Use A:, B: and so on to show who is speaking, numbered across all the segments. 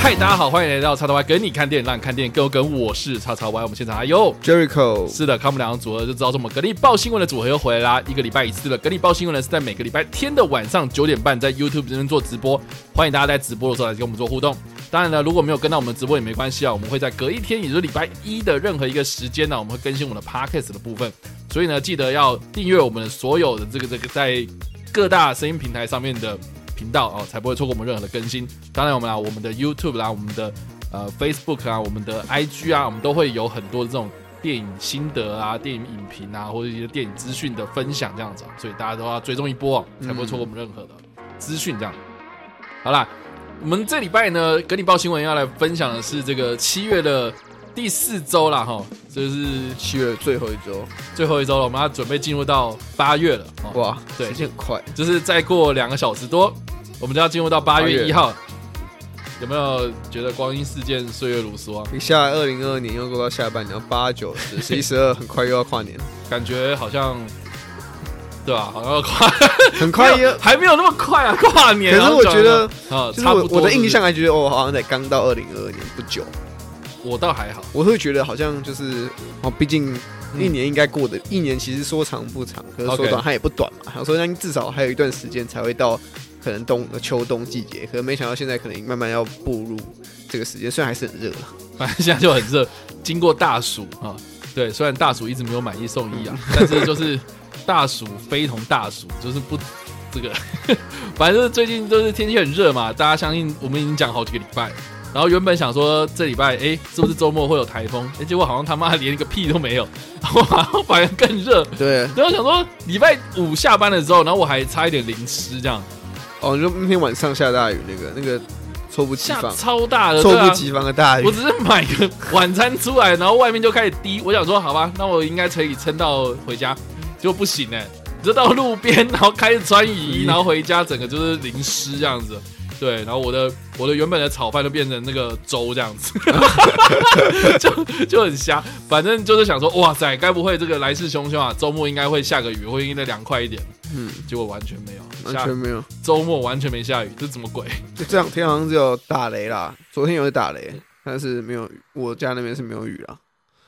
A: 嗨，大家好，欢迎来到叉叉 Y 跟你看电影，让你看电影更有梗。我是叉叉 Y，我们现场还有。
B: Jericho，
A: 是的，看我们两个组合就知道，说我们格力报新闻的组合又回来啦。一个礼拜一次了，格力报新闻呢是在每个礼拜天的晚上九点半在 YouTube 这边做直播，欢迎大家在直播的时候来跟我们做互动。当然了，如果没有跟到我们直播也没关系啊，我们会在隔一天，也就是礼拜一的任何一个时间呢、我们会更新我们的 Podcast 的部分。所以呢，记得要订阅我们的所有的这个这个在各大声音平台上面的频道哦，才不会错过我们任何的更新。当然，我们啊，我们的 YouTube 啦、我们的呃 Facebook 啊、我们的 IG 啊，我们都会有很多这种电影心得啊、电影影评啊，或者一些电影资讯的分享这样子、啊，所以大家都要追踪一波、哦，才不会错过我们任何的资讯这样。好啦，我们这礼拜呢，跟你报新闻要来分享的是这个七月的第四周啦，哈，就是
B: 七月最后一周，
A: 最后一周了，我们要准备进入到八月了。哦、
B: 哇，
A: 对
B: 时间很快，
A: 就是再过两个小时多，我们就要进入到八
B: 八
A: 月
B: 月
A: 一号。有没有觉得光阴似箭，岁月如梭啊？
B: 一下二零二二年又过到下半年，八九 十十一十二，很快又要跨年，
A: 感觉好像，对吧、好像要跨，
B: 很快又。
A: 还没有那么快啊，跨年。
B: 可是我觉得，
A: 啊，
B: 就是
A: 差
B: 我
A: 不多
B: 我的印
A: 是
B: 象还觉得，哦，好像才刚到二零二二年不久，
A: 我倒还好，
B: 我会觉得好像就是，哦，毕竟
A: 嗯
B: 一年应该过的，一年其实说长不长，可是
A: OK
B: 说短它也不短嘛，所以那至少还有一段时间才会到可能冬秋冬季节，可能没想到现在可能慢慢要步入这个时间，虽然还是很 热啊，
A: 反正现在就很热。经过大暑啊，对，虽然大暑一直没有买一送一啊，
B: 嗯
A: 但是就是大暑非同大暑，就是不这个，反正就是最近就是天气很热嘛，大家相信我们已经讲好几个礼拜。然后原本想说这礼拜哎是不是周末会有台风？哎，结果好像他妈连一个屁都没有，然后马上反而更热。
B: 对，
A: 然后想说礼拜五下班的时候，然后我还差一点淋湿，这样
B: 哦，你说那天晚上下大雨那个那个猝不及
A: 下
B: 防，
A: 超大的，
B: 猝
A: 对啊
B: 不及防的大
A: 我
B: 雨，
A: 只是买个晚餐出来，然后外面就开始滴。我想说，好吧，那我应该可以撑到回家，结果不行哎、就到路边，然后开始穿雨衣，
B: 嗯
A: 然后回家，整个就是淋湿这样 子。对，然后我的我的原本的炒饭就变成那个粥 这样子，就就很瞎。反正就是想说，哇塞，该不会这个来势汹汹啊？周末应该会下个雨，会应该凉快一点。
B: 嗯，
A: 结果完全没有，
B: 完
A: 下
B: 全没有。
A: 周末完全没下雨，这怎么鬼？
B: 就这两天好像只有打雷啦，昨天有打雷，但是没有雨，我家那边是没有雨啦。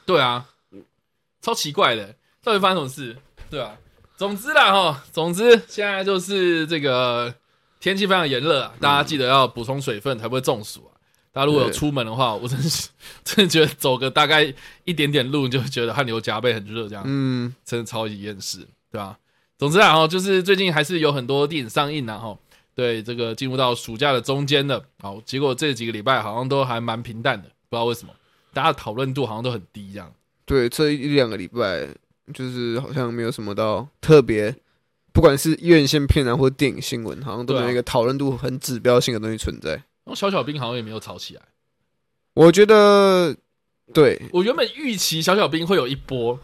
A: 对啊，超奇怪的，到底发生什么事？对啊，总之啦哈，总之现在就是这个天气非常炎热啊，
B: 嗯
A: 大家记得要补充水分，才不会中暑啊。大家如果有
B: 对
A: 出门的话，我真是 真的觉得走个大概一点点路，你就会觉得汗流浃背，很热，这样
B: 嗯，
A: 真的超级厌世，对吧、总之啊，哈，就是最近还是有很多电影上映啊，哈，对，这个进入到暑假的中间了，好，结果这几个礼拜好像都还蛮平淡的，不知道为什么，大家的讨论度好像都很低，这样。
B: 对，这一两个礼拜就是好像没有什么到特别，不管是院线片啊，或者电影新闻，好像都没
A: 对啊
B: 有一个讨论度很指标性的东西存在。
A: 然后小小兵好像也没有吵起来。
B: 我觉得，对，
A: 我原本预期小小兵会有一波，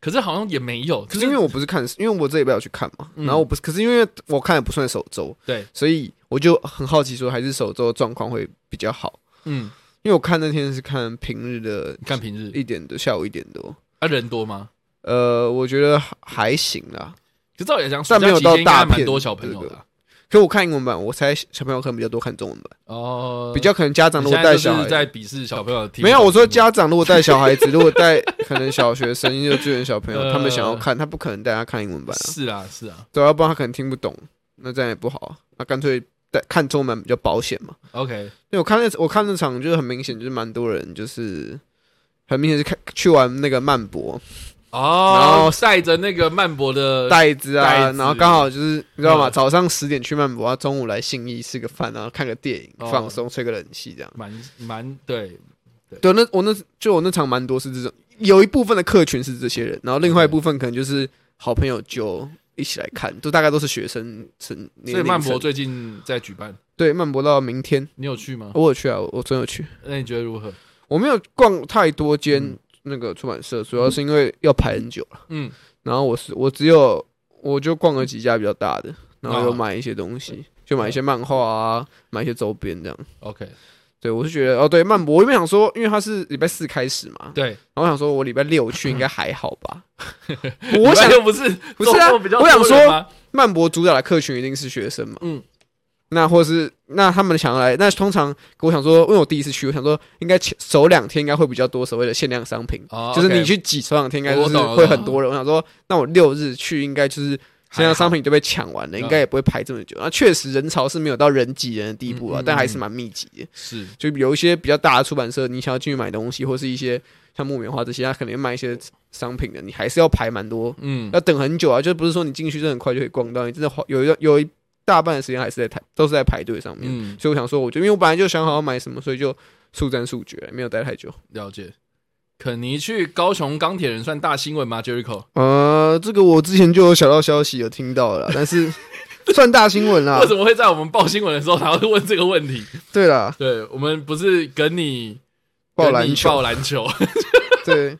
A: 可是好像也没有。
B: 可
A: 可
B: 是因为
A: 是
B: 我不是看，因为我这礼拜有去看嘛，
A: 嗯
B: 然后我不是，可是因为我看的不算首周，
A: 对，
B: 所以我就很好奇说，还是首周的状况会比较好。
A: 嗯，
B: 因为我看那天是看平日的
A: 你看平日
B: 一点多，下午一点多。
A: 啊人多吗？
B: 呃，我觉得还还行啦。
A: 就照理来讲，暑
B: 但没
A: 假
B: 有
A: 期间应该
B: 到大
A: 还蛮
B: 片
A: 多小朋友的啊、
B: 可我看英文版，我猜小朋友可能比较多看中文版，
A: 哦。
B: 比较可能家长
A: 你
B: 如
A: 现
B: 果
A: 在
B: 带
A: 就是
B: 小孩，
A: 在鄙视小朋友的听。
B: 没有我说家长如果带 小孩子，如果带可能小学生、幼稚园小朋友，
A: 呃
B: 他们想要看，他不可能带他看英文 版啊，
A: 是啊是啊
B: 对啊，要不然他可能听不懂，那这样也不好啊。那干脆带看中文版比较保险嘛。
A: ，OK，
B: 因为我看那我看那场就是很明显，就是蛮多人就是很明显是看去玩那个漫博，然
A: 哦
B: 后，
A: 晒着那个曼博的，
B: 袋子
A: 呃袋
B: 啊，
A: 子
B: 然后刚好就是你知道吗？
A: 嗯
B: 早上十点去漫博，然后中午来信义吃个饭，然后看个电影，
A: 哦
B: 放松，吹个冷气这样。
A: 蛮蛮对，
B: 对，那我那就我那场蛮多是这种，有一部分的客群是这些人，然后
A: 嗯
B: 另外一部分可能就是好朋友就一起来看，都大概都是学生成年
A: 所以
B: 龄层。
A: 曼博最近在举办，
B: 对漫博到明天，
A: 你有去吗？
B: 我有去啊，我我真有去，
A: 那你觉得如何？
B: 我没有逛太多间
A: 嗯
B: 那个出版社，主要是因为要排很久了，
A: 嗯，
B: 然后我是我只有我就逛了几家比较大的，然后
A: 啊嗯
B: 有买一些东西，就买一些漫画啊，买一些周边这样。
A: OK，
B: 对，我是觉得哦，对，漫博，我原本想说，因为它是礼拜四开始嘛，
A: 对，
B: 然后我想说我礼拜六去应该还好 吧。我想
A: 又不是
B: 不是啊
A: 周末比较
B: 我想
A: 多人
B: 说
A: 吗
B: 漫博主打的客群一定是学生嘛，
A: 嗯，
B: 那或者是那他们想要来，那通常我想说，因为我第一次去，我想说应该前首两天应该会比较多所谓的限量商品，
A: 哦
B: 就是你
A: OK
B: 去挤首两天应该就
A: 我
B: 是
A: 懂我
B: 会
A: 懂
B: 很多人。我想说，那我六日去应该就是限量商品就被抢完了，
A: 嗯
B: 应该也不会排这么久。那确实人潮是没有到人挤人的地步啊
A: 嗯嗯，
B: 但还是蛮密集的。
A: 是
B: 就有一些比较大的出版社，你想要进去买东西，或是一些像木棉花这些，它可能卖一些商品的，你还是要排蛮多
A: 嗯
B: 要等很久啊，就不是说你进去真的很快就可以逛到，你真的花有一有一大半的时间还是在排都是在排队上面。
A: 嗯，
B: 所以我想说，我就因为我本来就想好要买什么，所以就速战速决，没有待太久。
A: 了解。肯尼去高雄钢铁人算大新闻吗？Jericho，
B: 呃，这个我之前就有小道消息有听到了啦，但是算大新闻啦
A: 为。什么会在我们报新闻的时候，然后问这个问题？
B: 对啦，
A: 对我们不是跟你
B: 爆
A: 跟你
B: 篮球
A: 爆，篮 球，
B: 对。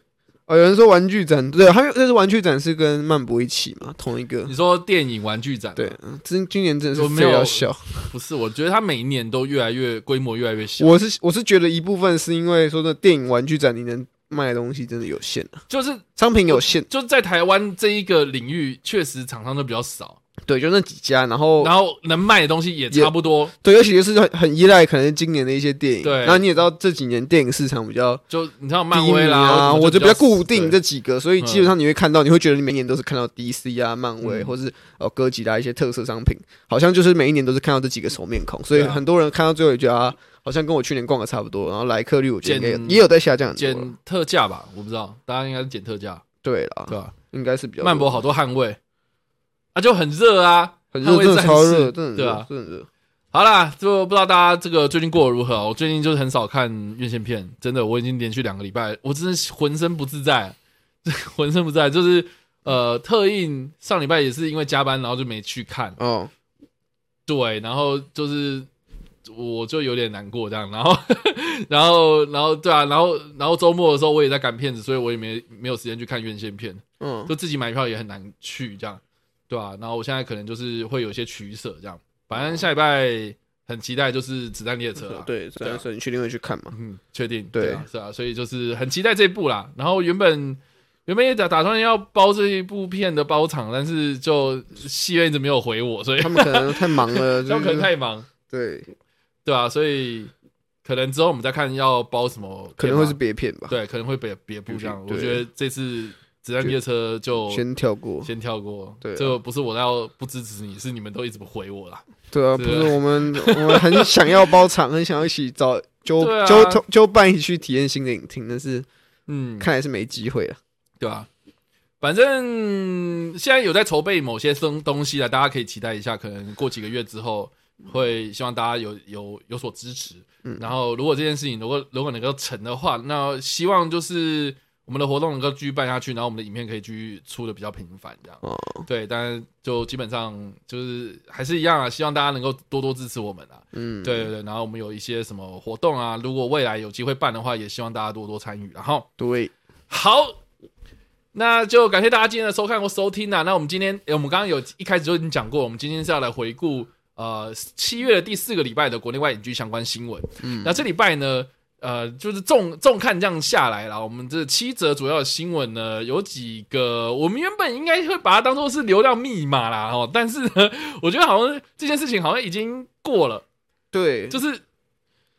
B: 哦，有人说玩具展，对，还有那是玩具展是跟漫博一起嘛，同一个
A: 你。说电影玩具展？
B: 对，，嗯今今年真
A: 嗯
B: 的
A: 我
B: 是
A: 没
B: 非
A: 有
B: 要笑。
A: 不是，我觉得它每一年都越来越规模越来越小，
B: 我是我是觉得一部分是因为说的电影玩具展，你能卖的东西真的有限啊，
A: 就是
B: 商品有限。
A: 就是在台湾这一个领域，确实厂商都比较少，
B: 对，就那几家，然后
A: 然后能卖的东西也差不多，
B: 对，尤其就是很很依赖可能今年的一些电影，
A: 对
B: 然后你也知道这几年电影市场比较
A: 就你知道
B: 低
A: 漫
B: 迷
A: 威啦，
B: 啊，
A: 或
B: 我
A: 者
B: 就
A: 比
B: 比较固定这
A: 对嗯
B: 几个，所以基本上你会看到，你会觉得你每年都是看到 DC 啊、漫威、
A: 嗯
B: 或是呃哥吉拉一些特色商品，好像就是每一年都是看到这几个熟面孔，所以
A: 对啊
B: 很多人看到最后也觉得啊，好像跟我去年逛的差不多，然后来客率我觉得应该
A: 减
B: 也也有在下降很多了，
A: 减特价吧，我不知道，大家应该是减特价，
B: 对啦，
A: 对吧？
B: 应该是比较
A: 漫博好多捍卫啊，就很热啊，
B: 很
A: 捍
B: 热，
A: 卫
B: 真的
A: 战
B: 超
A: 士
B: 热，真的很
A: 对
B: 热
A: 啊，
B: 真的很热，
A: 好啦，就不知道大家这个最近过得如何啊。我最近就是很少看院线片，真的，我已经连续两个礼拜，我真的是浑身不自在， 浑身不自在。就是呃，特映上礼拜也是因为加班，然后就没去看。
B: 哦，
A: 对，然后就是我就有点难过这样，然后然后然后对啊，然后然后周末的时候我也在赶片子，所以我也没没有时间去看院线片，
B: 嗯，
A: 就自己买票也很难去这样，对啊，然后我现在可能就是会有一些取舍这样，反正下礼拜很期待就是《子弹列车》啦，，
B: 对，所以所以你确定会去看嘛？
A: 嗯，确定，
B: 对
A: 啊，是啊，所以就是很期待这一部啦。然后原本原本也打打算要包这一部片的包场，但是就戏院一直没有回我，所以
B: 他们可能太忙 了，
A: 他
B: 就
A: 们可能
B: 是
A: 太忙。
B: 对，
A: 对啊，所以可能之后我们再看要包什么片吧，
B: 可能会是别片吧，
A: 对，可能会别别部这样。
B: 对
A: 我觉得这次子弹列车就
B: 先跳过。
A: 先跳过，
B: 对啊
A: 这不是我要不支持你，是你们都一直不回我啦。
B: 对啊，
A: 是
B: 不是我们， 我们很想要包场，很想要一起找揪
A: 对啊
B: 揪同揪伴一起去体验新的影厅，但是
A: 嗯，
B: 看来是没机会了。
A: 对啊，反正现在有在筹备某些东东西啊，大家可以期待一下，可能过几个月之后。会希望大家有有有所支持，
B: 嗯
A: 然后如果这件事情如果如果能够成的话，那希望就是我们的活动能够继续办下去，然后我们的影片可以继续出的比较频繁，这样。
B: 哦，
A: 对，但就基本上就是还是一样啊，希望大家能够多多支持我们啊。
B: 嗯，
A: 对对对，然后我们有一些什么活动啊，如果未来有机会办的话，也希望大家多多参与。然后
B: 对，
A: 好，那就感谢大家今天的收看或收听啊。那我们今天，诶我们刚刚有一开始就已经讲过，我们今天是要来回顾呃七月的第四个礼拜的国内外影剧相关新闻。
B: 嗯
A: 那这礼拜呢，呃，就是纵纵看这样下来啦，我们这七则主要的新闻呢，有几个我们原本应该会把它当做是流量密码啦哦，但是呢，我觉得好像这件事情好像已经过了，
B: 对，
A: 就是。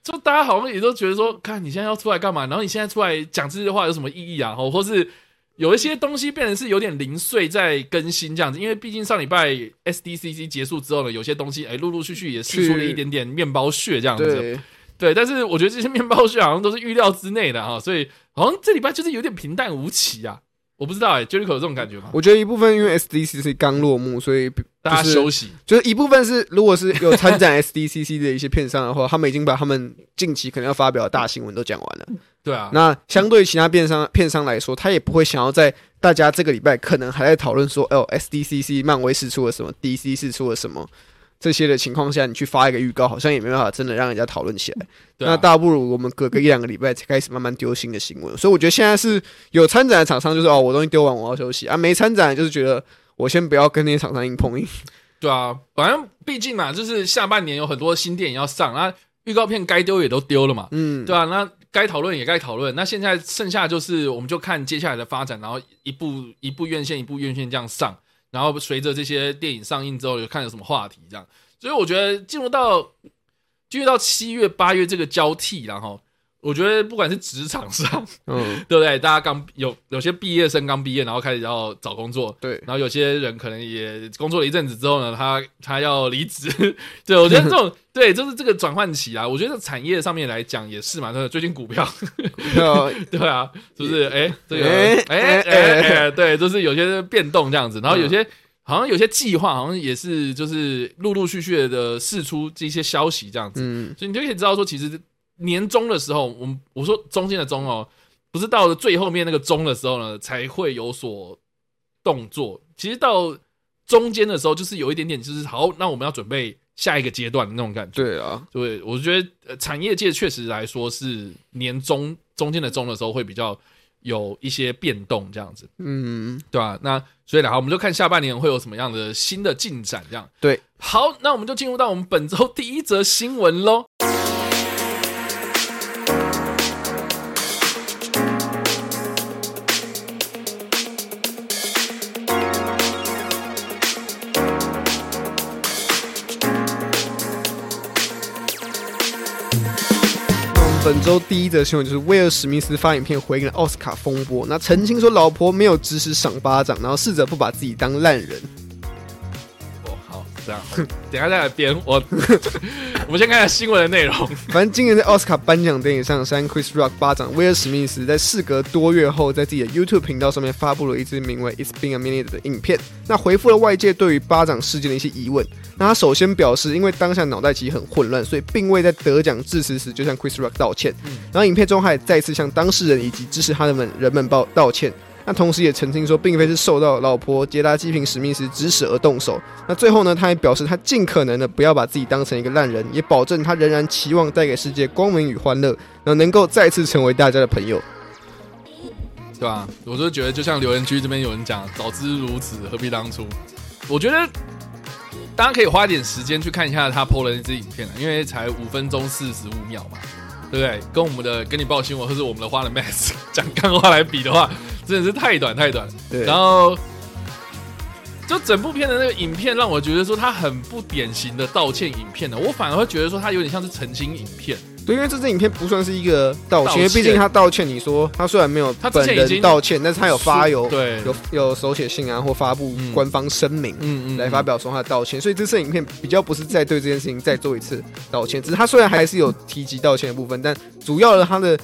A: 就大家好像也都觉得说，看你现在要出来干嘛？然后你现在出来讲这些话有什么意义啊？哦，或是有一些东西变成是有点零碎在更新这样子，因为毕竟上礼拜 SDCC 结束之后呢，有些东西哎陆陆续续也试出了
B: 去
A: 一点点面包屑这样子。啊
B: 对，
A: 对，但是我觉得这些面包屑好像都是预料之内的哈，所以好像这礼拜就是有点平淡无奇啊。我不知道哎、j e r i c h o 有这种感觉吗？
B: 我觉得一部分因为 SDCC 刚落幕，所以
A: 大家
B: 就是
A: 休息，
B: 就是一部分是如果是有参展 SDCC 的一些片商的话，他们已经把他们近期可能要发表的大新闻都讲完了。
A: 对啊，
B: 那相对其他片商片商来说，他也不会想要在大家这个礼拜可能还在讨论说，哦，SDCC 漫威试出了什么，DC 试出了什么这些的情况下，你去发一个预告，好像也没办法真的让人家讨论起来。
A: 对
B: 那
A: 啊，
B: 大不如我们隔个一两个礼拜才开始慢慢丢新的新闻。所以我觉得现在是有参展的厂商就是哦，我东西丢完我要休息啊，没参展的就是觉得我先不要跟那些厂商硬碰硬。
A: 对啊，反正毕竟嘛，就是下半年有很多新电影要上，那预告片该丢也都丢了嘛，
B: 嗯，
A: 对啊，那该讨论也该讨论，那现在剩下就是我们就看接下来的发展，然后一步一步院线一步院线这样上，然后随着这些电影上映之后，有看有什么话题这样。所以我觉得进入到进入到七月八月这个交替啦，然后我觉得不管是职场上，
B: 嗯，
A: 对不对？大家刚有有些毕业生刚毕业，然后开始要找工作，
B: 对，
A: 然后有些人可能也工作了一阵子之后呢，他他要离职。 对，我觉得这种 对，就是这个转换期啊，我觉得产业上面来讲也是嘛，真的。最近股票，
B: 要
A: 对啊，是不是？哎，这个
B: 哎
A: 哎哎
B: 哎哎
A: 哎，对，就是有些变动这样子，然后有些。好像有些计划，好像也是就是陆陆续续的释出这些消息这样子，
B: 嗯，
A: 所以你就可以知道说，其实年终的时候，我们我说中间的中哦，不是到了最后面那个中的时候呢，才会有所动作。其实到中间的时候，就是有一点点，就是好，那我们要准备下一个阶段的那种感觉。
B: 对啊，
A: 对，我觉得、呃、产业界确实来说是年中中间的中的时候会比较有一些变动，这样子，
B: 嗯，
A: 对吧、那所以呢，好，我们就看下半年会有什么样的新的进展，这样。
B: 对，
A: 好，那我们就进入到我们本周第一则新闻喽。
B: 那我们本周第一则新闻就是威尔史密斯发影片回应了奥斯卡风波，那澄清说老婆没有指使赏巴掌，然后试着不把自己当烂人。
A: 哦，好，这样，等一下再来编。我 我们先看一下新闻的内容。
B: 反正今年在奥斯卡颁奖典礼上，山 Chris Rock 巴掌威尔史密斯，在事隔多月后，在自己的 YouTube 频道上面发布了一支名为《It's Been a Minute》的影片，那回复了外界对于巴掌事件的一些疑问。那他首先表示，因为当下脑袋其实很混乱，所以并未在得奖致辞时就向 Chris Rock 道歉。然后影片中还再次向当事人以及支持他的们人们道道歉。那同时也澄清说，并非是受到老婆杰拉基平史密斯指使而动手，那最后呢，他也表示他尽可能的不要把自己当成一个烂人，也保证他仍然期望带给世界光明与欢乐，然后能够再次成为大家的朋友。
A: 对吧、我就觉得，就像留言区这边有人讲，早知如此，何必当初？我觉得大家可以花点时间去看一下他 PO 的那支影片啊，因为才五分钟四十五秒嘛，对不对？跟我们的跟你报新闻或是我们的花了 max 讲干话来比的话，真的是太短太短了。
B: 对
A: 然后，就整部片的那个影片让我觉得说，它很不典型的道歉影片呢，啊我反而会觉得说，它有点像是澄清影片。
B: 对，因为这支影片不算是一个道歉，
A: 道歉
B: 因为毕竟他道歉，你说他虽然没有
A: 他之
B: 本
A: 前已经
B: 人道歉，但是他有发
A: 是
B: 有
A: 对，
B: 有有手写信啊，或发布
A: 嗯
B: 官方声明。
A: 嗯
B: 来发表说他的道歉，所以这次影片比较不是再对这件事情再做一次道歉，只是他虽然还是有提及道歉的部分，但主要的他的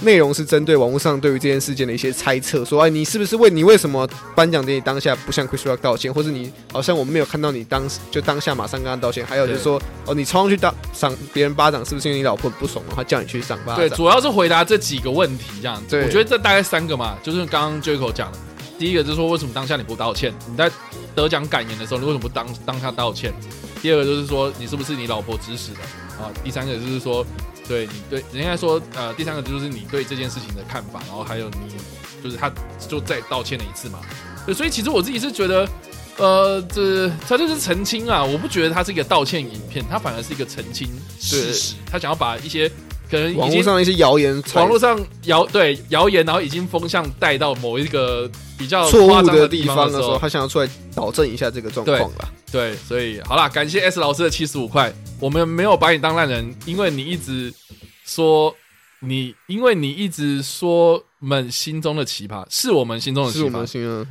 B: 内容是针对网络上对于这件事件的一些猜测，说哎你是不是为你为什么颁奖典礼当下不向 Chris Rock 道歉，或者你好像我们没有看到你当时就当下马上跟他道歉，还有就是说哦你冲上去打赏别人巴掌是不是因为你老婆很不爽，然后他叫你去赏巴
A: 对，
B: 掌？
A: 主要是回答这几个问题这样子。
B: 对
A: 我觉得这大概三个嘛，就是刚刚 Jaco 讲的，第一个就是说为什么当下你不道歉？你在得奖感言的时候，你为什么不当当下道歉？第二个就是说你是不是你老婆指使的啊？第三个就是说，对你对，应该说呃，第三个就是你对这件事情的看法，然后还有你就是他就再道歉了一次嘛。对，所以其实我自己是觉得。呃，这他就是澄清啊，我不觉得他是一个道歉影片，他反而是一个澄清事
B: 对
A: 实，他想要把一些可能已
B: 网络
A: 经
B: 上的一些谣言，
A: 网络上谣对谣言，然后已经风向带到某一个比较
B: 错
A: 夸
B: 误
A: 张
B: 的
A: 地
B: 地方
A: 的
B: 的时候，，他想要出来导正一下这个状
A: 对
B: 况啦。
A: 对，所以好啦，感谢 S 老师的七十五块，我们没有把你当烂人，因为你一直说你，因为你一直说我们心中的奇葩，是我们心中的
B: 是
A: 奇
B: 我们
A: 葩，
B: 心啊，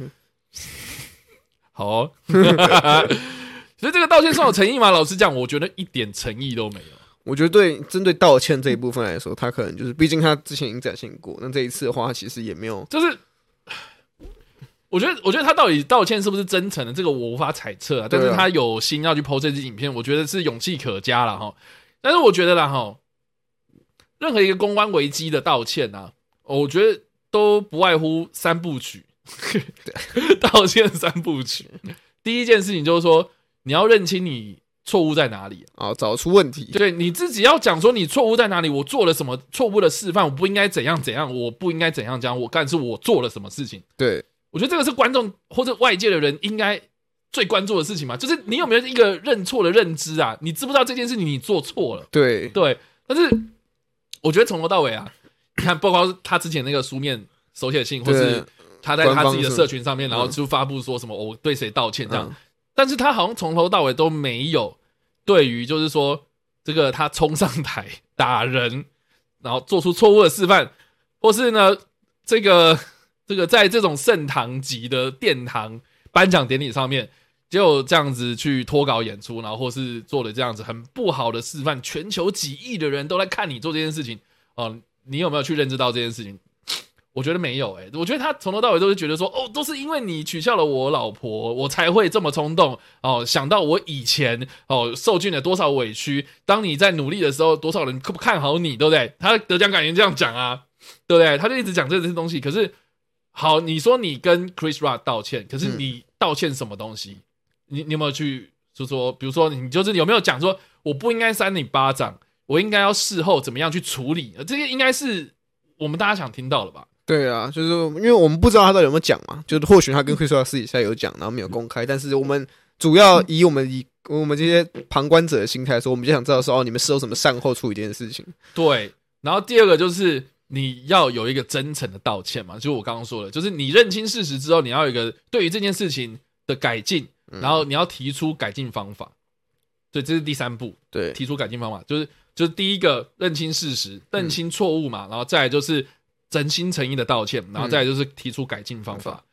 A: 好、哦。 所以这个道歉算有诚意吗？老实讲，我觉得一点诚意都没有。
B: 我觉得对针对道歉这一部分来说，他可能就是，毕竟他之前已经展现过，那这一次的话，他其实也没有。
A: 就是，我觉得，我觉得他到底道歉是不是真诚的，这个我无法猜测啊。但是
B: 对啊
A: 他有心要去剖这支影片，我觉得是勇气可嘉了哈。但是我觉得啦哈，任何一个公关危机的道歉啊，我觉得都不外乎三部 曲，道歉三部曲。第一件事情就是说，你要认清你错误在哪里、
B: 啊，找出问题。
A: 对，你自己要讲说你错误在哪里，我做了什么错误的示范，我不应该怎样怎样，我不应该怎样怎样，我干是我做了什么事情。
B: 对
A: 我觉得这个是观众或者外界的人应该最关注的事情嘛，就是你有没有一个认错的认知啊？你知不知道这件事情你做错了？
B: 对
A: 对，但是我觉得从头到尾啊，你看，包括他之前那个书面手写信，或是
B: 对，
A: 他在他自己的
B: 官方是
A: 社群上面，
B: 嗯
A: 然后就发布说什么、哦我对谁道歉这样，
B: 嗯
A: 但是他好像从头到尾都没有对于就是说这个他冲上台打人，然后做出错误的示范，或是呢这个 这个在这种盛唐级的殿堂颁奖典礼上面。就这样子去脱稿演出，然后或是做了这样子很不好的示范，全球几亿的人都在看你做这件事情哦、你有没有去认知到这件事情？我觉得没有诶、欸我觉得他从头到尾都是觉得说，哦，都是因为你取笑了我老婆，我才会这么冲动哦。想到我以前哦受尽了多少委屈，当你在努力的时候，多少人看不看好你，对不对？他的得奖感言这样讲啊，对不对？他就一直讲这些东西。可是，好，你说你跟 Chris Rock 道歉，可是
B: 嗯
A: 你道歉什么东西？你你有没有去就说，比如说你就是有没有讲说，我不应该扇你巴掌，我应该要事后怎么样去处理？呃这个应该是我们大家想听到的吧？
B: 对啊，就是因为我们不知道他到底有没有讲嘛，就是或许他跟 Chris Rock 私底下有讲，然后没有公开，但是我们主要以我们以我们这些旁观者的心态说，我们就想知道说哦，你们是有什么善后处理这件事情？
A: 对，然后第二个就是你要有一个真诚的道歉嘛，就我刚刚说的，就是你认清事实之后，你要有一个对于这件事情的改进，然后你要提出改进方法。对，这是第三步，
B: 对，
A: 提出改进方法，就是就是第一个认清事实，认清错误嘛，然后再来就是真心诚意的道歉，然后再来就是提出改进方法。
B: 方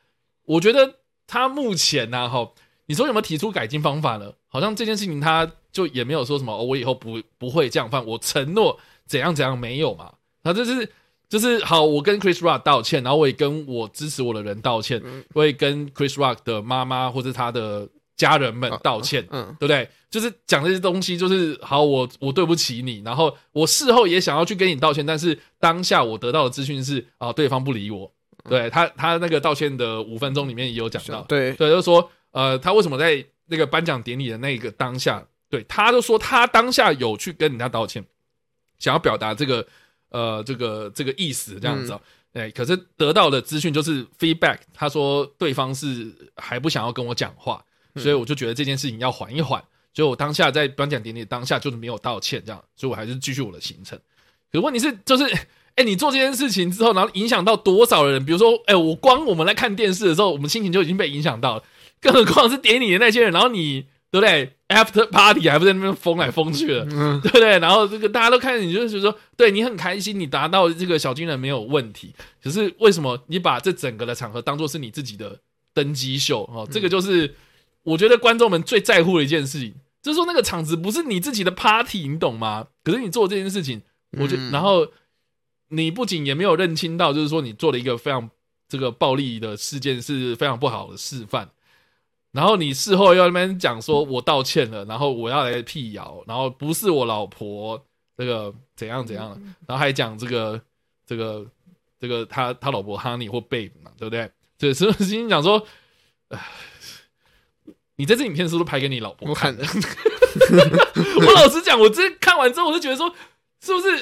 A: 我觉得他目前呢、哈，你说有没有提出改进方法呢？好像这件事情他就也没有说什么，哦、我以后不不会这样犯，我承诺怎样怎样没有嘛。他就是就是好，我跟 Chris Rock 道歉，然后我也跟我支持我的人道歉，我也跟 Chris Rock 的妈妈或者他的家人们道歉，
B: 嗯，
A: 对不对？就是讲这些东西，就是好，我我对不起你，然后我事后也想要去跟你道歉，但是当下我得到的资讯是啊，对方不理我。对他，他那个道歉的五分钟里面也有讲到，
B: 对，
A: 对，就是说呃，他为什么在那个颁奖典礼的那个当下，对，他就说他当下有去跟人家道歉，想要表达这个呃这个这个意思这样子、哦。哎，可是得到的资讯就是 feedback，他说对方是还不想要跟我讲话，所以我就觉得这件事情要缓一缓，所以我当下在颁奖典礼当下就是没有道歉，这样，所以我还是继续我的行程。可问题是，就是，哎，你做这件事情之后，然后影响到多少人？比如说，哎，我光我们在看电视的时候，我们心情就已经被影响到了，更何况是典礼的那些人，然后你对不对？After party 还不在那边疯来疯去的，
B: 嗯
A: 对不对？然后这个大家都看着你，就是说，对你很开心，你达到这个小金人没有问题。可是为什么你把这整个的场合当做是你自己的登机秀？哦，这个就是我觉得观众们最在乎的一件事情，就是说那个场子不是你自己的 party，你懂吗？可是你做这件事情，我觉
B: 嗯
A: 然后你不仅也没有认清到，就是说你做了一个非常这个暴力的事件是非常不好的示范。然后你事后又在那边讲说，我道歉了，然后我要来辟谣，然后不是我老婆，这个怎样怎样，然后还讲这个这个这个他他老婆 Honey 或 Babe 嘛，对不对？对，所以我心里想说，唉你这支影片是不是拍给你老婆
B: 我看
A: 看的？ 我老实讲，我这看完之后，我就觉得说，是不是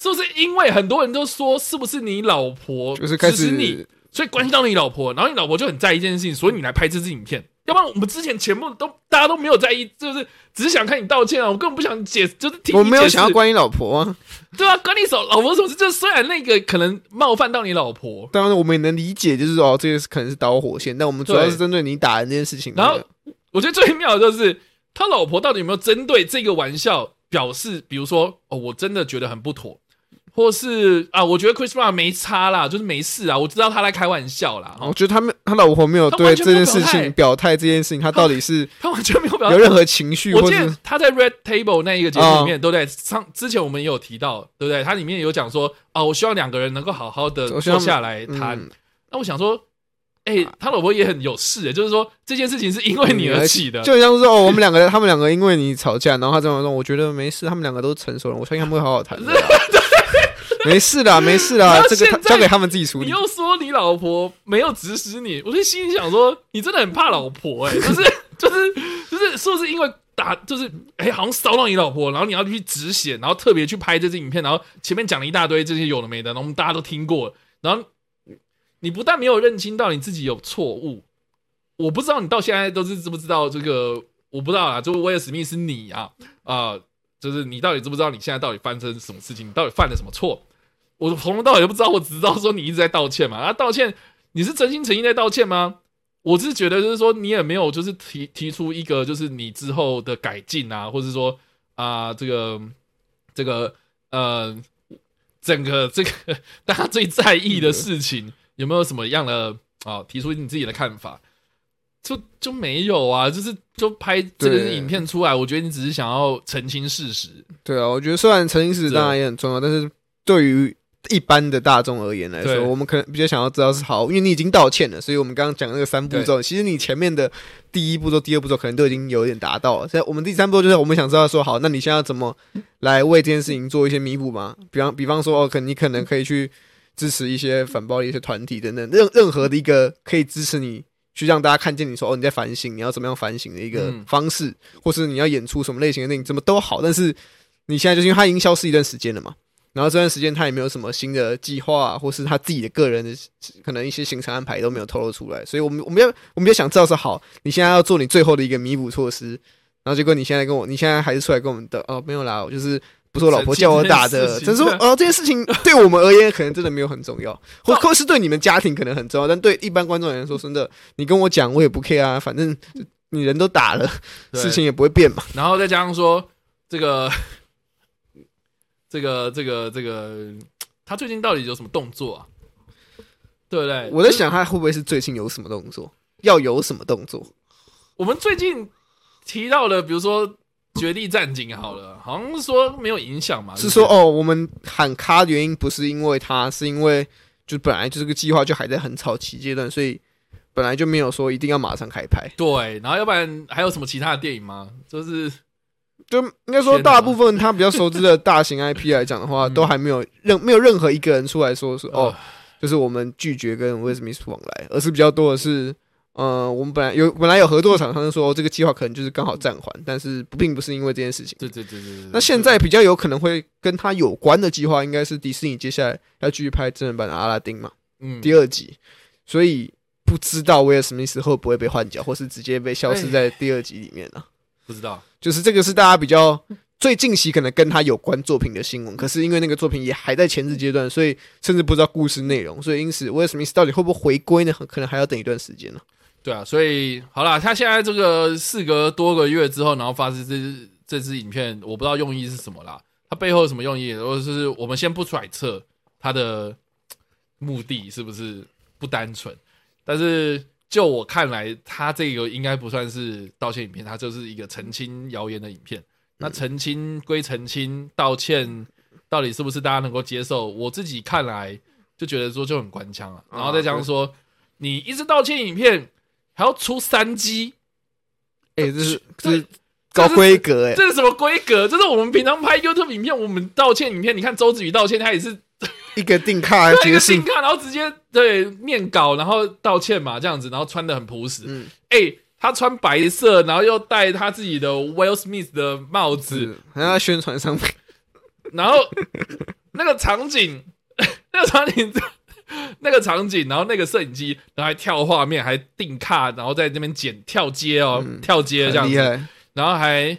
A: 是不是因为很多人都说，是不是你老婆
B: 就是开
A: 指
B: 始
A: 使你，所以关系到你老婆，然后你老婆就很在意这件事情，所以你来拍这支影片。要不然我们之前全部都大家都没有在意，就是只是想看你道歉啊，我根本不想解，就是听你
B: 我没有
A: 解释
B: 想要关你老婆啊，
A: 对啊，关你手老婆什么事？就是虽然那个可能冒犯到你老婆，
B: 当然我们也能理解，就是说哦，这个是可能是导火线，但我们主要
A: 对
B: 是针对你打人这件事情。
A: 然后我觉得最妙的就是他老婆到底有没有针对这个玩笑表示，比如说哦，我真的觉得很不妥，或是啊，我觉得 Chris Brown 没差啦，就是没事啊，我知道他在开玩笑啦，
B: 我
A: 哦，
B: 觉得他没他老婆没有
A: 他
B: 对
A: 完全
B: 这
A: 没有
B: 件事
A: 表态
B: 情表态，这件事情他到底是
A: 他完全没有表
B: 有
A: 达
B: 任何情绪，
A: 我
B: 或
A: 记
B: 者
A: 得
B: 是哦
A: 他在 Red Table 那一个节目里面，对不对？上之前我们也有提到，对不对？它里面有讲说，哦，我希望两个人能够好好的
B: 我希
A: 坐
B: 望
A: 下来谈。
B: 嗯
A: 那我想说，哎、他老婆也很有事、哎就是说这件事情是因为你而起的，
B: 就很像是说哦，我们两个他们两个因为你吵架，然后他这么说，我觉得没事，他们两个都成熟了，我相信他们会好好谈 的啦。没事啦，没事
A: 然
B: 啦，
A: 后
B: 这个
A: 现
B: 他
A: 在
B: 交给他们自己处
A: 你
B: 理。
A: 又说你老婆没有指使你，我就心里想说，你真的很怕老婆哎、 就是就是就是，是不是因为打就是哎、好像骚到你老婆，然后你要去止血，然后特别去拍这支影片，然后前面讲了一大堆这些有的没的，然后我们大家都听过了，然后你不但没有认清到你自己有错误，我不知道你到现在都是知不知道这个，我不知道啊，就威尔史密斯你啊啊、就是你到底知不知道你现在到底发生什么事情，你到底犯了什么错？我从头到尾都不知道，我只知道说你一直在道歉嘛。啊，道歉，你是真心诚意在道歉吗？我是觉得就是说你也没有就是提提出一个就是你之后的改进啊，或者说啊、这个这个呃整个这个大家最在意的事情、有没有什么样的啊、提出你自己的看法？就就没有啊，就是就拍这个
B: 对
A: 影片出来，我觉得你只是想要澄清事实，
B: 对啊，我觉得虽然澄清事实当然也很重要，但是对于一般的大众而言来
A: 对
B: 说，我们可能比较想要知道是好，因为你已经道歉了，所以我们刚刚讲的那个三步骤，其实你前面的第一步骤、第二步骤可能都已经有点达到了。现在我们第三步骤就是我们想知道说，好，那你现在要怎么来为这件事情做一些弥补嘛？比方比方说，哦，可能你可能可以去支持一些反暴力一些团体等等，任任何的一个可以支持你。去让大家看见你说哦你在反省，你要怎么样反省的一个
A: 嗯
B: 方式，或是你要演出什么类型的电影，怎么都好。但是你现在就是因为他已经消失一段时间了嘛，然后这段时间他也没有什么新的计划、啊，或是他自己的个人的可能一些行程安排都没有透露出来，所以我们我们要我们就想知道说，好，你现在要做你最后的一个弥补措施，然后结果你现在跟我，你现在还是出来跟我们的哦，没有啦，我就是。不是我老婆叫我打的，
A: 澄
B: 只
A: 清这件事情
B: 是说，哦，这件事情对我们而言可能真的没有很重要，或
A: 到
B: 或是对你们家庭可能很重要，但对一般观众而言说，真的，你跟我讲我也不 care 啊，反正你人都打了，
A: 对
B: 事情也不会变嘛。
A: 然后再加上说这个 这个这个这个，他最近到底有什么动作啊？对不对？
B: 我在想他会不会是最近有什么动作，要有什么动作？
A: 我们最近提到了，比如说《绝地战警》好了，好像是说没有影响嘛，
B: 是
A: 对不
B: 说
A: 对
B: 哦，我们喊卡的原因不是因为他，是因为就本来就这个计划就还在很早期阶段，所以本来就没有说一定要马上开拍。
A: 对，然后要不然还有什么其他的电影吗？就是
B: 就应该说，
A: 天哪
B: 大部分他比较熟知的大型 IP 来讲的话，
A: 嗯
B: 都还没有任没有任何一个人出来说是哦
A: 呃，
B: 就是我们拒绝跟 Will Smith 往来，而是比较多的是。呃，我们本来有本来有合作的厂商说、哦、这个计划可能就是刚好暂缓，但是并不是因为这件事情。
A: 对对对对对。
B: 那现在比较有可能会跟他有关的计划，应该是迪士尼接下来要继续拍真人版的阿拉丁嘛，
A: 嗯，
B: 第二集。所以不知道威尔史密斯会不会被换角，或是直接被消失在第二集里面呢、啊？
A: 不知道，
B: 就是这个是大家比较最近期可能跟他有关作品的新闻，可是因为那个作品也还在前置阶段，所以甚至不知道故事内容，所以因此威尔史密斯到底会不会回归呢？很可能还要等一段时间呢、
A: 对啊，所以好啦，他现在这个事隔多个月之后，然后发生这这支影片，我不知道用意是什么啦。它背后有什么用意，或者是我们先不揣测它的嘖目的是不是不单纯。但是就我看来，它这个应该不算是道歉影片，它就是一个澄清谣言的影片。那澄清归澄清，道歉到底是不是大家能够接受？我自己看来就觉得说就很官腔啊。然后再加上说，你一直道歉影片还要出三击，
B: 哎、这是
A: 这
B: 这是高规格哎、
A: 这是什么规格？这是我们平常拍 YouTube 影片，我们道歉影片，你看周子瑜道歉，他也是
B: 一个定卡
A: 一
B: 决
A: 个
B: 定
A: 信。看，然后直接对念稿，然后道歉嘛，这样子，然后穿的很朴实。
B: 嗯
A: 哎、他穿白色，然后又戴他自己的 Will Smith 的帽子，
B: 是，还要宣传商品，
A: 然后那个场景， 那个场景，那个场景，然后那个摄影机，然后还跳画面，还定卡，然后在那边剪跳接哦，
B: 嗯
A: 跳接这样
B: 很厉
A: 子，
B: 害。
A: 然后还。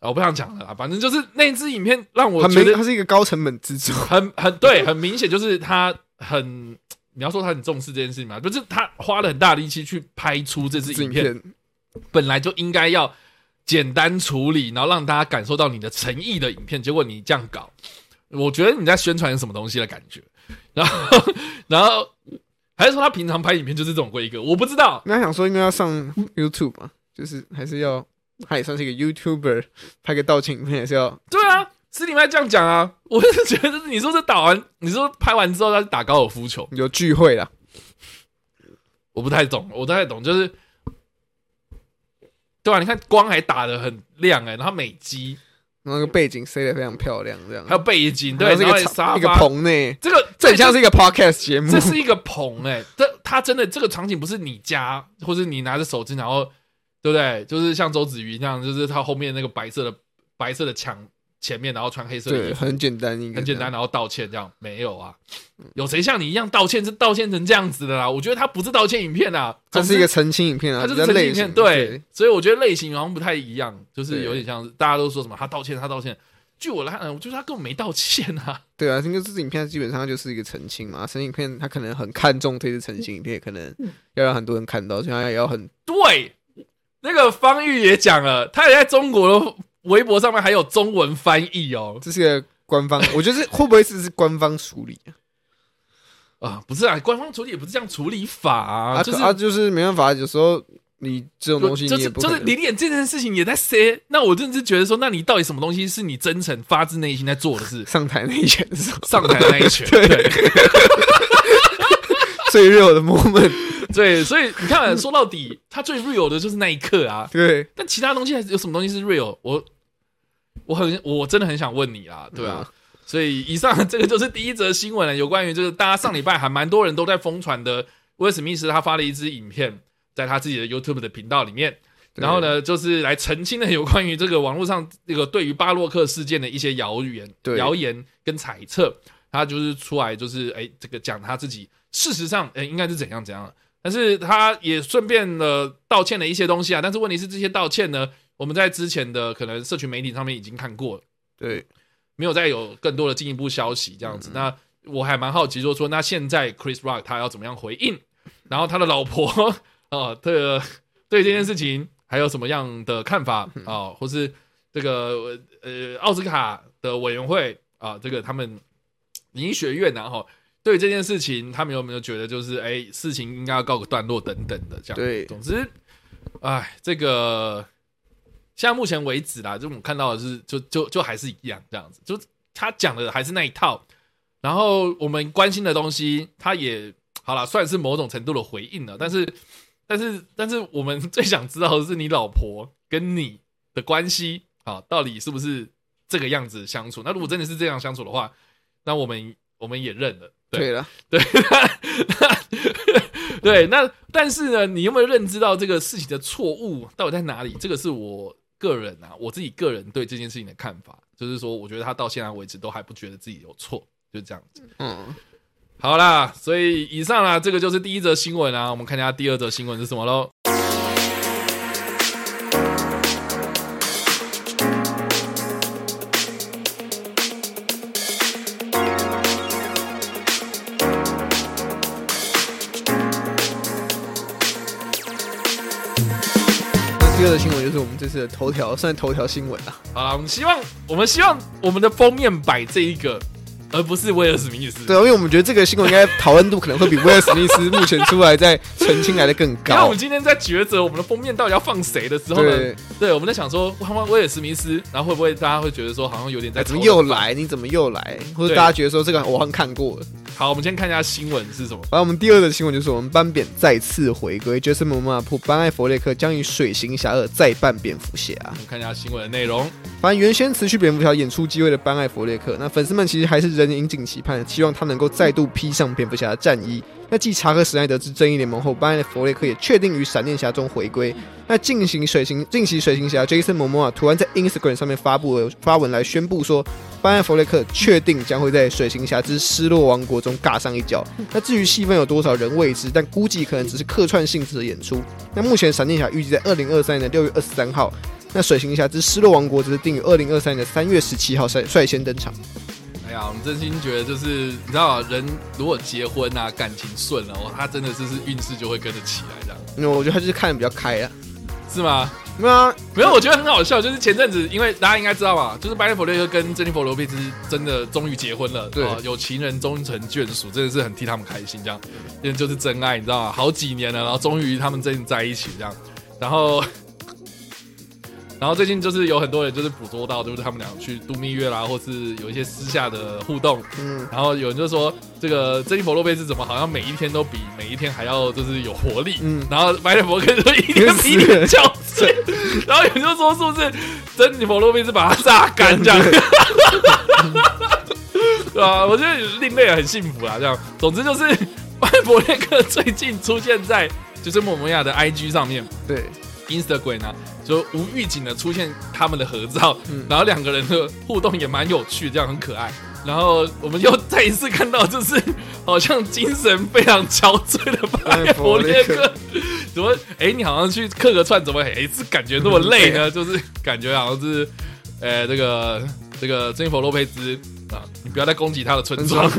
A: 啊我不想讲了啦，反正就是那支影片让我
B: 很
A: 觉
B: 明，
A: 得
B: 它是一个高成本制作。
A: 很很对，很明显就是他很，你要说他很重视这件事情嘛，就是他花了很大力气去拍出这支
B: 制
A: 影
B: 影
A: 片，
B: 片，
A: 本来就应该要简单处理，然后让大家感受到你的诚意的影片，结果你这样搞，我觉得你在宣传什么东西的感觉，然后然后还是说他平常拍影片就是这种规格，我不知道，
B: 那想说应该要上 YouTube 嘛，就是还是要，他也算是一个 YouTuber，拍个道歉影片也是要。
A: 对啊，私底麦这样讲啊，我是觉得你说这打完，你说拍完之后他去打高尔夫球，
B: 有聚会啦，
A: 我不太懂，我不太懂，就是对啊，你看光还打的很亮哎、然后美肌，
B: 然后那个背景塞的非常漂亮，这样
A: 还有背景，对，
B: 然后
A: 然后
B: 是一个
A: 沙
B: 场一个
A: 发，
B: 棚呢，
A: 这个
B: 这很像
A: 是
B: 是一个 podcast 节目
A: 这，是一个棚哎、这他真的这个场景不是你家，或是你拿着手机，然后对不对？就是像周子瑜那样，就是他后面那个白色的白色的墙前面，然后穿黑色的衣
B: 对，
A: 服，
B: 很简单一个，
A: 很简单，。然后啊道歉这样没有啊？有谁像你一样道歉是道歉成这样子的啦？我觉得他不是道歉影片啊，
B: 它
A: 总之
B: 是一个澄清影片啊，
A: 它就
B: 比
A: 是
B: 较
A: 澄清
B: 类
A: 影片，
B: 型，
A: 对，所以我觉得类型好像不太一样，就是
B: 对嗯
A: 有点像是大家都说什么他道歉，他道歉，据我来看，我觉得他根本没道歉啊。
B: 对啊，因为这支影片基本上就是一个澄清嘛，啊澄清影片他可能很看重这支澄清影片，也可能
A: 嗯
B: 要让很多人看到，所以他也要很
A: 对，那个方玉也讲了，他也在中国的微博上面还有中文翻译哦。
B: 这是个官方，我觉得是会不会是是官方处理啊？
A: 啊，不是啊，官方处理也不是这样处理法啊，
B: 啊
A: 就是
B: 啊，就是没办法，有时候你这种东西
A: 就
B: 你也
A: 是
B: 不
A: 就
B: 可
A: 是
B: 能？
A: 你脸这件事情也在塞，那我真的是觉得说，那你到底什么东西是你真诚发自内心在做的事
B: 上台那一拳的时候
A: 上台 那一拳，对
B: 最热的 moment，
A: 对，所以你看，说到底，他最 real 的就是那一刻啊。
B: 对
A: 但其他东西还是有什么东西是 real？我我很我真的很想问你啊，对啊。所以以上这个就是第一则新闻了，有关于就是大家上礼拜还蛮多人都在疯传的威尔史密斯他发了一支影片在他自己的 YouTube 的频道里面，
B: 对
A: 然后呢就是来澄清了有关于这个网络上这个对于巴洛克事件的一些谣言、
B: 对
A: 谣言跟猜测，他就是出来就是哎这个讲他自己事实上哎应该是怎样怎样，但是他也顺便的道歉了一些东西啊，但是问题是这些道歉呢，我们在之前的可能社群媒体上面已经看过了。
B: 对，
A: 没有再有更多的进一步消息这样子。那我还蛮好奇，就是说，那现在 Chris Rock 他要怎么样回应？然后他的老婆啊，这个对这件事情还有什么样的看法啊、或是这个呃奥斯卡的委员会啊、这个他们影艺学院然、后对这件事情，他们有没有觉得就是哎，事情应该要告个段落等等的这样？
B: 对
A: 总之，哎，这个现在目前为止啦，就我们看到的是，就就就还是一样这样子，就他讲的还是那一套，然后我们关心的东西，他也好了，算是某种程度的回应了，但是但是但是我们 最想知道的是你老婆跟你的关系啊，到底是不是这个样子相处？那如果真的是这样相处的话，那我们我们也认了，对
B: 对了，
A: 对，那那对，那但是呢，你有没有认知到这个事情的错误到底在哪里？这个是我个人啊，我自己个人对这件事情的看法，就是说，我觉得他到现在为止都还不觉得自己有错，就这样子。
B: 嗯，
A: 好啦，所以以上啦，这个就是第一则新闻啊，我们看一下第二则新闻是什么喽。
B: 那第二个新闻就是我们这次的头条，算头条新闻啊，
A: 好啦，我们希望我们希望我们的封面摆这一个，而不是威尔史密斯。
B: 对啊，因为我们觉得这个新闻应该讨论度可能会比威尔史密斯目前出来在澄清来的更
A: 然后我
B: 高
A: 们，今天在抉择我们的封面到底要放谁的时候呢，
B: 对，
A: 对，我们在想说，他妈威尔史密斯，然后会不会大家会觉得说，好像有点在
B: 哎怎么
A: 嘲
B: 又来？你怎么又来？或者
A: 对
B: 大家觉得说这个我好像看过了。
A: 好？我们先看一下新闻是什么。
B: 然后我们第二则新闻就是我们斑扁再次回归，Jason Momoa 铺班艾弗雷克将与水行侠二再扮蝙蝠侠。
A: 我们看一下新闻的内容。
B: 反正原先辞去蝙蝠侠演出机会的班艾弗雷克，那粉丝们其实还是仍引颈期盼，希望他能够再度披上蝙蝠侠的战衣。那继查克·史奈德之正义联盟后，班艾弗雷克也确定于闪电侠中回归。那进行水行近期水行侠 Jason Momoa 突然在 Instagram 上面发布了发文来宣布说，班艾弗雷克确定将会在水行侠之失落王国中尬上一脚。那至于戏份有多少人未知，但估计可能只是客串性质的演出。那目前闪电侠预计在二零二三年的六月二十三号那《水行侠之失落王国》则是定于二零二三年三月十七号率率先登场。
A: 哎呀，我们真心觉得就是，你知道，啊人如果结婚啊，感情顺了，哇，他真的就是运势就会跟着起来，这样
B: 那我觉得他就是看的比较开啊。
A: 是吗？
B: 没有啊，
A: 没有，我觉得很好笑，就是前阵子，因为大家应该知道嘛，就是白莲佛瑞克跟珍妮佛罗佩兹真的终于结婚了，
B: 对
A: 啊有情人终成眷属，真的是很替他们开心，这样，因为就是真爱，你知道吗？好几年了，然后终于他们真的在一起，这样，然后， 然后最近就是有很多人就是捕捉到，就是他们俩去度蜜月啦，或是有一些私下的互动，
B: 嗯，
A: 然后有人就说这个珍妮佛洛佩兹怎么好像每一天都比每一天还要就是有活力，
B: 嗯
A: 然后白人伯克就一 天比一天憔悴，然后有人就说是不是珍妮佛洛佩兹把他榨干这样？ 对啊，我觉得另类很幸福啦，啊这样。总之就是白人伯克最近出现在就是莫摩亚的 IG 上面。
B: 对，
A: Instagram 呢、就无预警的出现他们的合照，
B: 嗯
A: 然后两个人的互动也蛮有趣，这样很可爱。然后我们又再一次看到，就是好像精神非常憔悴的巴
B: 哎
A: 列伯列
B: 伯列
A: 克，怎么？哎，你好像去 客个串，怎么哎是感觉那么累呢？就是感觉好像是，呃，这个这个珍妮佛洛佩兹啊，你不要再攻击他的村庄。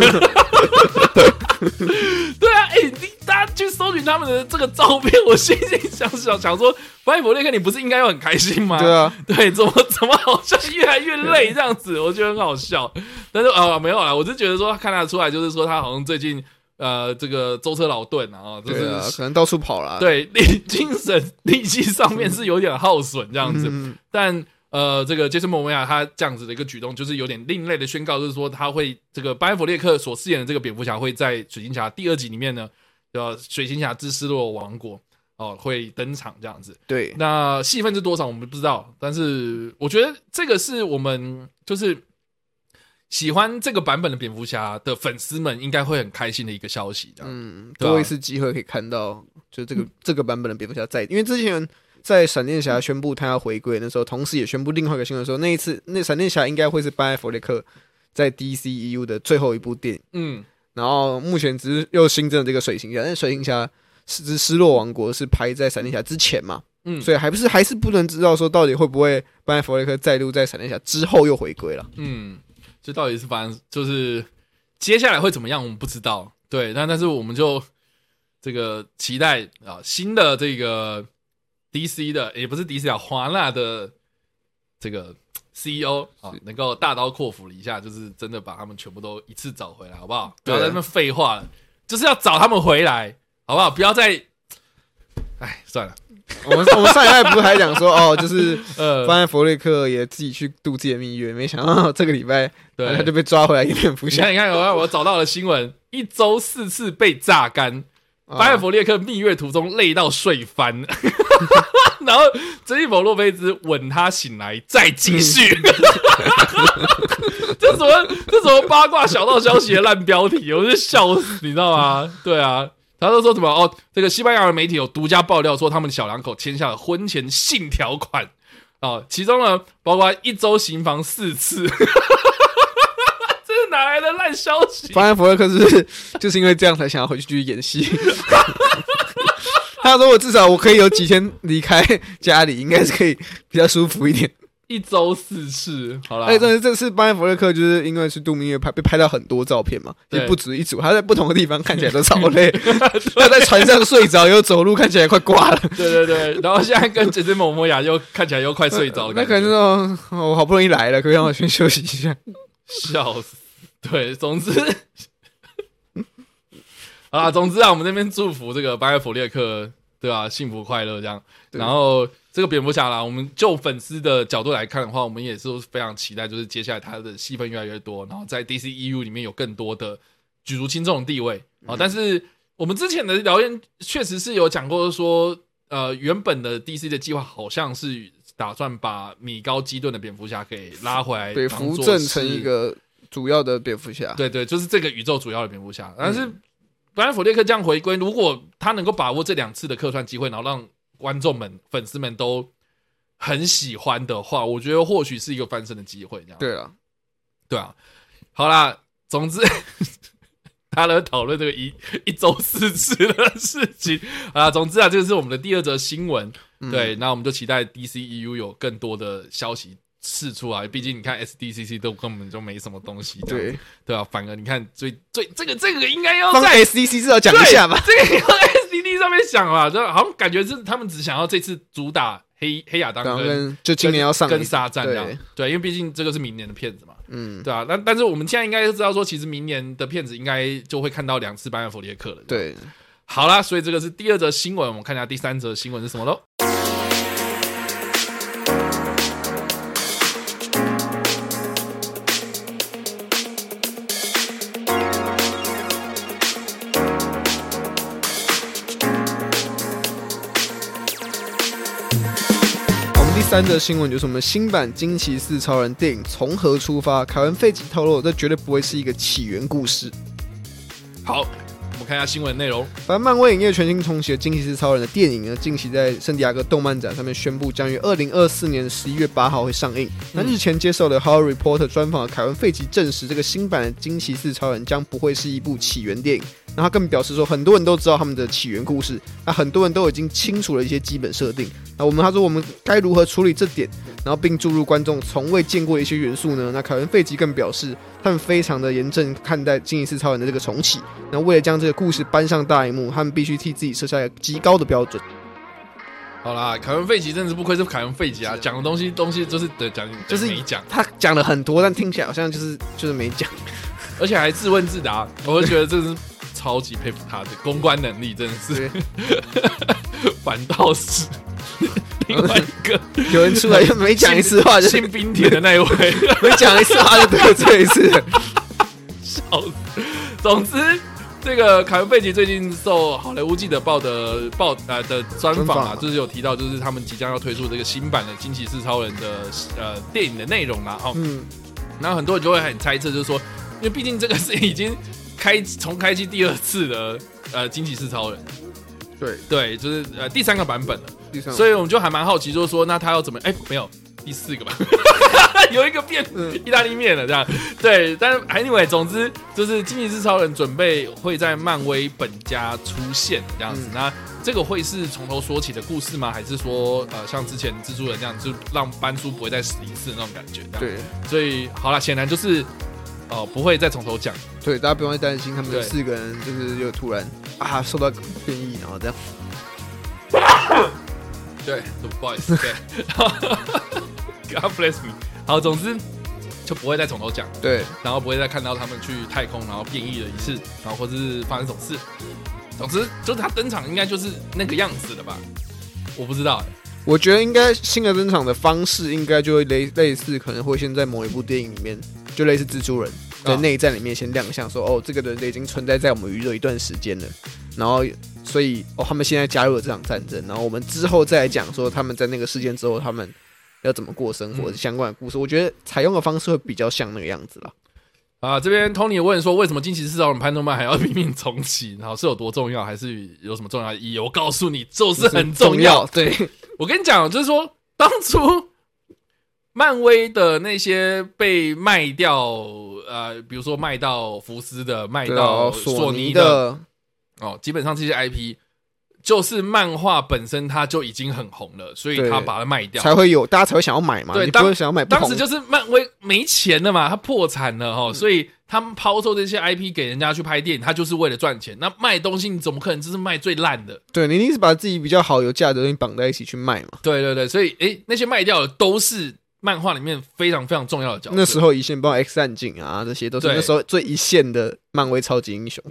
A: 对啊，哎、你大家去搜寻他们的这个照片，我心里想想想说，巴伊伯列克，你不是应该要很开心吗？
B: 对啊，
A: 对，怎么怎么好像越来越累这样子，我觉得很好笑。但是啊、呃没有啦，我是觉得说看得出来，就是说他好像最近呃，这个舟车劳顿啊，就
B: 对啊，
A: 是
B: 可能到处跑啦。
A: 对 力精神力气上面是有点耗损这样子。
B: 嗯，
A: 但呃，这个杰森·莫维亚他这样子的一个举动，就是有点另类的宣告，就是说他会这个巴恩·弗列克所饰演的这个蝙蝠侠会在《水行侠》第二集里面呢，呃，《水行侠之失落王国》哦、会登场这样子。
B: 对，
A: 那戏份是多少我们不知道，但是我觉得这个是我们就是喜欢这个版本的蝙蝠侠的粉丝们应该会很开心的一个消息，这样。
B: 嗯，
A: 对啊
B: 多一次机会可以看到，就这个这个版本的蝙蝠侠在，因为之前在闪电侠宣布他要回归那时候，同时也宣布另外一个新闻说，那一次那闪电侠应该会是班艾弗雷克在 DCEU 的最后一部电影。
A: 嗯，
B: 然后目前只是又新增了这个水行侠，但是水行侠是之失落王国是排在闪电侠之前嘛，
A: 嗯
B: 所以还不是还是不能知道说到底会不会班艾弗雷克再度在闪电侠之后又回归了。
A: 嗯，这到底是反正就是接下来会怎么样，我们不知道。对，那但是我们就这个期待啊，新的这个 DC 的也不是 DC 啊，华纳的这个 CEO 啊，能够大刀阔斧了一下，就是真的把他们全部都一次找回来，好不好？不
B: 对啊
A: 要在那边废话了，就是要找他们回来，好不好？不要再，哎，算了，
B: 我们我们上一代不是还讲说哦，就是
A: 呃，
B: 班艾弗雷克也自己去度自己的蜜月，没想到这个礼拜
A: 对
B: 他就被抓回来一蝙蝠
A: 你
B: 侠
A: 看，。你看，我我找到了新闻，一周四次被榨干，巴尔
B: 啊
A: 弗列克蜜月途中累到睡翻， 然后珍妮佛洛菲兹吻他醒来再继续， 这什么这什么八卦小道消息的烂标题，我就笑死，你知道吗？对啊。他都说什么哦？这个西班牙的媒体有独家爆料说，他们小两口签下了婚前性条款哦，其中呢包括一周行房四次， 这是哪来的烂消息？
B: 班艾弗雷克是就是因为这样才想要回去继续演 戏。他说：“我至少我可以有几天离开家里，应该是可以比较舒服一点。”
A: 一周四次，好啦，
B: 而且哎真的，这次班艾弗瑞克就是因为是度蜜月拍被拍到很多照片嘛，
A: 对
B: 也不止一组，他在不同的地方看起来都超 累，他在船上睡着，又走路看起来快挂了，
A: 对对对，然后现在跟姐姐某某雅又看起来又快睡着了，
B: 那可能是哦，我好不容易来了，可不可以让我先休息一下。
A: 哎笑死。对，总之啊，总之啊，我们这边祝福这个巴尔弗列克，对吧、幸福快乐这样。
B: 对
A: 然后这个蝙蝠侠啦，我们就粉丝的角度来看的话，我们也是非常期待，就是接下来他的戏份越来越多，然后在 DC EU 里面有更多的举足轻重的地位
B: 嗯
A: 啊。但是我们之前的聊天确实是有讲过说，呃，原本的 DC 的计划好像是打算把米高基顿的蝙蝠侠给拉回来，
B: 对，
A: 当
B: 扶
A: 作
B: 正成
A: 是
B: 一个主要的蝙蝠侠，
A: 对啊对，就是这个宇宙主要的蝙蝠
B: 嗯
A: 侠。但是布兰弗列克这样回归，如果他能够把握这两次的客串机会，然后让观众们、粉丝们都很喜欢的话，我觉得或许是一个翻身的机会。这样
B: 对了，
A: 对啊，好啦，总之。 他来讨论这个一一周四次的事情啊，总之啊，这个是我们的第二则新闻。
B: 嗯
A: 对，那我们就期待 DCEU 有更多的消息释出啊，毕竟你看 SDCC 都根本就没什么东西。这样
B: 对，
A: 对啊，反而你看最最这个这个应该要
B: 放
A: 在
B: S D C 至少讲一下吧。
A: 这个要 在 SDD 上面想啊，这好像感觉是他们只想要这次主打黑黑亚当
B: 然后
A: 跟
B: 跟就今年要上
A: 跟
B: 映
A: 沙战这样
B: 对，
A: 对，因为毕竟这个是明年的片子嘛，
B: 嗯，
A: 对啊，但但是我们现在应该知道说，其实明年的片子应该就会看到两次班亚弗列克了。，
B: 对，
A: 好啦，所以这个是第二则新闻，我们看一下第三则新闻是什么喽。
B: 我们第三则新闻就是我们新版《惊奇四超人》电影从何出发？凯文·费奇透露，这绝对不会是一个起源故事。嗯
A: 好，我们看一下新闻内容。
B: 反呃正漫威影业全新重启的《惊奇四超人》的电影呢，近期在圣地亚哥动漫展上面宣布，将于二零二四年十一月八号会上映。那日前接受了《How Reporter》专访的凯文·费奇证实，这个新版的《惊奇四超人》将不会是一部起源电影，那他更表示说，很多人都知道他们的起源故事，那很多人都已经清楚了一些基本设定。那我们他说我们该如何处理这点，然后并注入观众从未见过的一些元素呢？那凯文·费吉更表示，他们非常的严正看待《惊异四超人》的这个重启。那为了将这个故事搬上大荧幕，他们必须替自己设下极高的标准。
A: 好啦，凯文·费奇真的是不愧是凯文·费奇啊，讲的东西东西就是对讲
B: 就是
A: 没讲，
B: 他讲了很多，但听起来好像就是就是没讲。
A: 而且还自问自 答，我就觉得真的是超级佩服他的公关能力，真的是 反倒 是另外一个
B: 有人出来又没讲一次话，就是
A: 姓冰田的那一位。
B: 没讲一次话就得罪一次。
A: 笑死！总之，这个凯文·费奇最近受好莱坞记者报的报呃的专
B: 专
A: 访
B: 访
A: 啊
B: 啊，
A: 就是有提到，就是他们即将要推出这个新版的《惊奇四超人的》呃电影的内容啦、哦，
B: 嗯，
A: 然后很多人就会很猜测，就是说，因为毕竟这个是已经开重开机第二次的呃《惊奇四超人》，
B: 对，
A: 对，就是呃第三个版本了。
B: 第三
A: 所以我们就还蛮好奇，就是说，那他要怎么？哎、没有第四个吧， 有一个变
B: 嗯
A: 意大利面了，这样对。但是 anyway，总之就是《惊奇四超人》准备会在漫威本家出现这样子。
B: 嗯
A: 那这个会是从头说起的故事吗？还是说，呃，像之前蜘蛛人这样，就让班叔不会再死一次的那种感觉？这样。
B: 对
A: 所以好了，显然就是。哦，不会再从头讲，
B: 对，大家不用担心，他
A: 对
B: 们四个人就是又突然啊受到变异，然后这样。
A: 对，不好意 思，对，God bless me。好，总之就不会再从头讲，
B: 对，
A: 然后不会再看到他们去太空，然后变异了一次，然后或是发生什么事。总之，就是他登场应该就是那个样子的吧？我不知道、欸，
B: 我觉得应该新的登场的方式应该就会类类似，可能会先在某一部电影里面，就类似蜘蛛人在
A: 啊
B: 内战里面先亮相说，哦，这个人类已经存在在我们宇宙一段时间了，然后所以哦，他们现在加入了这场战争，然后我们之后再来讲说他们在那个事件之后他们要怎么过生活、
A: 嗯
B: 相关的故事，我觉得采用的方式会比较像那个样子 啦。
A: 啊，这边 Tony 问说，为什么惊奇四超人潘多曼还要拼命重启？然后是有多重要，还是有什么重要的意义？我告诉你，就是很重要。
B: 要，对，
A: 我跟你讲，就是说当初漫威的那些被卖掉，呃，比如说卖到福斯的，卖
B: 对啊
A: 到
B: 索
A: 尼
B: 尼
A: 的，
B: 的，
A: 哦，基本上这些 IP 就是漫画本身它就已经很红了，所以
B: 对
A: 它把它卖掉。
B: 才会有，大家才会想要买嘛。
A: 对
B: 你不
A: 当
B: 会想要买不
A: 当
B: 同
A: 时就是漫威没钱了嘛，它破产了
B: 嗯
A: 哈、哦，所以他们抛售这些 IP 给人家去拍电影，它就是为了赚钱。那卖东西你怎么可能就是卖最烂的？
B: 对你一定是把自己比较好、有价值的东西绑在一起去卖嘛。
A: 对对对，所以诶，那些卖掉的都是漫画里面非常非常重要的角色。
B: 那时候一线，包括 X 战警啊，这些都是
A: 对
B: 那时候最一线的漫威超级英雄。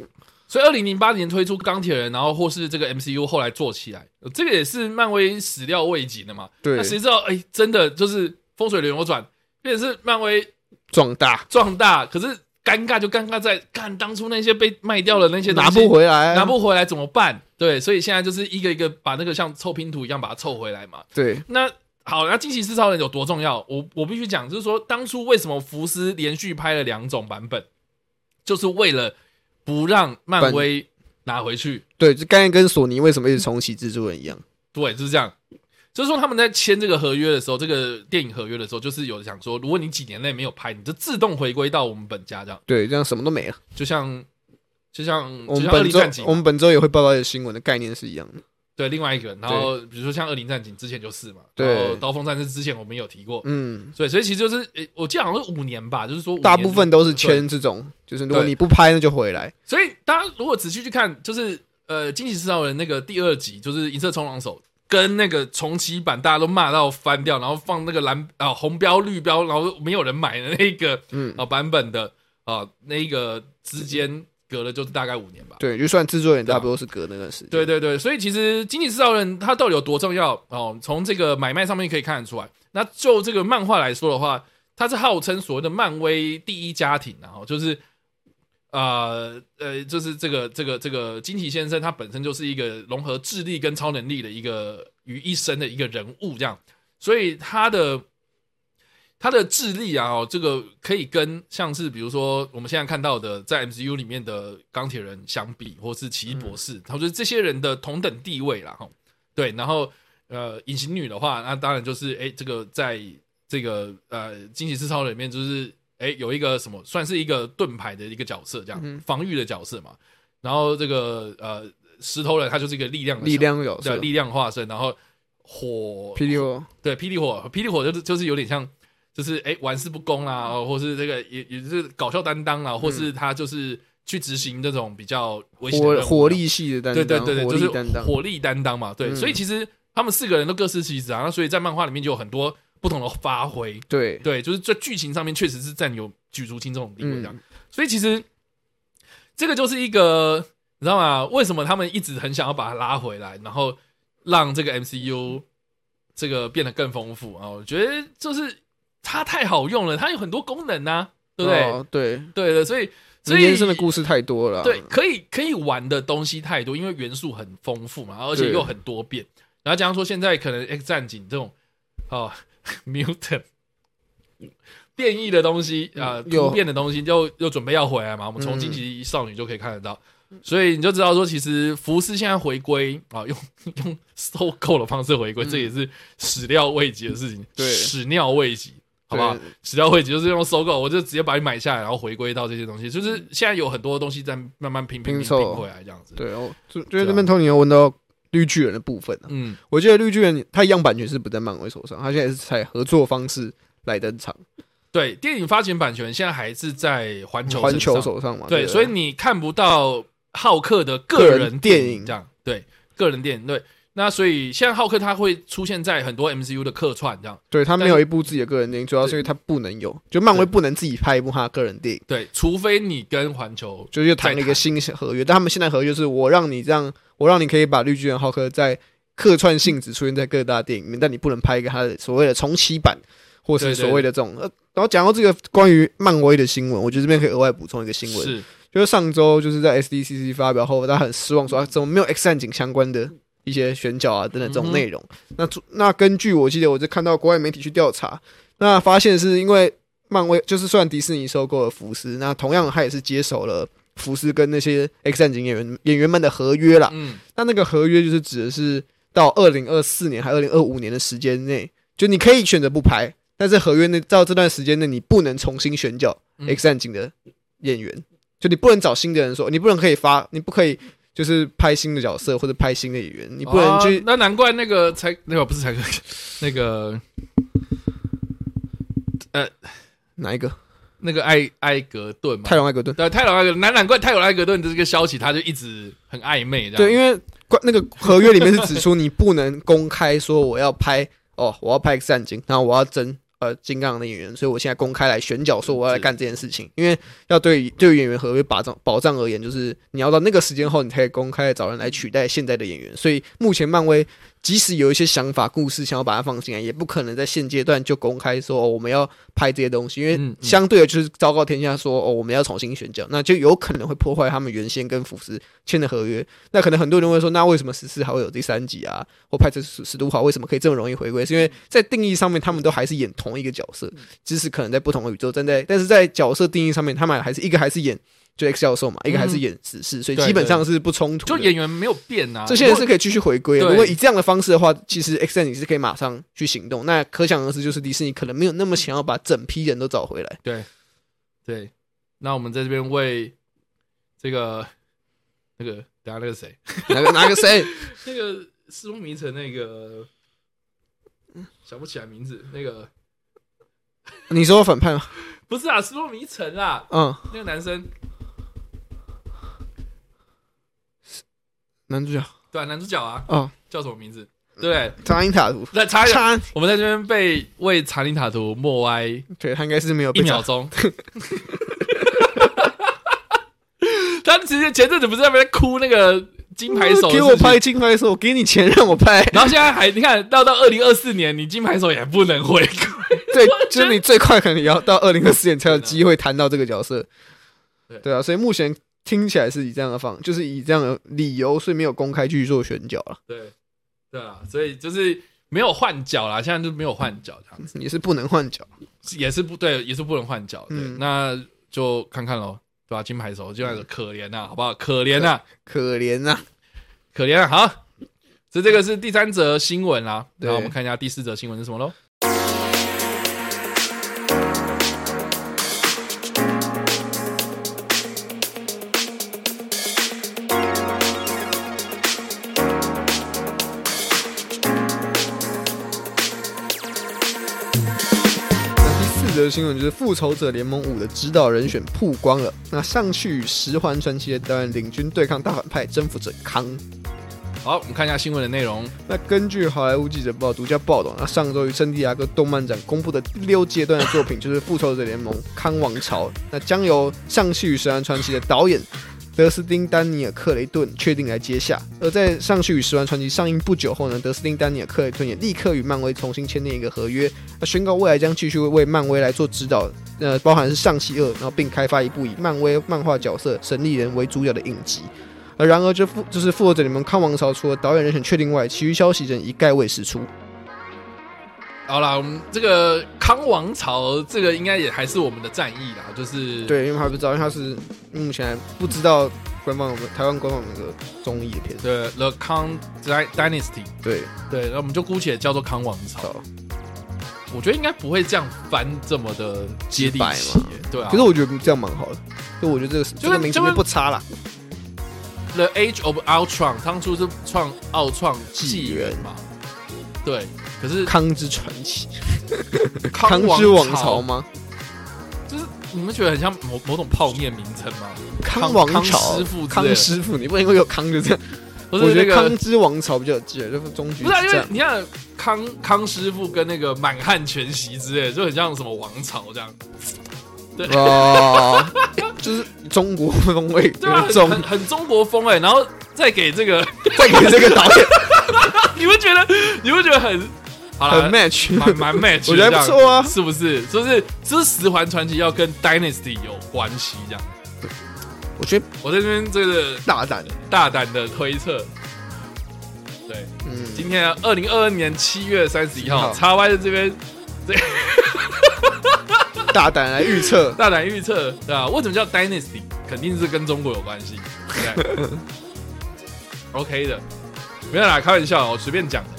A: 所以二零零八年推出钢铁人，然后或是这个 MCU 后来做起来，呃这个也是漫威始料未及的嘛。
B: 对
A: 那，谁知道哎、真的就是风水轮流转，变成是漫威
B: 壮大
A: 壮大，可是尴尬就尴尬在看当初那些被卖掉的那些东西
B: 拿不回来啊，
A: 拿不回来怎么办？对，所以现在就是一个一个把那个像凑拼图一样把它凑回来嘛。
B: 对
A: 那好，那惊奇四超人有多重要？我我必须讲，就是说当初为什么福斯连续拍了两种版本，就是为了不让漫威拿回去。
B: 对，就刚才跟索尼为什么一直重启蜘蛛人一样。
A: 对，就是这样。就是说他们在签这个合约的时候，这个电影合约的时候，就是有想说，如果你几年内没有拍，你就自动回归到我们本家这样。
B: 对，这样什么都没了。
A: 就像就像
B: 我
A: 就
B: 们
A: 像二
B: 本
A: 零战
B: 周
A: 警啊
B: 我，们本周也会报道一个新闻的概念是一样的。
A: 对另外一个，然后比如说像二零战警之前就是嘛，
B: 对
A: 然后刀锋战士之前我们也有提过，
B: 嗯，
A: 对，所以其实就是诶我记得好像是五年吧，就是说五年
B: 大部分都是签这种，就是如果
A: 对
B: 你不拍，那就回来。
A: 所以大家如果仔细去看，就是呃《惊奇四超人》那个第二集，就是银色冲浪手跟那个重启版，大家都骂到翻掉，然后放那个蓝啊、红标绿标，然后没有人买的那个
B: 嗯
A: 啊、版本的啊、那个之间隔了就是大概五年吧。
B: 对，就算制作人
A: 对啊
B: 差不多是隔那段时间。
A: 对对对，所以其实《经济制造人》它到底有多重要哦？从这个买卖上面可以看得出来。那就这个漫画来说的话，它是号称所谓的漫威第一家庭、啊，然后就是呃呃，就是这个这个这个金体先生，他本身就是一个融合智力跟超能力的一个于一身的一个人物，这样，所以他的。他的智力啊，哦，这个可以跟像是比如说我们现在看到的在 MCU 里面的钢铁人相比，或是奇异博士，
B: 嗯
A: 他就是这些人的同等地位啦，哈。对，然后呃，隐形女的话，那当然就是哎，这个在这个呃惊奇四超人里
B: 嗯
A: 面，就是哎有一个什么算是一个盾牌的一个角色，这样、防御的角色嘛。然后这个呃石头人他就是一个力量的
B: 力量有
A: 对
B: 色，
A: 力量化身，然后火
B: 霹雳火
A: 对霹雳火霹雳火就是就是有点像就是哎玩世不恭啦，哦或是这个也也是搞笑担当啦，或是他就是去执行这种比较危险的
B: 火
A: 任务
B: 火力系的担
A: 对
B: 当，
A: 对对对，
B: 火
A: 就
B: 力
A: 是
B: 担当，
A: 火力担当嘛，对，
B: 嗯
A: 所以其实他们四个人都各司其职啊，那所以在漫画里面就有很多不同的发挥，
B: 对，
A: 对，就是在剧情上面确实是占有举足轻重的地位这样，
B: 嗯
A: 所以其实这个就是一个你知道吗？为什么他们一直很想要把它拉回来，然后让这个 MCU 这个变得更丰富啊？我觉得就是它太好用了，它有很多功能呐、对不对？
B: 哦对，
A: 对的，所以所
B: 你
A: 以
B: 延伸的故事太多了啊，
A: 对，可以可以玩的东西太多，因为元素很丰富嘛，而且
B: 对
A: 又很多变。然后加上说，现在可能 X 战警这种哦 mutant 变异的东西啊，
B: 嗯有
A: 突变的东西，就又准备要回来嘛。我们从
B: 嗯
A: 惊奇少女就可以看得到，所以你就知道说，其实福斯现在回归啊，用 用收购的方式回归，这也是始料未及的事情，
B: 嗯对
A: 始料未及，好不好？
B: 对
A: 始料未及，就是用收购，我就直接把你买下来，然后回归到这些东西。就是现在有很多东西在慢慢拼拼拼
B: 嗯拼凑
A: 拼回来，这样子。
B: 对，哦，就
A: 啊
B: 就在这边，托尼又问到绿巨人的部分啊
A: 嗯，
B: 我记得绿巨人他样版权是不在漫威手上，他现在是采合作方式来登场，
A: 对，电影发行版权现在还是在环球
B: 环球
A: 身上
B: 手上嘛。
A: 嗯对，
B: 不
A: 所以你看不到浩克的
B: 个
A: 个
B: 人
A: 人
B: 电
A: 影
B: 影
A: 这样，对，个人电影对。那所以现在浩克他会出现在很多 MCU 的客串这样，
B: 对他没
A: 但
B: 有一部自己的个人电影，主要是因为他不能有，就漫威
A: 对
B: 不能自己拍一部他的个人电影，
A: 对，除非你跟环球
B: 就是又谈了一个新合约。但他们现在合约是我让你这样，我让你可以把绿巨人浩克在客串性质出现在各大电影里面，但你不能拍一个他的所谓的重启版。或
A: 对
B: 是
A: 对
B: 所谓的这种，呃，然后讲到这个关于漫威的新闻，我觉得这边可以额外补充一个新闻，
A: 是
B: 就是上周就是在 SDCC 发表后，大家很失望说啊，怎么没有 X 战警相关的一些选角啊等等这种内容。那主那根据我记得，我就看到国外媒体去调查，那发现是因为漫威就是虽然迪士尼收购了福斯，那同样他也是接手了福斯跟那些 X 战警演员演员们的合约啦。
A: 嗯，
B: 那那个合约就是指的是到二零二四年还二零二五年的时间内，就你可以选择不拍，但是合约内到这段时间内你不能重新选角
A: 嗯
B: X 战警的演员，就你不能找新的人说，你不能可以发，你不可以就是拍新的角色或者拍新的演员，你不能去、
A: 哦那难怪那个才那个不是才 那个
B: 哪一个
A: 那个艾艾格顿嘛
B: 泰，隆艾格顿。
A: 对，泰隆艾格难难怪泰隆艾格顿的这个消息，他就一直很暧昧，这样
B: 对，因
A: 为
B: 为关那个合约里面是指出你不能公开说我要拍哦， 我要拍 X 战警，然后我要争呃金刚狼的演员，所以我现在公开来选角说我要来干这件事情，因为要对于对于演员合约保障保障而言，就是你要到那个时间后，你才可以公开地找人来取代现在的演员。所以目前漫威即使有一些想法、故事想要把它放进来，也不可能在现阶段就公开说、哦、我们要拍这些东西，因
A: 嗯嗯
B: 为相对的就是昭告天下说哦我们要重新选角，那就有可能会破坏他们原先跟福斯签的合约。那可能很多人会说，那为什么十四还会有第三集啊？或拍这十十都好为什么可以这么容易回归？是因为在定义上面，他们都还是演同一个角色，
A: 嗯
B: 只是可能在不同的宇宙站在，但是在角色定义上面，他们还是一个还是演就 X 教授嘛，一个还是演死侍，所以
A: 嗯对
B: 基本上是不冲突
A: 就
B: 的。
A: 演员没有变啊，
B: 这些人是可以继续回归的。
A: 对
B: 如果以这样的方式的话，其实 X 战警是可以马上去行动。那可想而知，就是迪士尼可能没有那么想要把整批人都找 回来。
A: 对对。那我们在这边为这个那个等一下那个谁，
B: 哪个哪个谁？
A: 那个失踪迷城那个想不起来名字，那个
B: 你说反派吗？
A: 不是啊，失踪迷城啦，
B: 嗯，
A: 那个男生
B: 男主角
A: 对啊，男主角啊，
B: 哦，
A: 叫什么名字？对，
B: 查因塔图。
A: 那查一下，
B: 查，
A: 我们在这边被为查理塔图默哀
B: 对他应该是没有
A: 一
B: 被
A: 秒
B: 查。
A: 钟。 他其实前阵子不是在那边哭那个金牌手的事情，
B: 给我拍金牌手，我给你钱让我拍
A: 。然后现在还你看到到二零二四年，你金牌手也不能回归，
B: 对，就是你最快可能也要到二零二四年才有机会谈到这个角色
A: 啊对。
B: 对啊，所以目前听起来是以这样的方，就是以这样的理由，所以没有公开去做选角了，
A: 对对啊，所以就是没有换脚啦，现在就没有换脚这样子，
B: 也是不能换角。
A: 也是不对，也是不能换脚，对，
B: 嗯
A: 那就看看喽，对吧、金牌手，金牌手可怜啊呐、好不好？可怜呐、
B: 可怜啊，
A: 可怜啊，好。所以这个是第三则新闻啦，
B: 对
A: 然后我们看一下第四则新闻是什么喽。
B: 则新闻就是《复仇者联盟五》的指导人选曝光了。那上去与十环传奇的导演领军对抗大反派征服者康。
A: 好，我们看一下新闻的内容。
B: 那根据好莱坞记者报独家报道，那上周于圣地亚哥动漫展公布的第六阶段的作品就是《复仇者联盟：康王朝》，那将由上戏与十环传奇的导演德斯汀·丹尼尔·克雷顿确定来接下。而在上戏与十环传奇上映不久后呢，德斯汀·丹尼尔·克雷顿也立刻与漫威重新签订一个合约，那宣告未来将继续为漫威来做指导。呃，包含是上戏二，然后并开发一部以漫威漫画角色神力人为主角的影集。而然而，这复就是《复仇者联盟：康王朝》除了导演人选确定外，其余消息仍一概未释出。
A: 好啦，我们这个康王朝，这个应该也还是我们的战役啦，就是
B: 对，因为还不知道，因为它是目前还不知道官方有没有台湾官方有没有综艺的片。
A: 对 The Kang Dynasty，
B: 对，
A: 对，那我们就姑且叫做康王朝。
B: 好。
A: 我觉得应该不会这样翻这么的接地
B: 直白
A: 气
B: 嘛
A: 耶，对啊。
B: 可是我觉得这样蛮好的，就我觉得这个这个名字
A: 就跟
B: 不差啦。
A: The Age of Ultron，当初是创奥创纪元嘛，对。可是
B: 康之传奇，
A: 康
B: 之王朝
A: 朝，
B: 吗？
A: 就是你们觉得很像某某种泡面名称吗？
B: 康王
A: 康
B: 朝，
A: 师傅之类
B: 康
A: 的
B: 师傅，你不能因为有康就这样。
A: 不
B: 我
A: 是
B: 觉
A: 那
B: 得
A: 个
B: 康之王朝比较有劲，就是终局
A: 不是、啊，因
B: 这
A: 为
B: 样。
A: 你看康康师傅跟那个满汉全席之类的，就很像什么王朝这样，对
B: 哦，就是中国风味
A: 对啊，
B: 有
A: 很
B: 点重，
A: 很很中国风哎、然后再给这个，
B: 再给这个导演
A: 你会觉得你会觉得很好 了，
B: 很 match，
A: 啊蛮 蛮 match，
B: 我觉得还不
A: 这样
B: 错啊。
A: 是不是？就是就是十环传奇要跟 Dynasty 有关系这样，
B: 我觉得
A: 我在这边这个
B: 大胆，
A: 大胆的推测。对，
B: 嗯，
A: 今天啊二零二二年七月三十一号，
B: 好
A: 叉 Y 在这边
B: 大胆来预测，
A: 大胆预测，对吧、为什么叫 Dynasty？肯定是跟中国有关系。对不对 OK 的，没有啦，开玩笑，我随便讲的。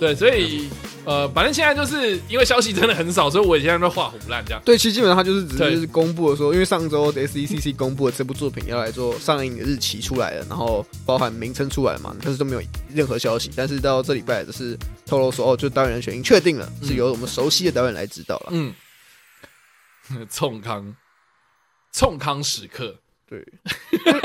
A: 对，所以呃，反正现在就是因为消息真的很少，所以我现在都画虎烂这样。
B: 对，其实基本上它就是只
A: 对
B: 是就是公布了说，因为上周 SECC 公布了这部作品要来做上映的日期出来了，然后包含名称出来了嘛，但是都没有任何消息。但是到这礼拜就是透露说，哦，就导演人选已经确定了，
A: 嗯
B: 是由我们熟悉的导演来指导了。
A: 嗯，冲康，冲康时刻，
B: 对，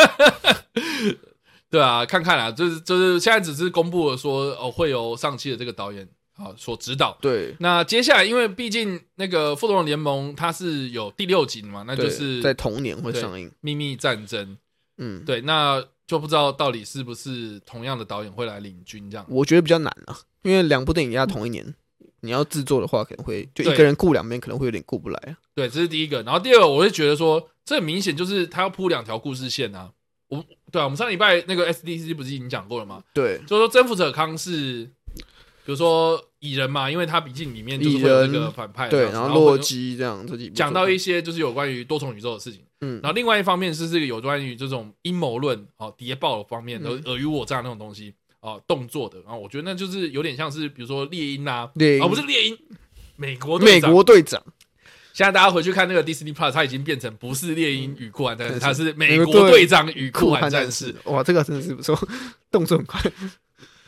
A: 对啊，看看啦，就是就是现在只是公布了说哦，会由上期的这个导演啊所指导。
B: 对，
A: 那接下来，因为毕竟那个《复仇者联盟》它是有第六集的嘛，那就
B: 对
A: 是
B: 在同年会上映。
A: 秘密战争，
B: 嗯，
A: 对，那就不知道到底是不是同样的导演会来领军这样。
B: 我觉得比较难啊，因为两部电影要同一年，你要制作的话，可能会就
A: 对
B: 一个人顾两边，可能会有点顾不来啊。
A: 对，这是第一个。然后第二个，我会觉得说，这很明显就是他要铺两条故事线啊。我对啊，我们上礼拜那个 SDC 不是已经讲过了吗？
B: 对，
A: 就是说征服者康是，比如说蚁人嘛，因为他毕竟里面就是
B: 蚁
A: 会有那
B: 人
A: 个反派这
B: 对，
A: 样子，
B: 然
A: 然
B: 后洛
A: 会
B: 基这样这几部
A: 讲
B: 作
A: 到
B: 品
A: 一些就是有关于多重宇宙的事情，
B: 嗯
A: 然后另外一方面是这个有关于这种阴谋论哦谍报的方面，
B: 嗯
A: 尔尔虞我诈那种东西哦动作的，然后我觉得那就是有点像是比如说猎鹰啊，
B: 猎
A: 啊
B: 鹰
A: 不是猎鹰，美国队
B: 美
A: 长。
B: 国队长。
A: 现在大家回去看那个 Disney Plus，它已经变成不是猎鹰与酷寒战士，
B: 对
A: 它是美
B: 美
A: 国
B: 国队
A: 队长与酷寒
B: 寒
A: 战士。，
B: 哇，这个真的是不错，动作很快。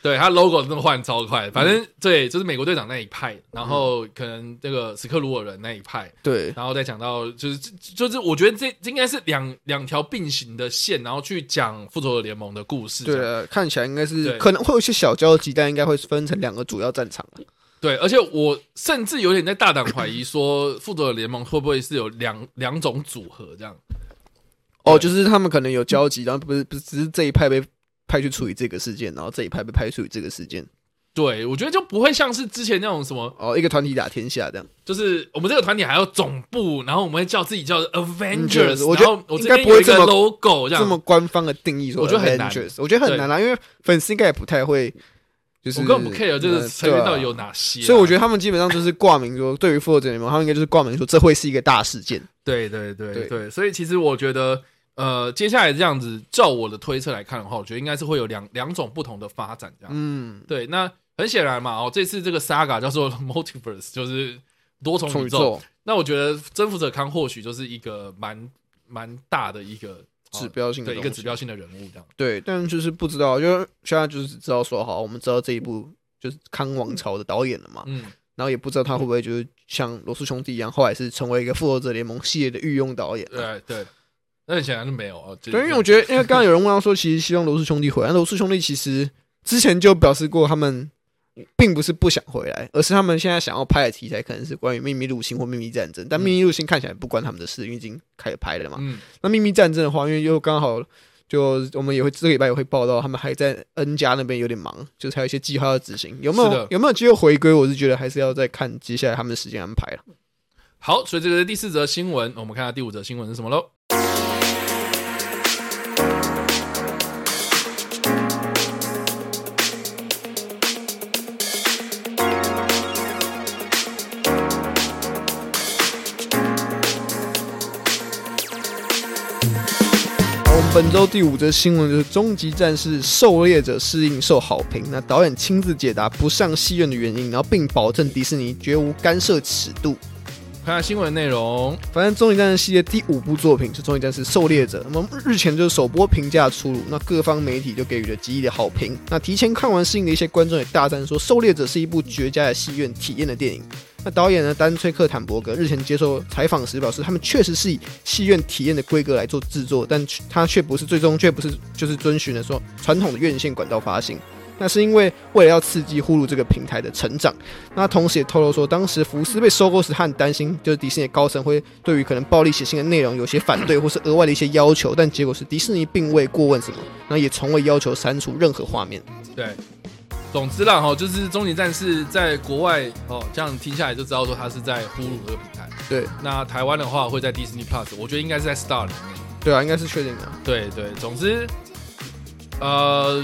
A: 对，它 logo 真的换超快，反
B: 嗯
A: 正对，就是美国队长那一派，然后可能这个史克鲁尔人那一派，
B: 对，
A: 然后再讲到就是就就是我觉得这这应该是两两条并行的线，然后去讲复仇者联盟的故事这样。
B: 对啊，看起来应该
A: 对
B: 是可能会有一些小交集，但应该会分成两个主要战场啊了。
A: 对，而且我甚至有点在大胆怀疑说，复仇者联盟会不会是有两两种组合这样？
B: 哦，
A: 对
B: 就是他们可能有交集，然后不是不是只是这一派被派去处理这个事件，然后这一派被派去处理这个事件。
A: 对，我觉得就不会像是之前那种什么，
B: 哦，一个团体打天下这样。
A: 就是我们这个团体还有总部，然后我们会叫自己叫 Avengers，
B: Avengers，我觉得
A: 然后我这
B: 应该
A: 边
B: 不会
A: 有一个
B: 这么
A: logo 这
B: 这
A: 样。
B: 么官方的定义说 Avengers，
A: 我觉得很难
B: 我觉得很难啊，因为粉丝应该也不太会，就是
A: 我根本不 care 这个
B: 呃
A: 成员
B: 对啊
A: 到底有哪些啊、
B: 所以我觉得他们基本上就是挂名说，对于复仇者联盟，他们应该就是挂名说这会是一个大事 件。
A: 对对对对
B: 对
A: 所以其实我觉得，呃，接下来这样子，照我的推测来看的话，我觉得应该是会有两两种不同的发展这样。
B: 嗯，
A: 对，那很显然嘛，哦，这次这个 saga 叫做 multiverse，就是多重宇宙。
B: 重宇宙
A: 那我觉得征服者康或许就是一个蛮蛮大的一个哦
B: 指标性的
A: 对一个
B: 东西
A: 指标性的人物这样。
B: 对，但就是不知道，就是现在就是只知道说好，我们知道这一部就是《康王朝》的导演了嘛，
A: 嗯，
B: 然后也不知道他会不会就是像罗素兄弟一样，后来是成为一个《复仇者联盟》系列的御用导演啊。
A: 对对，那很显然是没有啊。对
B: 对，因为我觉得，因为刚刚有人问到说，其实希望罗氏兄弟回来，那罗氏兄弟其实之前就表示过，他们并不是不想回来，而是他们现在想要拍的题材可能是关于秘密入侵或秘密战争，但
A: 嗯
B: 秘密入侵看起来不关他们的事，因为已经开始拍了嘛。
A: 嗯
B: 那秘密战争的话，因为又刚好就我们也会这个礼拜也会报道，他们还在 N 家那边有点忙，就是还有一些计划要执行，有没
A: 是的
B: 有有没有机会回归？我是觉得还是要再看接下来他们的时间安排了。
A: 好，所以这个是第四则新闻，我们看下第五则新闻是什么喽？
B: 好我们本周第五则新闻就是《终极战士：狩猎者》适应受好评，那导演亲自解答不上戏院的原因，然后并保证迪士尼绝无干涉尺度。
A: 看下新闻内容，
B: 反正《终极战士》系列第五部作品是《终极战士：狩猎者》，那么日前就是首播评价出炉，那各方媒体就给予了极力的好评。那提前看完适应的一些观众也大赞说，《狩猎者》是一部绝佳的戏院体验的电影。那导演呢，丹崔克·坦伯格日前接受采访时表示，他们确实是以戏院体验的规格来做制作，但却他却不是最终却不是就是遵循了说传统的院线管道发行。那是因为为了要刺激呼噜这个平台的成长，那同时也透露说，当时福斯被收购时，他很担心就是迪士尼的高层会对于可能暴力血腥的内容有些反对，或是额外的一些要求，但结果是迪士尼并未过问什么，然后也从未要求删除任何画面。
A: 对。总之啦，哈，就是《终极战士》在国外哦，这样听下来就知道说它是在呼噜这个平台。
B: 对
A: 那台湾的话会在 Disney Plus，我觉得应该是在 Star 里面。
B: 对啊，应该是确定的。
A: 对对，总之，呃，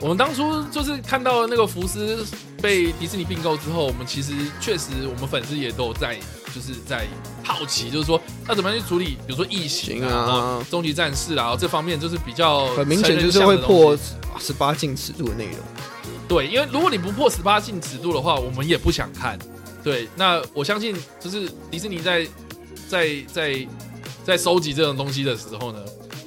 A: 我们当初就是看到那个福斯被迪士尼并购之后，我们其实确实我们粉丝也都有在就是在好奇，就是说要怎么样去处理，比如说异形
B: 行
A: 啊、
B: 啊
A: 然后终极战士啊这方面，就是比较
B: 很明显
A: 成人
B: 就是
A: 向
B: 会
A: 的东西
B: 破十八禁尺度的内容。
A: 对，因为如果你不破十八禁尺度的话，我们也不想看。对，那我相信就是迪士尼在在在在收集这种东西的时候呢，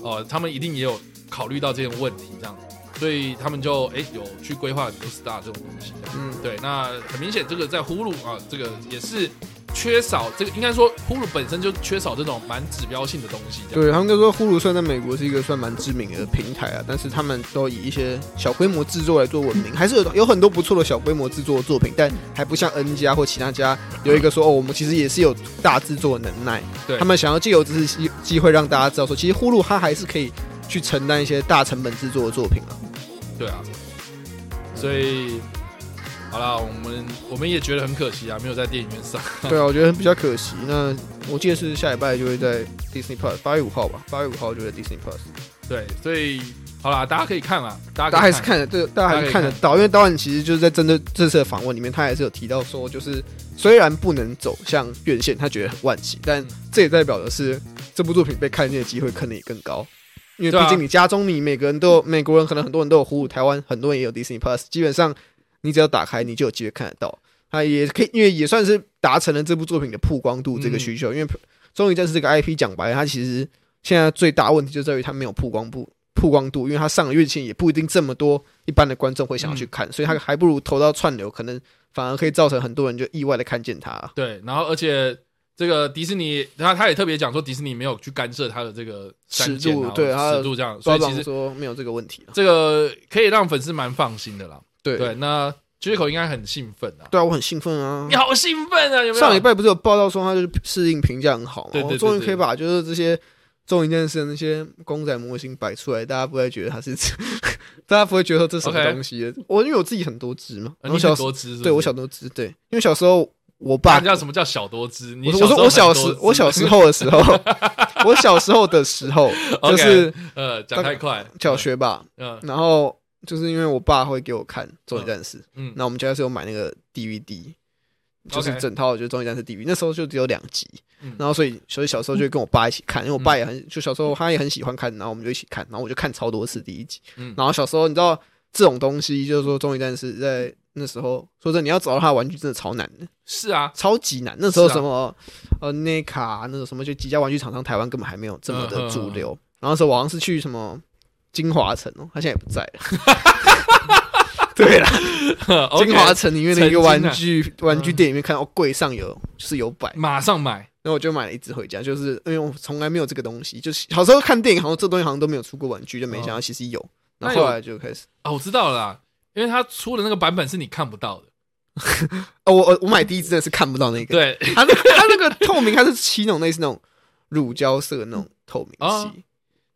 A: 呃，他们一定也有考虑到这些问题，这样，所以他们就哎有去规划很多 star 这种东西。
B: 嗯，
A: 对，那很明显这个在呼噜啊，这个也是缺少这个，应该说呼噜本身就缺少这种蛮指标性的东西。这样
B: 对他们就说呼噜算在美国是一个算蛮知名的平台啊，但是他们都以一些小规模制作来做闻名，还是有有很多不错的小规模制作的作品，但还不像 N 家或其他家有一个说哦，我们其实也是有大制作的能耐。
A: 对
B: 他们想要借由这次机机会让大家知道说，其实呼噜它还是可以去承担一些大成本制作的作品啊。
A: 对啊，所以好啦，我们我们也觉得很可惜啊，没有在电影院上。
B: 对啊，我觉得比较可惜。那我记得是下礼拜就会在 Disney Plus，八月五号吧，八月五号就在 Disney Plus。
A: 对，所以好啦，大家可以看啊，大家
B: 大家
A: 可以
B: 还是看得对，大家还是看得
A: 大家可以看
B: 到，因为导演其实就是在针对这次的访问里面，他还是有提到说，就是虽然不能走向院线，他觉得很惋惜，但
A: 嗯
B: 这也代表的是这部作品被看见的机会可能也更高，因为
A: 对啊
B: 毕竟你家中你每个人都有，美国人可能很多人都有呼噜，台湾很多人也有 Disney Plus，基本上你只要打开，你就有机会看得到。他也可以，因为也算是达成了这部作品的曝光度
A: 嗯
B: 这个需求，因为终于战士这个 IP 讲白了，它其实现在最大问题就在于它没有曝光不曝光度，因为它上了月前也不一定这么多一般的观众会想要去
A: 嗯
B: 看，所以它还不如投到串流，可能反而可以造成很多人就意外的看见它。
A: 对，然后而且这个迪士尼，他他也特别讲说，迪士尼没有去干涉他的这个删减啊
B: 尺度对他的
A: 尺度这样，所
B: 抓
A: 以其
B: 长
A: 实
B: 说没有这个问题了，
A: 这个可以让粉丝蛮放心的啦。
B: 对啊
A: 对，那 j 口应该很兴奋啊，
B: 对啊，我很兴奋啊
A: 你！好兴奋啊，有没有？
B: 上礼拜不是有报道说它就是适应评价很好嘛，
A: 对对对
B: 我终于
A: 对
B: 可以把就是这些。综艺电视的那些公仔模型摆出来，大家不会觉得它是， 大家不会觉得说这是什么
A: OK
B: 东西。我因为我自己很多只嘛，
A: 呃
B: 然
A: 你
B: 后小
A: 很
B: 时
A: 多只是不是，
B: 对我小多汁，对，因为小时候我
A: 大
B: 爸
A: 家，知道什么叫小多汁？你
B: 我说我说我
A: 时候
B: 小
A: 很
B: 时
A: 多汁
B: 我小时候的时候，我小时候 的 时候
A: OK
B: 就是
A: 呃讲太快，
B: 小学吧，
A: 嗯
B: 然后就是因为我爸会给我看《终极战士》，
A: 嗯
B: 那我们家是有买那个 DVD，就是
A: OK
B: 整套就是《终极战士》DVD，那时候就只有两集
A: 嗯，
B: 然后所以所以小时候就会跟我爸一起看，因为我爸也很就小时候他也很喜欢看，然后我们就一起看，然后我就看超多次第一集
A: 嗯，
B: 然后小时候你知道这种东西就是说《终极战士》在那时候，说真的你要找到他的玩具真的超难的。
A: 是 啊，
B: 超级难。那时候
A: 是啊
B: 什么、呃 NECA 那种什么，就几家玩具厂商台湾根本还没有这么
A: 嗯嗯
B: 的
A: 嗯
B: 主流。 然后那时候我好像是去什么金华城哦，他现在也不在了。对啦，
A: 呃 OK，
B: 金华城里面的一个玩具玩具
A: 嗯
B: 店里面看到哦柜上有是有摆，
A: 马上买，
B: 然后我就买了一只回家，就是因为我从来没有这个东西，就是小时候看电影好像这东西好像都没有出过玩具，就没
A: 哦
B: 想到其实有，然后后来就开始。
A: 啊，我知道了啦，因为他出的那个版本是你看不到的，
B: 哦，我我我买第一只真的是看不到那个，
A: 对，
B: 它那个它那个透明，它是漆那种类似那种乳胶色的那种透明
A: 哦
B: 漆，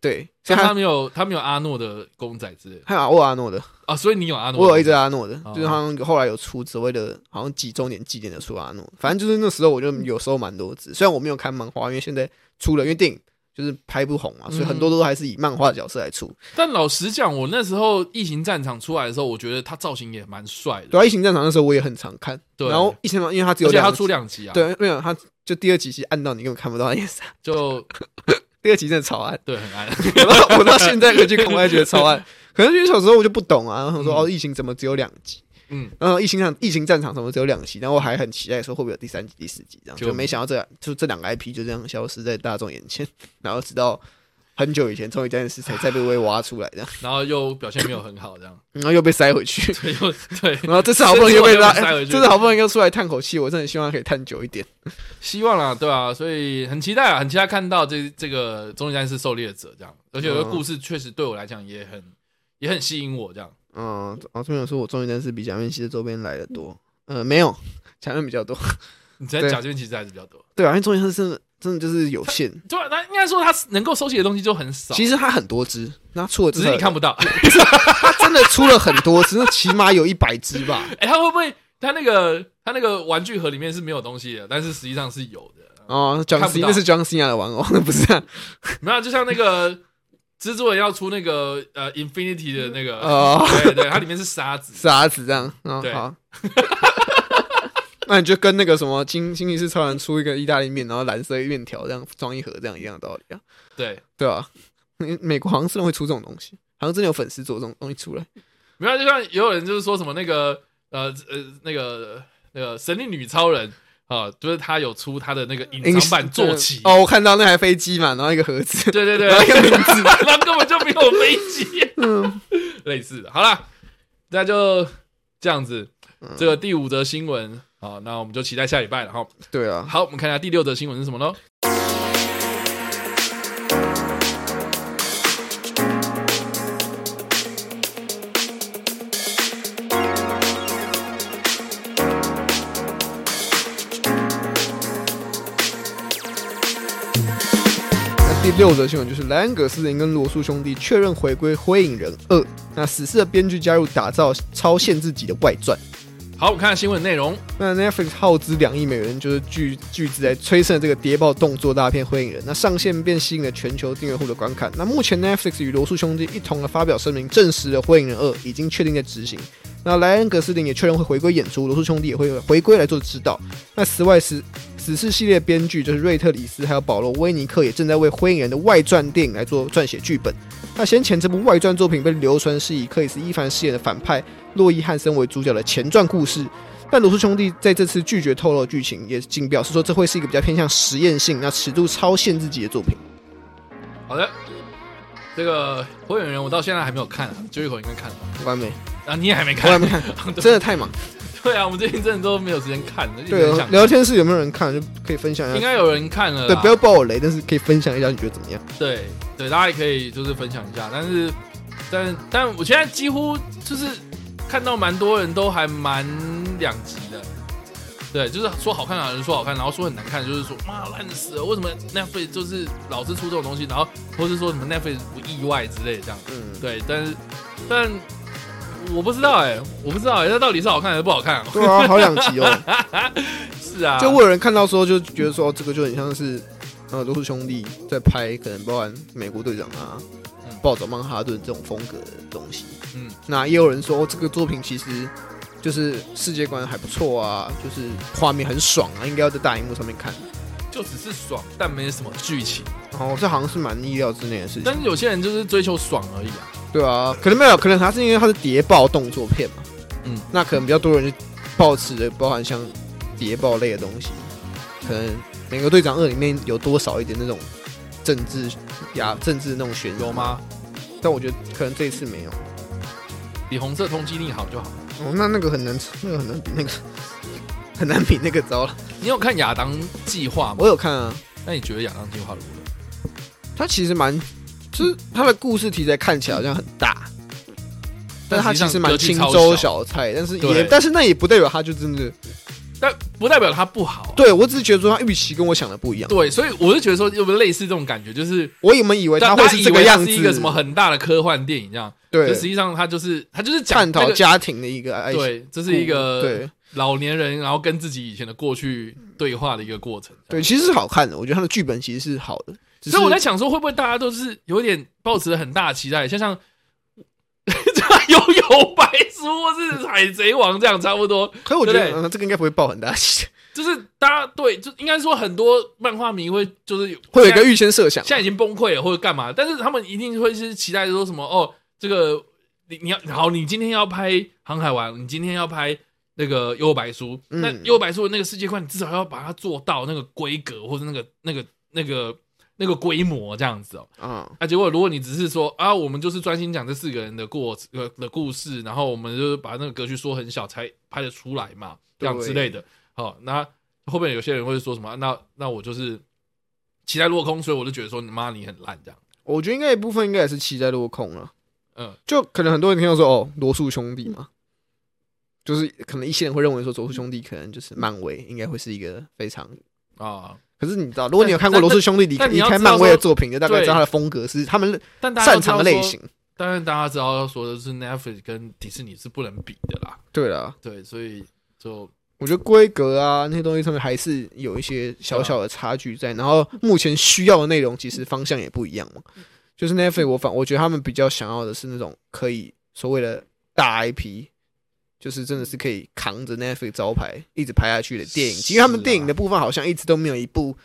B: 对，
A: 所
B: 所以
A: 以
B: 它
A: 他没有他没有阿诺的公仔之类的
B: 还有我阿诺的，
A: 啊，所以你有阿诺，
B: 我有一只阿诺的，
A: 哦
B: 就是好像后来有出所谓的，好像几周年纪念的出阿诺，反正就是那时候我就有时候蛮多只，虽然我没有看漫画，因为现在出了，因为电影就是拍不红嘛，所以
A: 嗯
B: 很多都还是以漫画的角色来出。
A: 但老实讲，我那时候《异形战场》出来的时候，我觉得他造型也蛮帅的，
B: 对啊，《异形战场》那时候我也很常看，
A: 对
B: 然后《异形战场》因为它只有
A: 而且
B: 两
A: 他
B: 集
A: 出两集啊，，
B: 对，没有它就第二集其实暗到你根本看不到它颜色，
A: 就
B: 第二集真的超暗，
A: 对很暗，
B: 我到 我到现在回去看我还觉得 超暗，可能因为小时候我就不懂啊，然后想说、
A: 嗯
B: 哦，《异形》怎么只有两集？
A: 嗯，
B: 然后《异形战异形战场》怎么只有两集？然后我还很期待说会不会有第三集、第四集这样，
A: 就
B: 就没想到这就这两个 IP 就这样消失在大众眼前， 然后直到很久以前，终于这件事才再被被挖出来这样，
A: 然后又表现没有很好，这样，
B: 然后又被塞回去。
A: 对，又对，
B: 然后这次好不容易又被 拉，
A: 这次我又被塞回去
B: 这次好不容易又出来叹口气，我真的希望它可以叹久一点。
A: 希望啦，对啊，所以很期待啊，很期待看到这这个《终极战士》狩猎者这样，而且有个故事确实对我来讲也很也很吸引我这样。
B: 嗯，哦，这边有说我终于认识比假面骑士周边来的多，呃，没有，假面比较多，
A: 你在
B: 对
A: 讲这边其实还是比较多，
B: 对啊，因为终于是真的真的就是有限，
A: 对啊，那应该说他能够收集的东西就很少，
B: 其实它很多只，那出了
A: 只是你看不到。
B: 它真的出了很多只，那起码有一百只 吧。
A: 哎、他会不会他那个他那个玩具盒里面是没有东西的，但是实际上是有的？
B: 哦，John
A: 看不
B: C
A: 到
B: 那是 John Cena 的玩偶， 那不是啊。
A: 没有，就像那个蜘蛛人要出那个呃 Infinity 的那个，
B: 哦
A: 对对，它里面是沙子。
B: 傻子这样。哦
A: 对，
B: 好。 那你就跟那个什么金金骑士超人出一个意大利面，然后蓝色面条这样装一盒，这样一样的道理啊，
A: 对，
B: 对吧、啊？嗯美国好像真的会出这种东西，好像真的有粉丝做这种东西出来。
A: 没有，就像也有人就是说什么那个呃呃那个那个神力女超人。啊、就是他有出他的那个隐藏版坐骑，
B: 哦，我看到那台飞机嘛，然后一个盒子，
A: 对对对
B: 然，后一个名字，
A: 他根本就没有飞机，
B: 嗯，
A: 类似的。好啦，那就这样子
B: 嗯，
A: 这个第五则新闻啊，那我们就期待下礼拜了哈。
B: 对啊，
A: 好，我们看一下第六则新闻是什么呢？
B: 那第六则新闻就是莱恩·葛斯林跟罗素兄弟确认回归《灰影人二》，那死侍的编剧加入打造超限制级的外传。
A: 好，我们看下新闻内容。
B: 那 Netflix 耗资两亿美元，就是巨巨资来催生这个谍报动作大片《灰影人》，那上线便吸引了全球订阅户的观看。那目前 Netflix 与罗素兄弟一同的发表声明，证实了《灰影人二》已经确定在执行。那莱恩·葛斯林也确认会回归演出，罗素兄弟也会回归来做指导。那此外，死死侍系列编剧就是瑞特·里斯还有保罗·威尼克也正在为《灰影人》的外传电影来做撰写剧本。那先前这部外传作品被流传是以克里斯·伊凡饰演的反派洛伊·汉森为主角的前传故事，但罗素兄弟在这次拒绝透露剧情，也仅表示说这会是一个比较偏向实验性、那尺度超限制级的作品。
A: 好的，这个《火影人》我到现在还没有看啊，九一口应该看了吧，
B: 完美，
A: 啊，你也还没
B: 我还
A: 看？
B: 没看，
A: 对
B: 真的太忙。
A: 对啊，我们最近真的都没有时间看，一直
B: 对
A: 很
B: 哦，
A: 想
B: 聊天室有没有人看，就可以分享
A: 应
B: 一下。
A: 该有人看了啦，
B: 对，不要爆我雷，但是可以分享一下你觉得怎么样？
A: 对对，大家也可以就是分享一下，但是但但我现在几乎就是看到蛮多人都还蛮两极的。对，就是说好看的人说好看，然后说很难看，就是说妈烂死了，为什么 Netflix 就是老是出这种东西，然后或是说什么 Netflix 不意外之类的这样。
B: 嗯，
A: 对，但是但我不知道哎、我不知道哎、那到底是好看还是不好看、啊？
B: 对啊，好两集哦。
A: 是啊，
B: 就我有人看到说，就觉得说哦这个就很像是呃罗素兄弟在拍，可能包含美国队长啊
A: 嗯、
B: 暴走曼哈顿这种风格的东西。
A: 嗯，
B: 那也有人说、哦这个作品其实就是世界观还不错啊，就是画面很爽啊，应该要在大荧幕上面看。
A: 就只是爽，但没什么剧情。
B: 然后这好像是蛮意料之内的事情
A: 但，是有些人就是追求爽而已啊。
B: 对啊，可能没有，可能它是因为它是谍报动作片嘛，
A: 嗯，
B: 那可能比较多人就抱持着包含像谍报类的东西，可能《美国队长二》里面有多少一点那种政治呀政治那种悬疑
A: 有吗？
B: 但我觉得可能这一次没有，
A: 比红色通缉令好就好。
B: 哦，那那个很难，那个很难比那个 很难比那个糟了。
A: 你有看亚当计划吗？
B: 我有看啊，
A: 那你觉得亚当计划如何？
B: 它其实蛮，就是它的故事题材看起来好像很大，但是它
A: 但实
B: 其
A: 际
B: 实
A: 上
B: 蛮
A: 格局
B: 轻
A: 超
B: 舟
A: 小，
B: 小菜，但是也
A: 对
B: 但是那也不代表它就真的。
A: 但不代表它不好啊、
B: 对我只是觉得说它预期跟我想的不一样，
A: 对，所以我就觉得说，有没有类似这种感觉？就是
B: 我原本以为
A: 大
B: 它会
A: 家
B: 是
A: 以
B: 这个
A: 为它
B: 样子，
A: 是一个什么很大的科幻电影这样，可
B: 对
A: 实际上它就是它就是讲
B: 探
A: 那
B: 讨
A: 个
B: 家庭的一个爱情，
A: 对，呃这是一个
B: 对
A: 老年人，然后跟自己以前的过去对话的一个过程。
B: 对，其实是好看的，我觉得它的剧本其实是好的，只是
A: 所以我在想说，会不会大家都是有点抱持很大的期待，像像 像幽游白书或是海贼王这样差不多，
B: 可是我觉得
A: 对、不
B: 嗯、这个应该不会爆很大气，
A: 就是大家对，就应该说很多漫画迷会就是
B: 会有一
A: 现在
B: 个预先设想啊
A: 现。在已经崩溃了或者干嘛，但是他们一定会是期待说什么哦，这个你你要好，你今天要拍《航海王》，你今天要拍那个《幽游白书》
B: 嗯
A: 那《幽游白书》的那个世界观，你至少要把它做到那个规格或者那个那个那个那个规模这样子哦。
B: 啊、
A: 啊，结果如果你只是说啊，我们就是专心讲这四个人的过呃的故事，然后我们就是把那个格局缩很小才拍得出来嘛，这样
B: 对
A: 之类的。好、那后面有些人会说什么？啊那那我就是期待落空，所以我就觉得说你妈你很烂这样。
B: 我觉得应该一部分应该也是期待落空了，
A: 嗯，
B: 就可能很多人听到说哦，罗素兄弟嘛，就是可能一些人会认为说罗素兄弟可能就是漫威应该会是一个非常。
A: 啊，
B: 可是你知道，如果你有看过
A: 但
B: 罗素兄弟离
A: 但但你
B: 离
A: 要
B: 开
A: 知道
B: 漫威的
A: 说
B: 作品，就大概
A: 对
B: 知道他的风格是他们
A: 但大家都
B: 擅长的
A: 知道
B: 类
A: 说，
B: 型。
A: 当然大家知道说的是 Netflix 跟迪士尼是不能比的啦。
B: 对了，
A: 对，所以就
B: 我觉得规格啊那些东西上面还是有一些
A: 啊
B: 小小的差距在，然后目前需要的内容其实方向也不一样嘛。
A: 嗯
B: 就是 Netflix，我反我觉得他们比较想要的是那种可以所谓的大 IP，就是真的是可以扛着 Netflix 招牌一直拍下去的电影，
A: 是啊
B: 因为他们电影的部分好像一直都没有一部。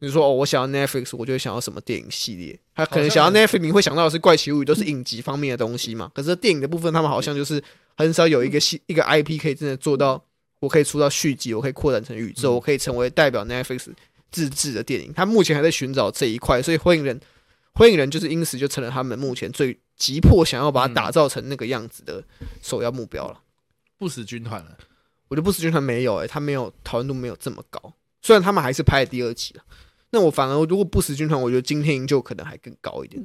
B: 你说哦，我想要 Netflix，我就会想要什么电影系列？他可能想要
A: 好像
B: Netflix，你会想到的是怪奇物语，都是影集方面的东西嘛。可是电影的部分，他们好像就是很少有一个
A: 嗯
B: 系一个 IP 可以真的做到，我可以出到续集，我可以扩展成宇宙，
A: 嗯
B: 我可以成为代表 Netflix 自制的电影。他目前还在寻找这一块，所以《火影人》《火影人》就是因此就成了他们目前最急迫想要把
A: 嗯
B: 它打造成那个样子的首要目标了。
A: 不死军团了。
B: 我就不死军团没有哎、欸，他没有讨论度没有这么高，虽然他们还是拍了第二集了。那我反而如果不死军团，我觉得今天营救可能还更高一点。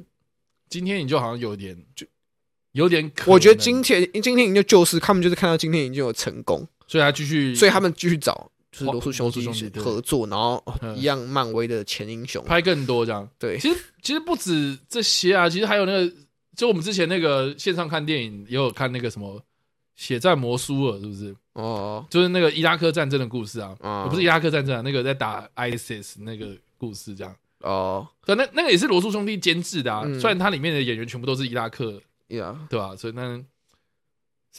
A: 今天你就好像有点就有点可能，
B: 我觉得今天今天营救就是他们就是看到今天已经有成功，
A: 所以他继续，
B: 所以他们继续找就是
A: 哇
B: 罗素兄弟
A: 罗素兄弟
B: 合作，然后哦
A: 嗯
B: 一样漫威的前英雄。
A: 拍更多这样。
B: 对，
A: 其实其实不止这些啊，其实还有那个，就我们之前那个线上看电影也有看那个什么《血战摩苏尔》，是不是？
B: 哦，
A: 就是那个伊拉克战争的故事啊，
B: 啊
A: 呃不是伊拉克战争啊，那个在打 ISIS 那个故事这样。
B: 哦，
A: 对，那那个也是罗素兄弟监制的啊，
B: 嗯
A: 虽然它里面的演员全部都是伊拉克，
B: 呀，
A: 对吧、所以那，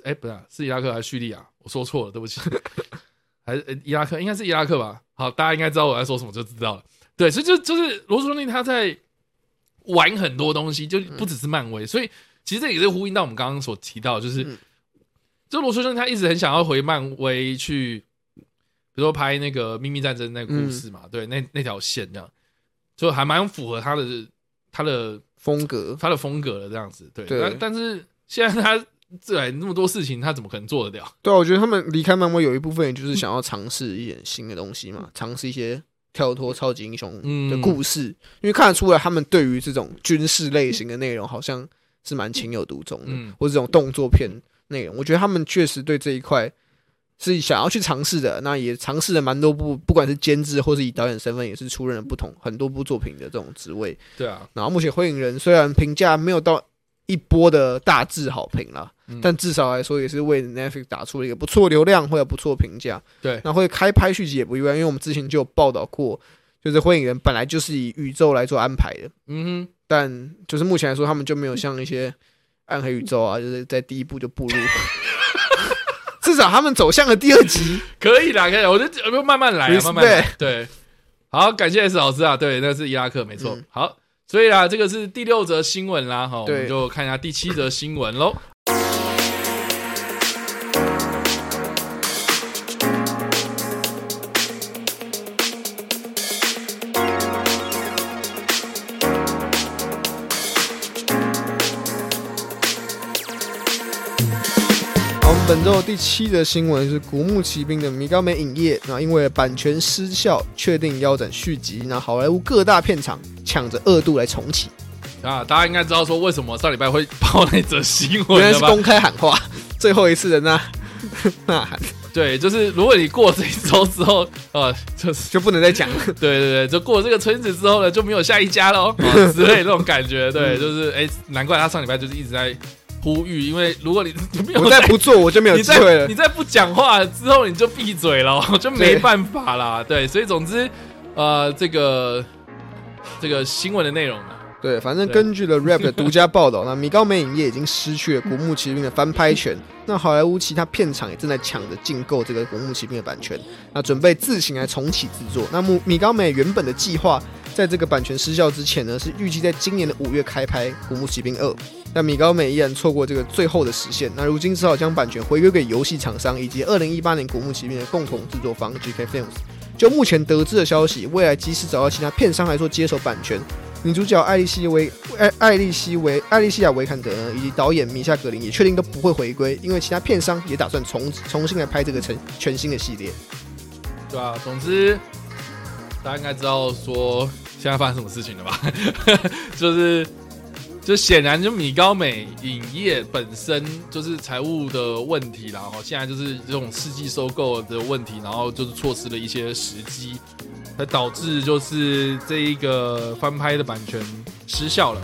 A: 哎，不是、啊、是伊拉克还是叙利亚？我说错了，对不起， 还是、呃伊拉克，应该是伊拉克吧？好，大家应该知道我在说什么，就知道了。对，所以就就是罗素兄弟他在玩很多东西，就不只是漫威，所以其实这也是呼应到我们刚刚所提到的，就是、
B: 嗯
A: 就罗素兄弟他一直很想要回漫威去，比如说拍那个秘密战争那个故事嘛，对，那那条线这样，就还蛮符合他的他的
B: 风格
A: 他的风格了，这样子。对，
B: 对
A: 但但是现在他自然那么多事情，他怎么可能做得了？
B: 对啊，我觉得他们离开漫威有一部分也就是想要尝试一点新的东西嘛，尝试一些跳脱超级英雄
A: 嗯
B: 的嗯故事，因为看得出来他们对于这种军事类型的内容好像是蛮情有独钟的，
A: 嗯
B: 或者这种动作片内容，我觉得他们确实对这一块。是想要去尝试的，那也尝试了蛮多部，不管是监制或是以导演身份，也是出任了不同很多部作品的这种职位。
A: 对啊，
B: 然后目前《火影人》虽然评价没有到一波的大致好评啦，
A: 嗯
B: 但至少来说也是为 Netflix 打出了一个不错流量或者不错评价。
A: 对
B: 那会开拍续集也不意外，因为我们之前就有报道过，就是《火影人》本来就是以宇宙来做安排的，
A: 嗯
B: 但就是目前来说，他们就没有像一些暗黑宇宙啊，就是在第一部 就步入。至少他们走向了第二集，
A: 哼，可以啦，可以啦，我就呃不慢慢来、啊，
B: Respect
A: 慢慢来。对，好，感谢 S 老师啊，对，那是伊拉克，没错。
B: 嗯
A: 好，所以啊啦，这个是第六则新闻啦，哈，我
B: 对
A: 们就看一下第七则新闻喽。
B: 本周第七则新闻是《古墓奇兵》的米高梅影业，那因为版权失效，确定腰斩续集。那好莱坞各大片场抢着二度来重 启，
A: 啊，大家应该知道说为什么上礼拜会报那则新
B: 原来
A: 闻了
B: 是
A: 吧？
B: 公开喊话， 最后一次的 呐呐喊，
A: 对，就是如果你过这一周之后，呃，就是
B: 就不能再讲 了。
A: 对对对，就过这个村子之后呢，就没有下一家 喽、啊之类的那种感觉。对，就是哎、难怪他上礼拜就是一直在呼吁，因为如果你 你没有
B: 我再不做，我就没有
A: 你
B: 机会
A: 再
B: 了
A: 你。再不讲话之后，你就闭嘴了，哦就没办法啦。对，所以总之，呃，这个这个新闻的内容啊呢，
B: 对，反正根据了 Rap 的独家报道，那米高梅影业已经失去了《古墓奇兵》的翻拍权。那好莱坞其他片场也正在抢着竞购这个《古墓奇兵》的版权，那准备自行来重启制作。那米米高梅原本的计划，在这个版权失效之前呢，是预计在今年的五月开拍《古墓奇兵二》，但米高梅依然错过这个最后的时限。那如今只好将版权回归给游戏厂商以及二零一八年《古墓奇兵》的共同制作方 GK Films。就目前得知的消息，未来即使找到其他片商来做接手版权，女主角艾丽西维艾艾丽西维艾丽西亚维坎德呢，以及导演米夏格林也确定都不会回归，因为其他片商也打算重重新来拍这个成全新的系列。
A: 对吧、总之，大家应该知道说现在发生什么事情了吧？ 就是。就显然，就米高美影业本身就是财务的问题啦，然后现在就是这种世纪收购的问题，然后就是错失了一些时机，才导致就是这一个翻拍的版权失效了。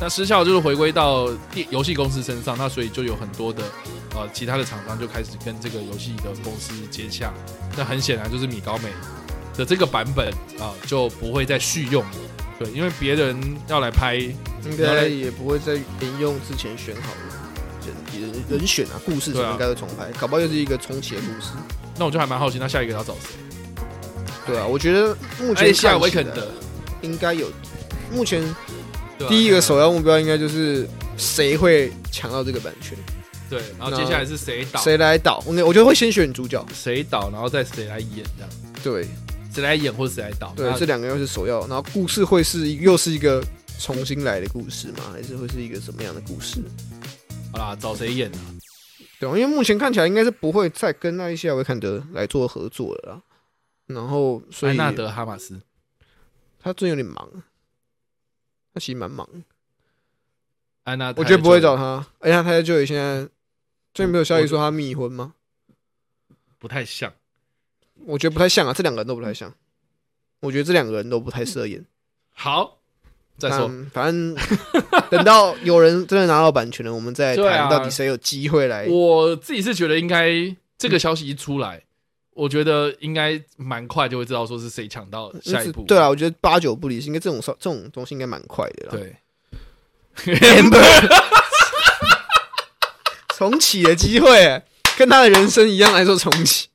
A: 那失效就是回归到电游戏公司身上，那所以就有很多的呃其他的厂商就开始跟这个游戏的公司接洽。那很显然就是米高美的这个版本啊、就不会再续用了，对，因为别人要来拍，
B: 应
A: 该
B: 该也不会再沿用之前选好的人人人选啊，故事什
A: 对
B: 么
A: 啊
B: 应该会重拍，搞不好又是一个重启的故事。
A: 那我就还蛮好奇，那下一个要找谁？
B: 对啊，我觉得目
A: 哎，
B: 前
A: 下
B: 看
A: 维
B: 起
A: 肯
B: 来
A: 德，
B: 应该有，目前
A: 对啊
B: 第一个首要目标应该就是谁会抢到这个版权，
A: 对，然后接下来是谁导，
B: 谁来导，我我觉得会先选主角。
A: 谁导，然后再谁来演这样，
B: 对，
A: 谁来演或者谁来导，
B: 对，
A: 那
B: 这两个又是首要。然后故事会是又是一个重新来的故事吗？还是会是一个什么样的故事？
A: 好啦，找谁演啊？
B: 对啊，因为目前看起来应该是不会再跟那一些维坎德来做合作了啦。然后，所
A: 安
B: 以
A: 纳德哈马斯，
B: 他真有点忙，他其实蛮忙的。
A: 安娜，
B: 我觉得不会找，他，而且他在这里现在最近没有消息说他密婚吗？
A: 不太像。
B: 我觉得不太像啊，这两个人都不太像。我觉得这两个人都不太适合演。
A: 好，嗯再说，
B: 但反正 等到有人真的拿到版权了，我们再
A: 对啊
B: 谈到底谁有机会来
A: 我自己是觉得应该这个消息一出来，我觉得应该蛮快就会知道说是谁抢到下一步。
B: 对啊，我觉得八九不离十，应该这种这种东西应该蛮快的啦。
A: 对，
B: Amber 重启的机会，跟他的人生一样来说重启。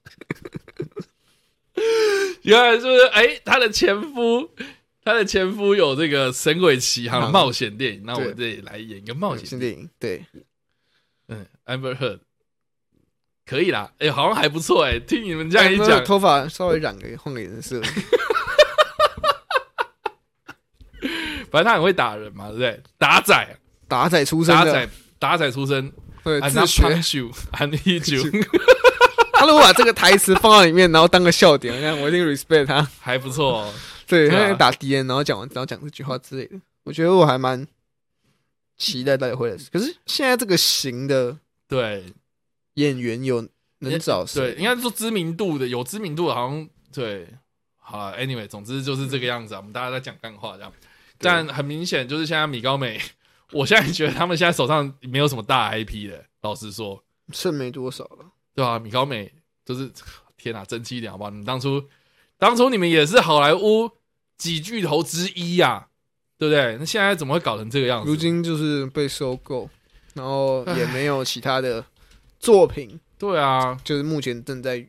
A: 原来就是哎、他的前夫，他的前夫有这个《神鬼奇航》
B: 嗯
A: 冒险电影，那我
B: 对
A: 这里来演一个冒险
B: 新
A: 电
B: 电影对，
A: 影，嗯，Amber Heard，可以啦，哎、好像还不错哎、听你们这样一
B: Amber
A: 讲，
B: 头发稍微染个换个颜色，
A: 反正他很会打人嘛，对不对？打仔，啊
B: 打仔出身
A: 打
B: 的，
A: 仔，啊打仔出身
B: 对
A: ，I'm
B: 自
A: not
B: 学。
A: punch you，I'm hit you，
B: 他如果把这个台词放到里面，然后当个笑点，那我一定 respect 他。
A: 还不错、哦。
B: 对，
A: 对啊
B: 他打敌人，然后讲完，然后讲这句话之类的，我觉得我还蛮期待到底会来。可是现在这个型的
A: 对，
B: 演员有能找
A: 对，
B: 谁？
A: 应该说知名度的，有知名度的，好像对，好啊 Anyway，总之就是这个样
B: 嗯
A: 子啊，我们大家在讲干话这样。但很明显，就是现在米高美， 我现在觉得他们现在手上没有什么大 IP 的，老实说，
B: 剩没多少了。
A: 对啊吧、米高美就是天哪、争气一点好不好？你们当初，当初你们也是好莱坞几巨头之一呀、对不对？那现在怎么会搞成这个样子？
B: 如今就是被收购，然后也没有其他的作品，
A: 对啊，
B: 就是目前正在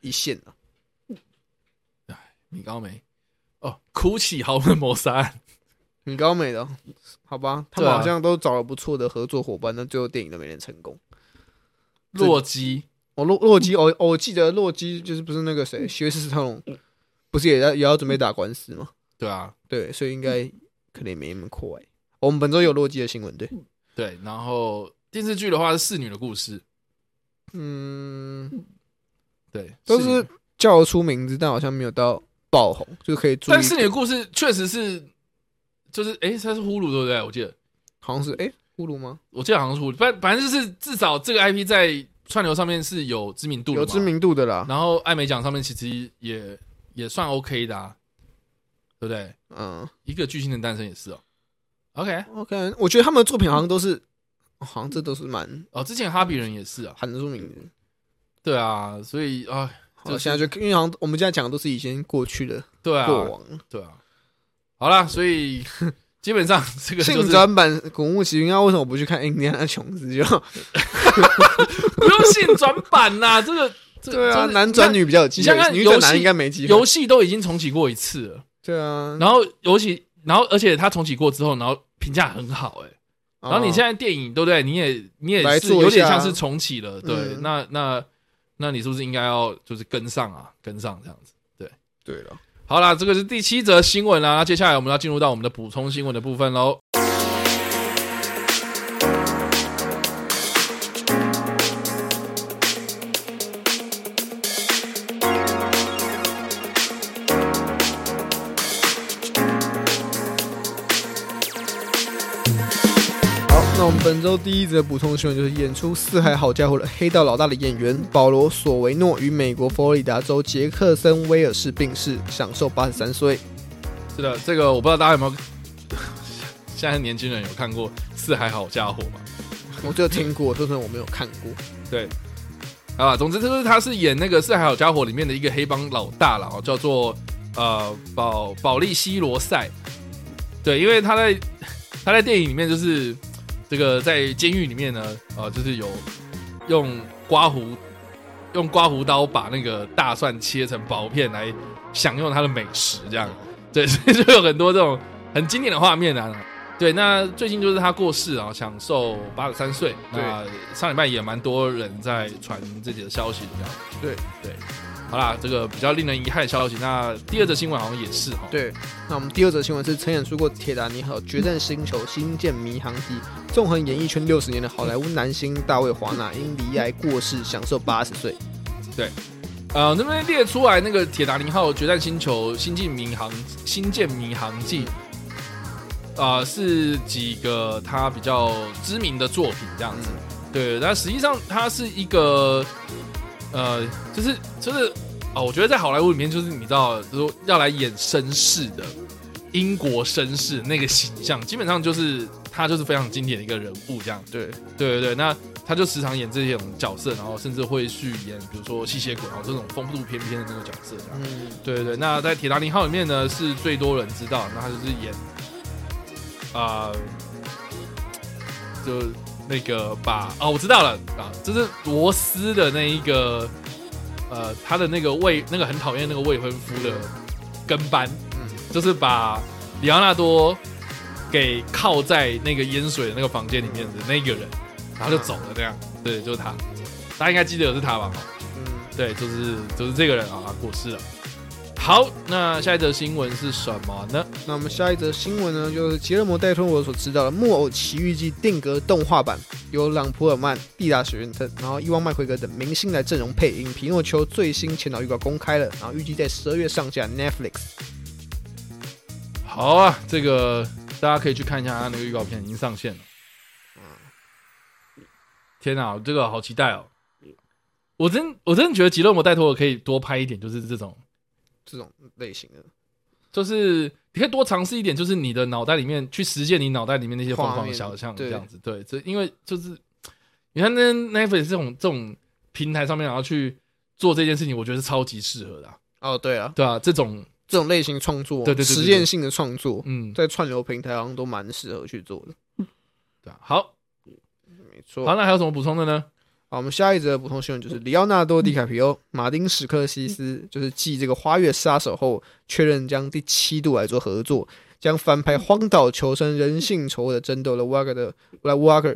B: 一线啊。
A: 米高美，哦，哭泣豪门谋杀案，
B: 米高美的，好吧，他
A: 对
B: 们
A: 啊
B: 好像都找了不错的合作伙伴，但最后电影都没能成功。这
A: 洛基，
B: 我洛洛基，我、哦、我记得洛基就是不是那个
A: 嗯
B: 谁，学士斯通，不是也要也要准备打官司吗？
A: 对啊，
B: 对，所以应该可能也没那么快。哦我们本周有洛基的新闻，对，
A: 对，然后电视剧的话是《侍女的故事》，
B: 嗯，
A: 对，
B: 都是叫得出名字，但好像没有到爆红，就可以注意。
A: 但是你的故事确实是，就是诶，它是呼噜对不对？我记得，
B: 好像是哎，呼噜吗？
A: 我记得好像是呼噜，反反正就是至少这个 IP 在串流上面是有知名度的，
B: 有知。名度的啦。
A: 然后艾美奖上面其实也也算 OK 的、啊，对不对？
B: 嗯
A: 一个巨星的诞生也是哦。OK，
B: ，OK，我觉得他们的作品好像都是，哦好像这都是蛮
A: 哦，之前哈比人也是啊，
B: 喊得出名字。
A: 对啊，所以啊，
B: 好，
A: 就是
B: 现在就因为好像我们现在讲的都是已经过去的
A: 对啊，
B: 过往。
A: 对啊，好啦，所以 基本上这个啊就
B: 性
A: 是
B: 转版《古墓奇兵》啊，为什么我不去看《印第安纳琼斯》就？
A: 不用性转版呐、这个这个
B: 对啊，
A: 就是
B: 男转女比较有机
A: 你想
B: 会，
A: 看
B: 女转
A: 游
B: 男
A: 戏
B: 应该没机会
A: 游。戏都已经重启过一次了，
B: 对啊，
A: 然后尤其然后而且它重启过之后，然后评价很好哎、然后你现在电影对不对？你也你也
B: 哦来
A: 是
B: 做一
A: 有点
B: 下
A: 像是重启了，对，
B: 嗯
A: 那那那你是不是应该要就是跟上啊，跟上这样子？
B: 对了，
A: 好啦，这个是第七则新闻啦。那接下来我们要进入到我们的补充新闻的部分喽。
B: 好，那我们本周第一则补充新闻就是演出《四海好家伙》的黑道老大的演员保罗·索维诺于美国佛罗里达州杰克森威尔士病逝，享受八十三岁。
A: 是的，这个我不知道大家有没有， 现在年轻人有看过《四海好家伙》吗？
B: 我就听过，但是我没有看过。
A: 啊，总之就是他是演那个《四海好家伙》里面的一个黑帮老大了，哦叫做呃保保利西罗塞。对，因为他在他在电影里面就是这个在监狱里面呢，呃，就是有用刮胡用刮胡刀把那个大蒜切成薄片来享用它的美食，这样对， 所以就有很多这种很经典的画面啊。对，那最近就是他过世啊，享受八十三岁。
B: 对
A: 那上礼拜也蛮多人在传自己的消息，这样。
B: 对
A: 对，好啦，这个比较令人遗憾的消息。那第二则新闻好像也是哈，
B: 对，那我们第二则新闻是曾演出过《铁达尼号》《决战星球》《星舰迷航记》，纵横演艺圈六十年的好莱坞男星大卫·华纳因罹癌过世，享受八十岁。
A: 呃，那边列出来那个《铁达尼号》《决战星球》《星际迷航》《星舰迷航记》啊、是几个他比较知名的作品这
B: 嗯
A: 样子。对，但实际上它是一个呃，就是就是哦，我觉得在好莱坞里面，就是你知道，就是要来演绅士的英国绅士那个形象，基本上就是他就是非常经典的一个人物这样。
B: 对，
A: 对对对，那他就时常演这种角色，然后甚至会去演，比如说吸血鬼，然后这种风度翩翩的那个角色这样。
B: 嗯，
A: 对对对，那在《铁达尼号》里面呢，是最多人知道，那他就是演，啊、就那个把哦，我知道了啊，就是罗斯的那一个，呃，他的那个未那个很讨厌那个未婚夫的跟班，
B: 嗯
A: 就是把里奥纳多给铐在那个淹水的那个房间里面的那个人，然后就走了那样，对，就是他，大家应该记得是他吧？
B: 嗯，
A: 对，就是就是这个人啊，他过世了。好，那下一则新闻是什么呢？
B: 那我们下一则新闻呢，就是吉勒摩·戴托罗所执导的《木偶奇遇记》定格动画版，由朗普尔曼、蒂达·史云特，然后伊万·麦奎格等明星来阵容配音。皮诺丘最新前导预告公开了，然后预计在十二月上架 Netflix。
A: 好啊，这个大家可以去看一下，他那个预告片已经上线了。天哪、这个好期待哦！我真我真的觉得吉勒摩·戴托尔可以多拍一点，就是这种，
B: 这种类型的
A: 就是你可以多尝试一点，就是你的脑袋里面去实现你脑袋里面那些疯
B: 画
A: 狂
B: 面
A: 想象
B: 对
A: 这样子。对，这因为就是你看那 Netflix 这种这种平台上面，然后去做这件事情，我觉得是超级适合的啊、
B: 哦，对啊，
A: 对啊，这种
B: 这种类型创作，
A: 对对对对对
B: 实验性的创作，
A: 嗯，
B: 在串流平台好像都蛮适合去做的。
A: 对啊，好，
B: 没错，
A: 好，那还有什么补充的呢？
B: 好，我们下一则补充新闻就是里奥纳多
A: 嗯
B: ·迪卡皮欧、马丁·史克西斯，就是继这个《花月杀手》后，确认将第七度来做合作，将翻
A: 嗯
B: 拍《荒岛求生：人性仇恶的争斗》的 Walker 的 Walker，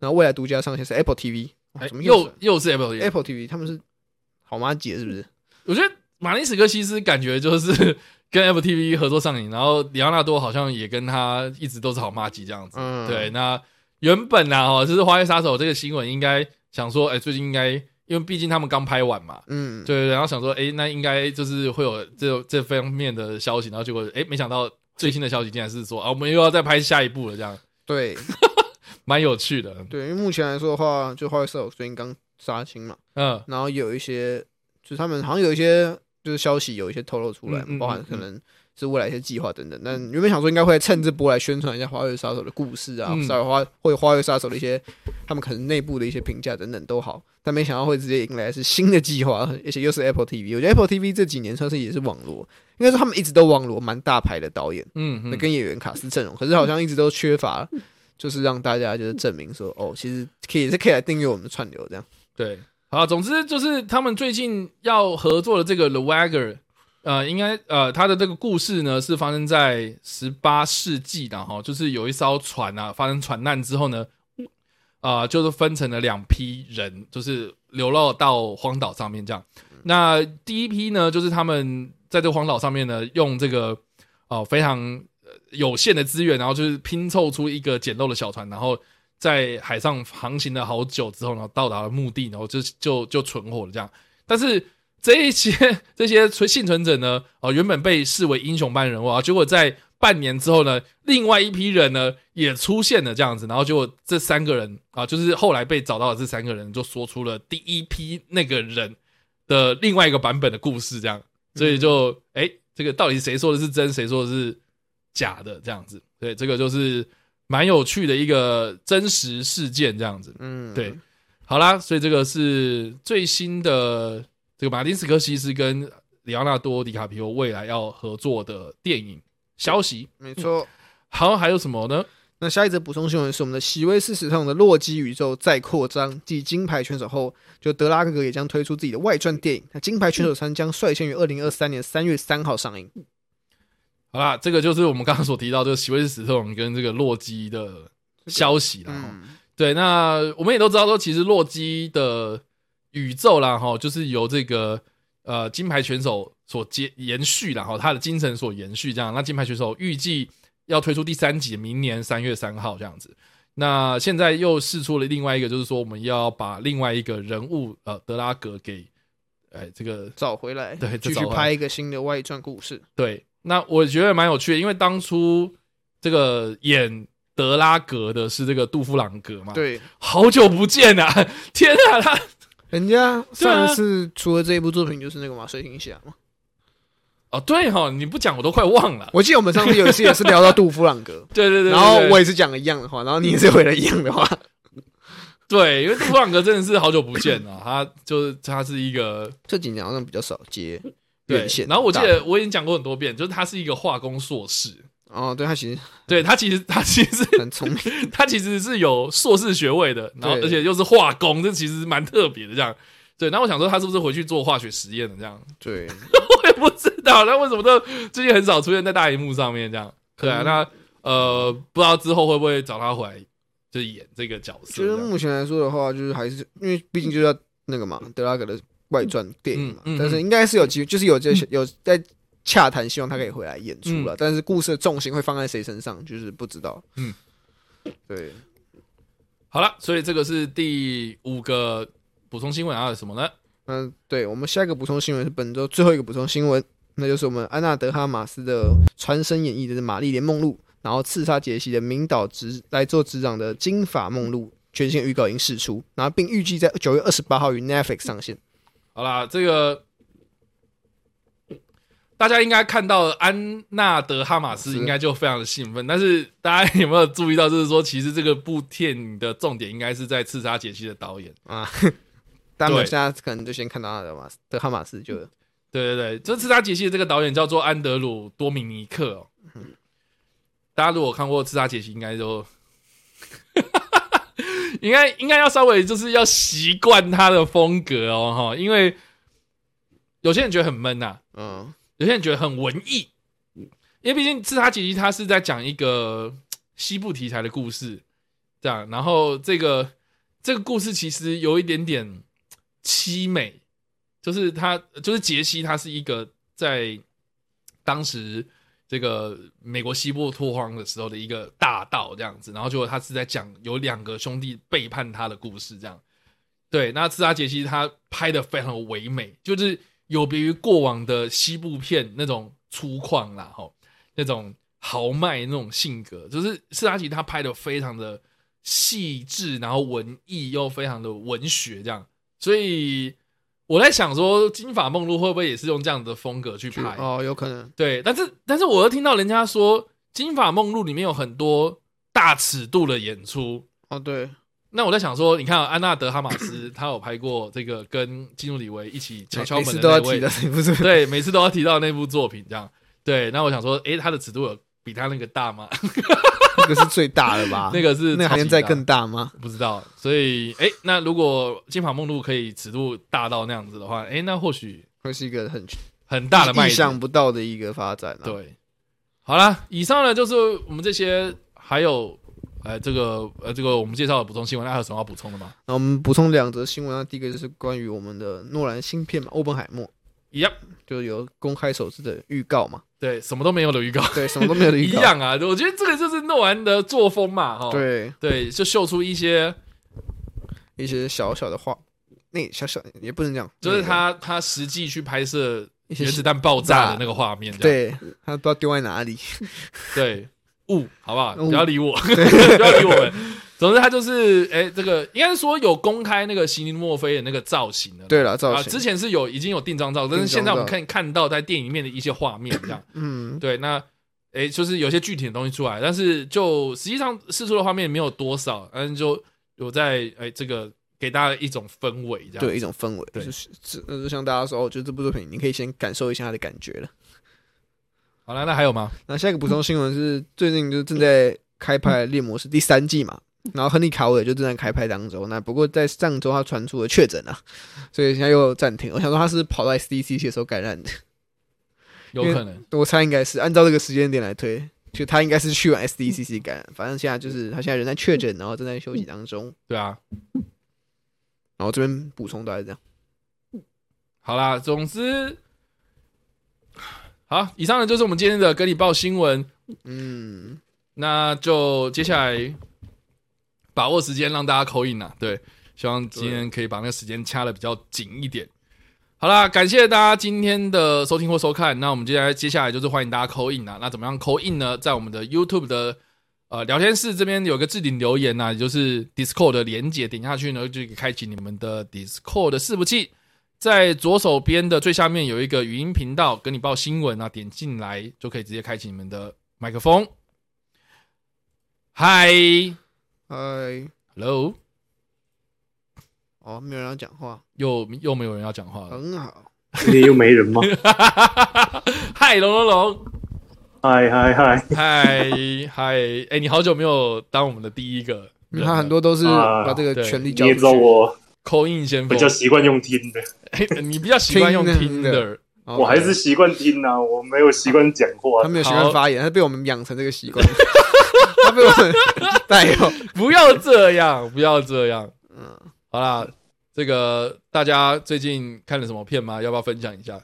B: 然后未来独家上线是 Apple TV，
A: 哎
B: 哇哦怎么
A: 又
B: 是
A: 又是 Apple，
B: Apple TV？他们是好妈姐是不是？
A: 我觉得马林史克西斯感觉就是 跟 Apple TV 合作上瘾，然后里奥纳多好像也跟他一直都是好妈吉这样子。
B: 嗯，
A: 对，，那原本呢、啊、哦，就是《花月杀手》这个新闻，应该想说，哎，最近应该因为毕竟他们刚拍完嘛，
B: 嗯，
A: 对对对，然后想说，哎，那应该就是会有这这方面的消息，然后结果，哎，没想到最新的消息竟然是说，啊，我们又要再拍下一部了，这样
B: 对
A: 蛮有趣的，
B: 对，因为目前来说的话，就《花月杀手》最近刚杀青嘛，
A: 嗯，
B: 然后有一些就是他们好像有一些就是消息有一些透露出来嘛，
A: 嗯嗯
B: 包含
A: 嗯
B: 可能是未来一些计划等等。但原本想说应该会趁这波来宣传一下《花月杀手》的故事啊，
A: 嗯
B: 杀、花或者《花月杀手》的一些他们可能内部的一些评价等等都好，但没想到会直接迎来是新的计划，而且又是 Apple TV。我觉得 Apple TV 这几年算是也是网罗，应该说他们一直都网罗蛮大牌的导演。
A: 嗯
B: 那
A: 嗯，
B: 跟演员卡斯阵容，可是好像一直都缺乏，就是让大家就是证明说，哦，其实可以也是可以来订阅我们的串流这样。
A: 对，好，总之就是他们最近要合作的这个《The Wagger》，呃，应该呃，它的这个故事呢是发生在十八世纪的哈，就是有一艘船啊发生船难之后呢，啊、就是分成了两批人，就是流落到荒岛上面这样。那第一批呢，就是他们在这个荒岛上面呢，用这个哦、呃非常呃有限的资源，然后就是拼凑出一个简陋的小船，然后在海上航行了好久之后，然后到达了目的，然后就就就存活了这样。但是这一些 这些存幸存者呢，哦、原本被视为英雄般人物啊，结果在半年之后呢，另外一批人呢也出现了这样子，然后结果这三个人啊，就是后来被找到的这三个人，就说出了第一批那个人的另外一个版本的故事，这样，所以就哎、诶这个到底谁说的是真，谁说的是假的这样子？对，这个就是蛮有趣的一个真实事件这样子。
B: 嗯，
A: 对，好啦，所以这个是最新的这个马丁斯科西斯跟里奥纳多·迪卡皮欧未来要合作的电影消息。
B: 没错。
A: 好，还有什么呢？
B: 那下一则补充新闻是我们的席威斯史特龙的《洛基宇宙》再扩张，继《金牌拳手》后，就德拉格也将推出自己的外传电影。那《金牌拳手三》将率先于二零二三年三月三号上映。
A: 好啦，这个就是我们刚刚所提到这个席威斯·史特龙跟这个洛基的消息啦。哈
B: 嗯，
A: 对，那我们也都知道说，其实洛基的宇宙啦，哈，就是由这个呃金牌选手所接延续啦，哈，他的精神所延续这样。那金牌选手预计要推出第三集，明年三月三号这样子。那现在又试出了另外一个，就是说我们要把另外一个人物呃德拉格给，哎，这个
B: 找回来，
A: 对
B: 继
A: 找
B: 续
A: 回来
B: 拍一个新的外传故事。
A: 对，那我觉得蛮有趣的，因为当初这个演德拉格的是这个杜夫朗格嘛，，
B: 对，
A: 好久不见啊！ 天啊，他
B: 人家
A: 对啊
B: 上次除了这一部作品就是那个嘛《水行侠》嘛。
A: 哦，对哈、你不讲我都快忘了。
B: 我记得我们上次有一次也是聊到杜夫朗格，
A: 对对对对
B: 然后
A: 对
B: 我也是讲了一样的话，然后你也是回了一样的话。
A: 对，因为杜朗格真的是好久不见了，他就是他是一个
B: 这几年好像比较少接
A: 对
B: 院线，，
A: 然后我记
B: 大
A: 得我已经讲过很多遍，就是他是一个化工硕士，
B: 哦，对他其实
A: 对他其实他其实
B: 很聪 明，
A: 他其实是有硕士学位的，然后
B: 对
A: 而且又是化工，这其实蛮特别的这样。对，然后我想说他是不是回去做化学实验的这样？
B: 对，
A: 我也不知道，那为什么都最近很少出现在大荧幕上面这样？对啊，
B: 嗯
A: 那呃，不知道之后会不会找他回来就演这个角色
B: 觉
A: 这
B: 得
A: 样？
B: 目前来说的话，就是还是因为毕竟就要那个嘛，德拉格的外传电影嘛，
A: 嗯嗯嗯嗯嗯
B: 但是应该是有机会，就是有这些有在洽谈，希望他可以回来演出了，但是故事的重心会放在谁身上，就是不知道。
A: 嗯，
B: 对，
A: 好了，所以这个是第五个补充新闻，啊还有什么呢？
B: 嗯，对，我们下一个补充新闻是本周最后一个补充新闻，那就是我们安娜德哈马斯的传声演绎的《玛丽莲梦露》，然后刺杀杰西的明导执来做执掌的《金发梦露》全新预告已经释出，然后并预计在九月二十八号于 Netflix 上线。
A: 好啦，这个大家应该看到安娜德哈马斯
B: 是
A: 应该就非常的兴奋，但是大家有没有注意到，就是说其实这个部电影的重点应该是在刺杀杰西的导演。
B: 但我们
A: 对
B: 现在可能就先看到安娜德马斯德哈马斯就
A: 对对对，这刺杀杰西的这个导演叫做安德鲁·多米尼克、哦。大家如果看过《刺杀杰西》，应该就 应该应该要稍微就是要习惯他的风格哦，哈，因为有些人觉得很闷啊呐、
B: 嗯，
A: 有些人觉得很文艺，因为毕竟《刺杀杰西》他是在讲一个嘖西部题材的故事，这样，然后这个这个故事其实有一点点嘖凄美，就是他就是杰西，他是一个在当时这个美国西部拓荒的时候的一个大盗这样子，然后结果他是在讲有两个兄弟背叛他的故事，这样。对，那刺杀杰西他拍的非常唯美，就是有别于过往的西部片那种粗犷啦，吼，那种豪迈那种性格，就是刺杀杰西他拍的非常的细致，然后文艺又非常的文学这样，所以我在想说，《金发梦露》会不会也是用这样的风格去拍？
B: 哦，有可能，
A: 对，但是但是我又听到人家说，《金发梦露》里面有很多大尺度的演出。
B: 哦，对，
A: 那我在想说，你看啊安娜德哈马斯，他有拍过这个跟基努里维一起敲敲
B: 每
A: 门
B: 次
A: 的
B: 都要
A: 那
B: 提
A: 位
B: 的，，是不是？
A: 对，每次都要提到那部作品这样。对，那我想说，诶，他的尺度有比他那个大吗？
B: 那个是最大的吧？
A: 那个是
B: 啊那还能
A: 在
B: 再更大吗？
A: 不知道，所以诶，那如果《金发梦露》可以尺度大到那样子的话，诶，那或许
B: 会是一个很
A: 很大的卖
B: 意
A: 点。
B: 想不到的一个发展、啊。，
A: 对，好啦，以上呢就是我们这些，还有呃这个呃这个我们介绍的补充新闻，那还有什么要补充的吗
B: 那我们补充两则新闻啊，第一个就是关于我们的诺兰新片嘛，《欧本海默》
A: ？Yep，
B: 就有公开首次的预告嘛，
A: 对，什么都没有的预告，
B: 对，什么都没有的
A: 一
B: 预告，
A: 样啊。我觉得这个就是诺兰的作风嘛，哈。
B: 对，
A: 对，就秀出一些，
B: 一些小小的话，那小小也不能讲，
A: 就是
B: 那个
A: 他他实际去拍摄
B: 一些
A: 原子弹爆炸的那个画面，这样
B: 对他不知道丢在哪里，
A: 对。雾，好不好？
B: 物
A: 不要理 我，不要理我们。总之，他就是哎、这个应该是说有公开那个席琳墨菲的那个造型的，
B: 对了，造
A: 啊，
B: 型，
A: 之前是有已经有定妆照，但是
B: 定妆
A: 现在我们
B: 照
A: 看看到在电影里面的一些画面这样，
B: 嗯，
A: 对，那诶就是有些具体的东西出来，但是就实际上试出的画面没有多少，但是就有在诶这个给大家一种氛围这样，
B: 对，一种氛围，
A: 对
B: 就是就就像大家说，我觉得这部作品你可以先感受一下它的感觉了。
A: 好了，那还有吗？
B: 那下一个补充新闻是，最近就正在开拍的《猎魔士》第三季嘛，然后亨利卡维尔就正在开拍当中。那不过在上周他传出了确诊啊，所以现在又暂停。我想说他是跑到 SDCC 的时候感染的，
A: 有
B: 因为
A: 可能，
B: 我猜应该是按照这个时间点来推，就他应该是去完 SDCC 感染。反正现在就是他现在人在确诊，然后正在休息当中。
A: 对啊，
B: 然后这边补充大概这样，
A: 好啦，总之，好，以上呢就是我们今天的跟你报新闻，
B: 嗯，
A: 那就接下来把握时间让大家扣印啦，对，希望今天可以把那个时间掐的比较紧一点。好啦，感谢大家今天的收听或收看。那我们接下来接下来就是欢迎大家扣印啦。啊那怎么样扣印呢？在我们的 YouTube 的呃聊天室这边有个置顶留言呐、啊也就是 Discord 的连接，点下去呢就可以开启你们的 Discord 的伺服器。在左手边的最下面有一个语音频道，跟你报新闻啊，点进来就可以直接开启你们的麦克风。嗨
B: 嗨，
A: ，Hello，
B: 哦，没有人要讲话，
A: 又又没有人要讲话了。
B: 很好，
C: 你又没人吗？
A: 嗨，龙龙龙，
C: 嗨嗨嗨！
A: 嗨嗨，哎，你好久没有当我们的第一个人
B: 因为
A: 了，
B: 他很多都是
C: 啊
B: 把这个
A: 对
B: 权力
C: 你
B: 交出
C: 也
B: 去
C: 知道我
A: 口音先
C: 比
A: 锋
C: 较，习惯用听的，
A: 哎你比较习惯用
B: 听的
A: Tinder，
B: 然后
C: 我还是习惯听啊，我没有习惯讲
B: 哦他
C: 话。
B: 没有习
A: 好
B: 惯发言，他被我们养成这个习惯，他被我们带有。
A: 不要这样，不要这样。
B: 嗯，
A: 好啦，这个大家最近看了什么片吗？要不要分享一下？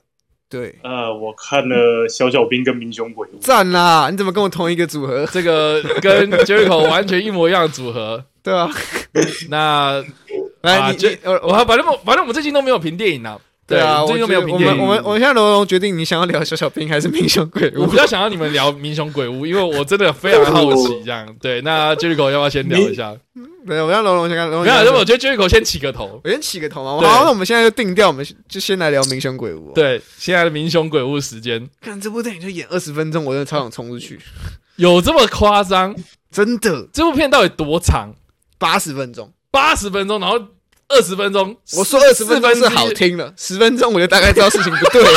B: 对，
C: 呃，我看了小小兵跟民雄鬼屋，
B: 赞啦！你怎么跟我同一个组合？
A: 这个跟 Jericho 完全一模一样的组合。
B: 对啊，
A: 那啊
B: 来，你
A: 这
B: 你我
A: 我
B: 我
A: 反正我反正我们最近都没有评电影啊，
B: 对啊，
A: 我们最
B: 我
A: 近都没有评
B: 我
A: 电
B: 们
A: 影。
B: 我们我们现在罗龙决定，你想要聊小小兵还是民雄鬼
A: 我
B: 屋
A: 比？较想要你们聊《民雄鬼屋》，因为我真的非常好奇这样。对，那 Jericho 要不要先聊一 下？
B: 对，我让罗龙先看。没
A: 没有，啊那么我觉得 Jericho 先起个头。
B: 我先起个头嘛。我
A: 对
B: 好，那我们现在就定调，我们就先来聊民雄鬼屋。，
A: 对，现在的《民雄鬼屋》时间
B: 看这部电影就演二十分钟，我真的超想冲出去，
A: 有这么夸张？
B: 真的
A: 这部片到底多长？
B: 八十分钟。
A: 八十分钟，然后二十分钟。
B: 我说二十
A: 分
B: 分钟是好，听了，十分钟我就大概知道事情不对了。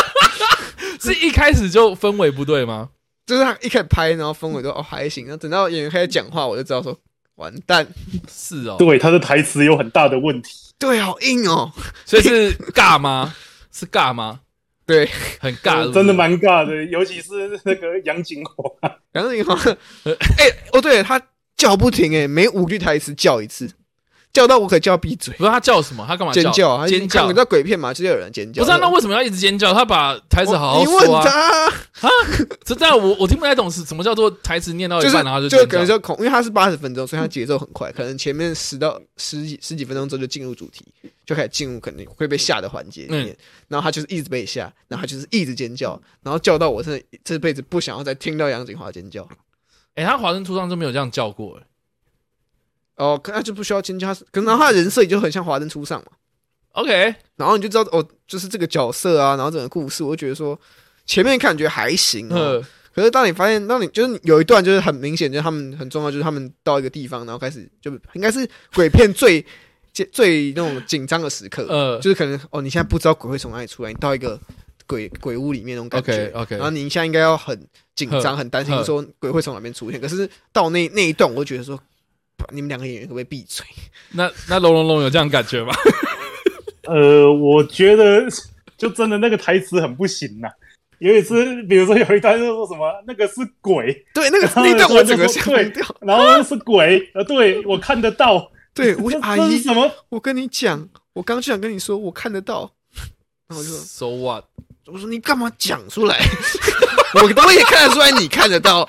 A: 是一开始就氛围不对吗？
B: 就是他一开始拍，然后氛围都哦还行，然后等到演员开始讲话，我就知道说完蛋，
A: 是哦，
C: 对他的台词有很大的问题。
B: 对，好硬哦，
A: 所以是尬 吗？是尬吗？
B: 对，哦
A: 很尬是不是，
C: 真的蛮尬的，尤其是那个杨景华，
B: 然后你好像，哎、哦对，他叫不停哎、每五句台词叫一次，叫到我可叫闭嘴，
A: 不是他叫什么？他干嘛
B: 尖叫
A: 叫？
B: 啊！
A: 尖叫！
B: 你知道鬼片嘛，就是有人尖叫。
A: 不是啊、那为什么要一直尖叫？他把台词好好
B: 你问
A: 说啊！
B: 他啊，
A: 这但我我听不太懂是什么叫做台词念到哦一
B: 就是
A: 半然后
B: 就
A: 尖
B: 可
A: 叫
B: 能。就恐，因为它是八十分钟，所以它节奏很快，可能前面十到十几十几分钟之后就进入主题，就开始进入肯定会被吓的环节里
A: 嗯
B: 面。然后他就是一直被吓，然后他就是一直尖叫，然后叫到我真的这辈子不想要再听到杨景华尖叫。
A: 哎、他华生初上就没有这样叫过、欸。
B: 哦，可他就不需要尖叫，他是可能他的人设也就很像华灯初上嘛。
A: OK，
B: 然后你就知道哦，就是这个角色啊，然后整个故事，我就觉得说前面感觉还行、哦，
A: 呃，
B: 可是当你发现，当你就是有一段就是很明显，就是他们很重要，就是他们到一个地方，然后开始就应该是鬼片最最最那种紧张的时刻，
A: 呃
B: 就是可能哦，你现在不知道鬼会从哪里出来，你到一个鬼鬼屋里面那种感觉
A: OK，OK
B: 然后你现在应该要很紧张，
A: 呵
B: 很担心
A: 呵
B: 说鬼会从哪边出现，可是到那那一段，我就觉得说。你们两个演员可不可以闭嘴？
A: 那那龙龙龙有这样感觉吗？
C: 呃，我觉得 就真的那个台词很不行呐、有一次，比如说有一段是说什么那个是鬼，
B: 对，那个
C: 然后
B: 那一段我整个
C: 我就
B: 吓
C: 说
B: 疯掉。
C: 然后是鬼，呃，对我看得到，
B: 对，我
C: 这
B: 阿
C: 这是
B: 姨，
C: 什么？
B: 我跟你讲，我刚就想跟你说，我看得到。然后我就 说
A: So what？
B: 我说你干嘛讲出来？ 我我也看得出来你看得到。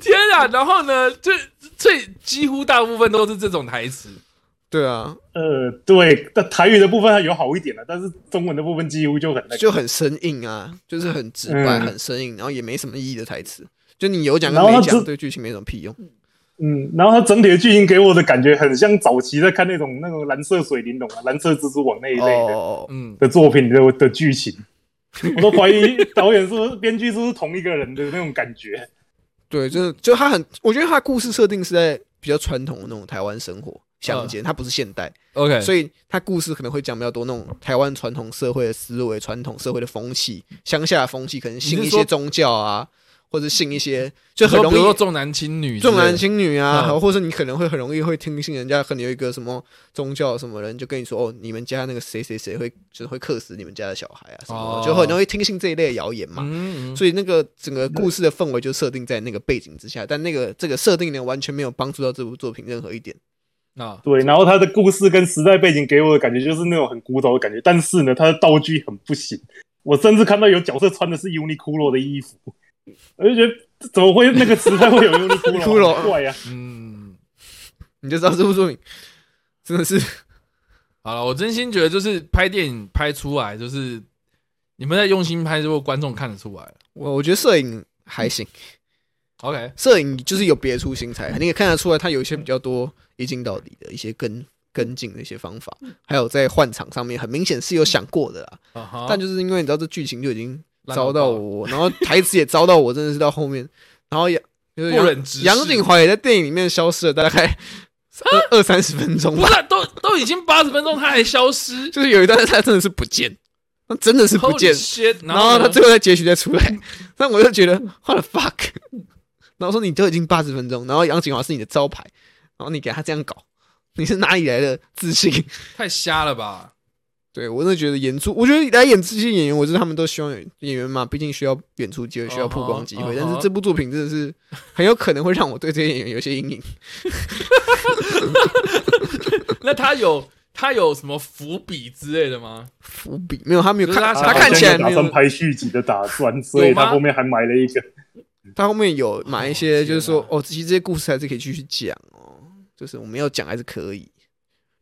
A: 天啊！然后呢，就最几乎大部分都是这种台词。
B: 对啊，
C: 呃，对，但台语的部分有好一点了、但是中文的部分几乎就很那个。
B: 就很生硬啊，就是很直白、
C: 嗯
B: 很生硬，然后也没什么意义的台词。就你有讲跟
C: 然后
B: 没
C: 他
B: 讲，
C: 这
B: 对剧情没什么屁用。
C: 嗯，然后它整体的剧情给我的感觉很像早期在看那种那种蓝色水玲珑啊、蓝色蜘蛛网那一类
B: 哦哦，
C: 的、
B: 哦
A: 嗯，
C: 的作品的的剧情，我都怀疑导演是不是编剧是不是同一个人的那种感觉。
B: 对，就是就他很，我觉得他的故事设定是在比较传统的那种台湾生活乡
C: 嗯
B: 间，他不是现代，
A: OK，
B: 所以他故事可能会讲比较多那种台湾传统社会的思维、传统社会的风气、乡下的风气，可能信
A: 你
B: 一
A: 是说
B: 些宗教啊，或者信一些就
A: 以
B: 很容
A: 比如说
B: 易
A: 重男轻女之类
B: 重
A: 的，
B: 男轻女啊，
A: 嗯
B: 或者你可能会很容易会听信人家可能有一个什么宗教什么人就跟你说哦，你们家那个谁谁谁会就是会克死你们家的小孩啊什么
A: 哦
B: 的，就很容易听信这一类的谣言嘛。
A: 嗯，嗯，
B: 所以那个整个故事的氛围就设定在那个背景之下，但那个这个设定呢，完全没有帮助到这部作品任何一点。
A: 啊，
C: 对，然后它的故事跟时代背景给我的感觉就是那种很古早的感觉，但是呢，它的道具很不行。我甚至看到有角色穿的是 Uniqlo 的衣服，我就觉得怎么会那个时代会有 Uniqlo？
B: Uniqlo
C: 很怪啊呀、
A: 嗯，
B: 你就知道这部作品真的是
A: 好了，我真心觉得就是拍电影拍出来，就是你们在用心拍，如果观众看得出来
B: 我我觉得摄影还行，
A: ，OK，
B: 摄影就是有别出心裁，你也看得出来，它有一些比较多一镜到底的一些跟跟进的一些方法，
A: 嗯
B: 还有在换场上面，很明显是有想过的啦。
A: 啊哈
B: 但就是因为你知道这剧情就已经
A: 烂
B: 糟
A: 到
B: 到
A: 爆
B: 我，然后台词也糟到我，真的是到后面，然后也就是
A: 不忍
B: 杨
A: 直视
B: 杨景华也在电影里面消失了大概二二三十分钟
A: 不
B: 吧，
A: 是啊都都已经八十分钟，他还消 失，
B: 就是有一段他真的是不见，他真的是不见
A: Holy，shit，
B: 然后
A: 呢
B: 他最后在结局再出来， 那我就觉得 what the fuck，然后说你都已经八十分钟，然后杨景华是你的招牌，然后你给他这样搞，你是哪里来的自信？
A: 太瞎了吧？
B: 对我真的觉得演出，我觉得来演这些演员，我知道他们都希望有演员嘛，毕竟需要演出机会，需要曝光机会。
A: 嗯哼
B: 但是这部作品真的是很有可能会让我对这些演员有些阴影。
A: 那他有他有什么伏笔之类的吗？
B: 伏笔没有，他没有
A: 就是
B: 看，
A: 他
B: 他看起来
C: 啊打
B: 没
C: 算
B: 有，
C: 拍续集的打算，所以
A: 有吗
C: 他后面还买了一个。
B: 他后面有买一
A: 哦
B: 些，
A: 天
B: 就是说
A: 哪
B: 哦，其实这些故事还是可以继续讲哦，就是我们要讲还是可以，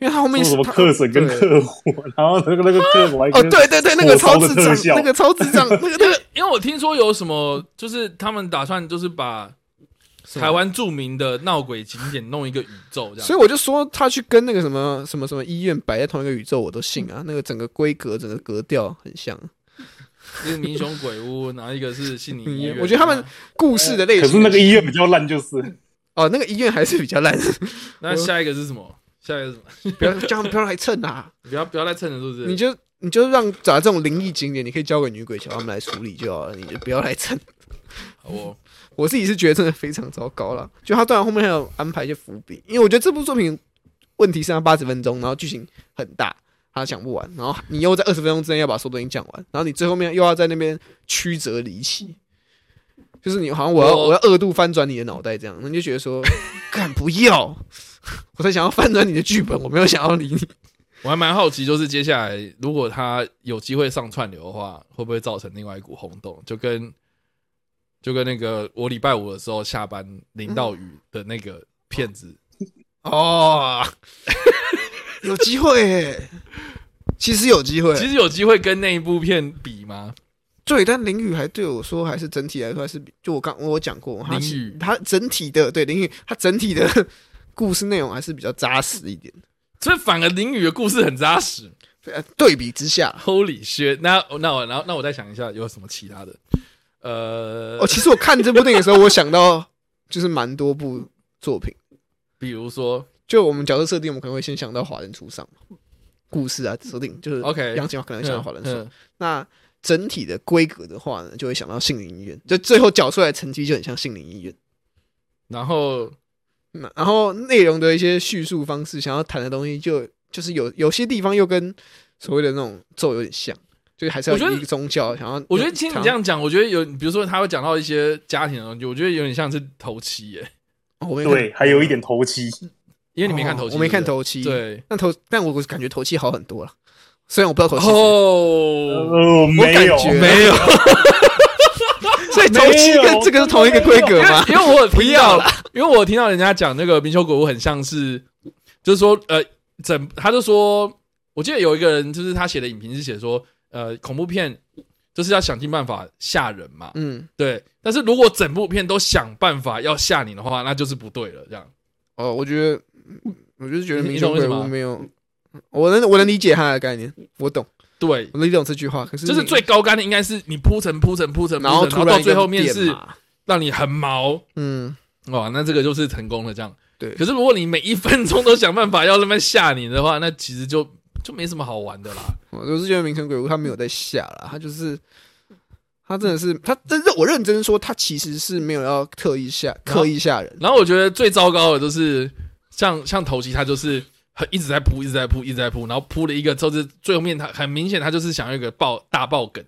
B: 因为他后面
C: 说什么
B: 他
C: 克神跟
B: 对
C: 克火，然后那个那个克火还
B: 哦，
C: 跟
B: 对对对，那个
C: 火烧
B: 超
C: 的
B: 智
C: 特
B: 障，
C: 效
B: 那个超智障，那个那个
A: 因为我听说有什么，就是他们打算就是把 台，湾著名的闹鬼景点弄一个宇宙这样。
B: 所以我就说他去跟那个什么什么什么医院摆在同一个宇宙，我都信啊，那个整个规格、整个格调很像。
A: 一个民雄鬼屋，然后一个是悉尼医院。
B: 嗯
A: 啊
B: 我觉得他们故事的类
C: 可
B: 型，
C: 是那个医院比较烂，就是
B: 哦，那个医院还是比较烂，
A: 那下一个是什么？下一个是什么？
B: 不要叫他们不要来蹭啊！
A: 不要不要再蹭了，是不是？
B: 你就你就让找这种灵异景点，你可以交给女鬼桥他们来处理就好了，你就不要来蹭。
A: 好哦，
B: 我自己是觉得真的非常糟糕了。就他当然后面还有安排一些伏笔，因为我觉得这部作品问题是它八十分钟，然后剧情很大，他讲不完，然后你又在二十分钟之内要把所有东西讲完，然后你最后面又要在那边曲折离奇，就是你好像我要
A: 我
B: 我要二度翻转你的脑袋这样，那你就觉得说，干不要，我才想要翻转你的剧本，我没有想要理你。
A: 我还蛮好奇，就是接下来如果他有机会上串流的话，会不会造成另外一股轰动？就跟就跟那个我礼拜五的时候下班淋到雨的那个骗子，
B: 哦， 有机会耶，其实有机会。
A: 其实有机会跟那一部片比吗？
B: 对，但淋雨还对我说，还是整体来说还是比就我刚我有讲过，它是
A: 淋雨
B: 它整体的对淋雨，它整体的 故事内容还是比较扎实一点。
A: 所以反而淋雨的故事很扎实。
B: 对啊对比之下，
A: Holy shit！那那我然后那我再想一下有什么其他的，呃，
B: 哦，其实我看这部电影的时候，我想到就是蛮多部作品。
A: 比如说
B: 就我们角色设定，我们可能会先想到华人出上嘛，故事啊设定就是
A: OK
B: 杨景华可能会想到华人出。
A: 嗯嗯
B: 那整体的规格的话呢，就会想到杏林医院，就最后缴出来的成绩就很像杏林医院。
A: 然后
B: 那然后内容的一些叙述方式，想要谈的东西就，就是有有些地方又跟所谓的那种咒有点像，就是还是要
A: 我觉得
B: 有一个宗教想要。
A: 我觉得听你这样讲，我觉得有，比如说他会讲到一些家庭的东西，我觉得有点像是头七耶，
B: 哦，我没看，
C: 对，还有一点头七，
A: 因为你没看头七，
B: 哦我没看
A: 对
B: 头七，
A: 不，对，
B: 但头但我感觉头七好很多了，虽然我不知道头
A: 对
B: 七是谁，
A: 哦，
C: 呃，没有
B: 嗯我感，觉
A: 没有，
B: 所以头七
C: 没
B: 跟
C: 有
B: 这个是同一个规格 吗？
A: 因为我有
B: 不
A: 听
B: 要
A: 到
B: 啦，
A: 因为我有听到人家讲那个《冰球鬼屋》很像是，就是说呃，整他就说，我记得有一个人就是他写的影评是写说，呃，恐怖片就是要想尽办法吓人嘛，
B: 嗯，
A: 对，但是如果整部片都想办法要吓你的话，那就是不对了，这样。
B: 哦，我觉得，我就是觉得
A: 你
B: 民
A: 你
B: 雄
A: 懂为
B: 鬼
A: 什么
B: 屋没有，我能我能理解他的概念，我懂，
A: 对，
B: 我能理解这句话，可是
A: 就是
B: 你
A: 最高干的应该是你铺陈铺陈铺陈，铺陈
B: 然后
A: 然后
B: 突
A: 到
B: 然一个
A: 最后面
B: 点
A: 是
B: 嘛
A: 让你很毛
B: 嗯，
A: 哇，哦那这个就是成功了这样。
B: 对
A: 可是如果你每一分钟都想办法要那么吓你的话，那其实就就没什么好玩的啦。
B: 我就是觉得民雄鬼屋他没有在下啦，他就是。
A: 嗯
B: 他真的是，他真的，我认真说，他其实是没有要特意吓、
A: 然后
B: 刻意吓人。
A: 然后我觉得最糟糕的就是像像头七，他就是很一直在铺，一直在铺，一直在铺，然后铺了一个就是最后面他很明显他就是想要一个爆大爆梗，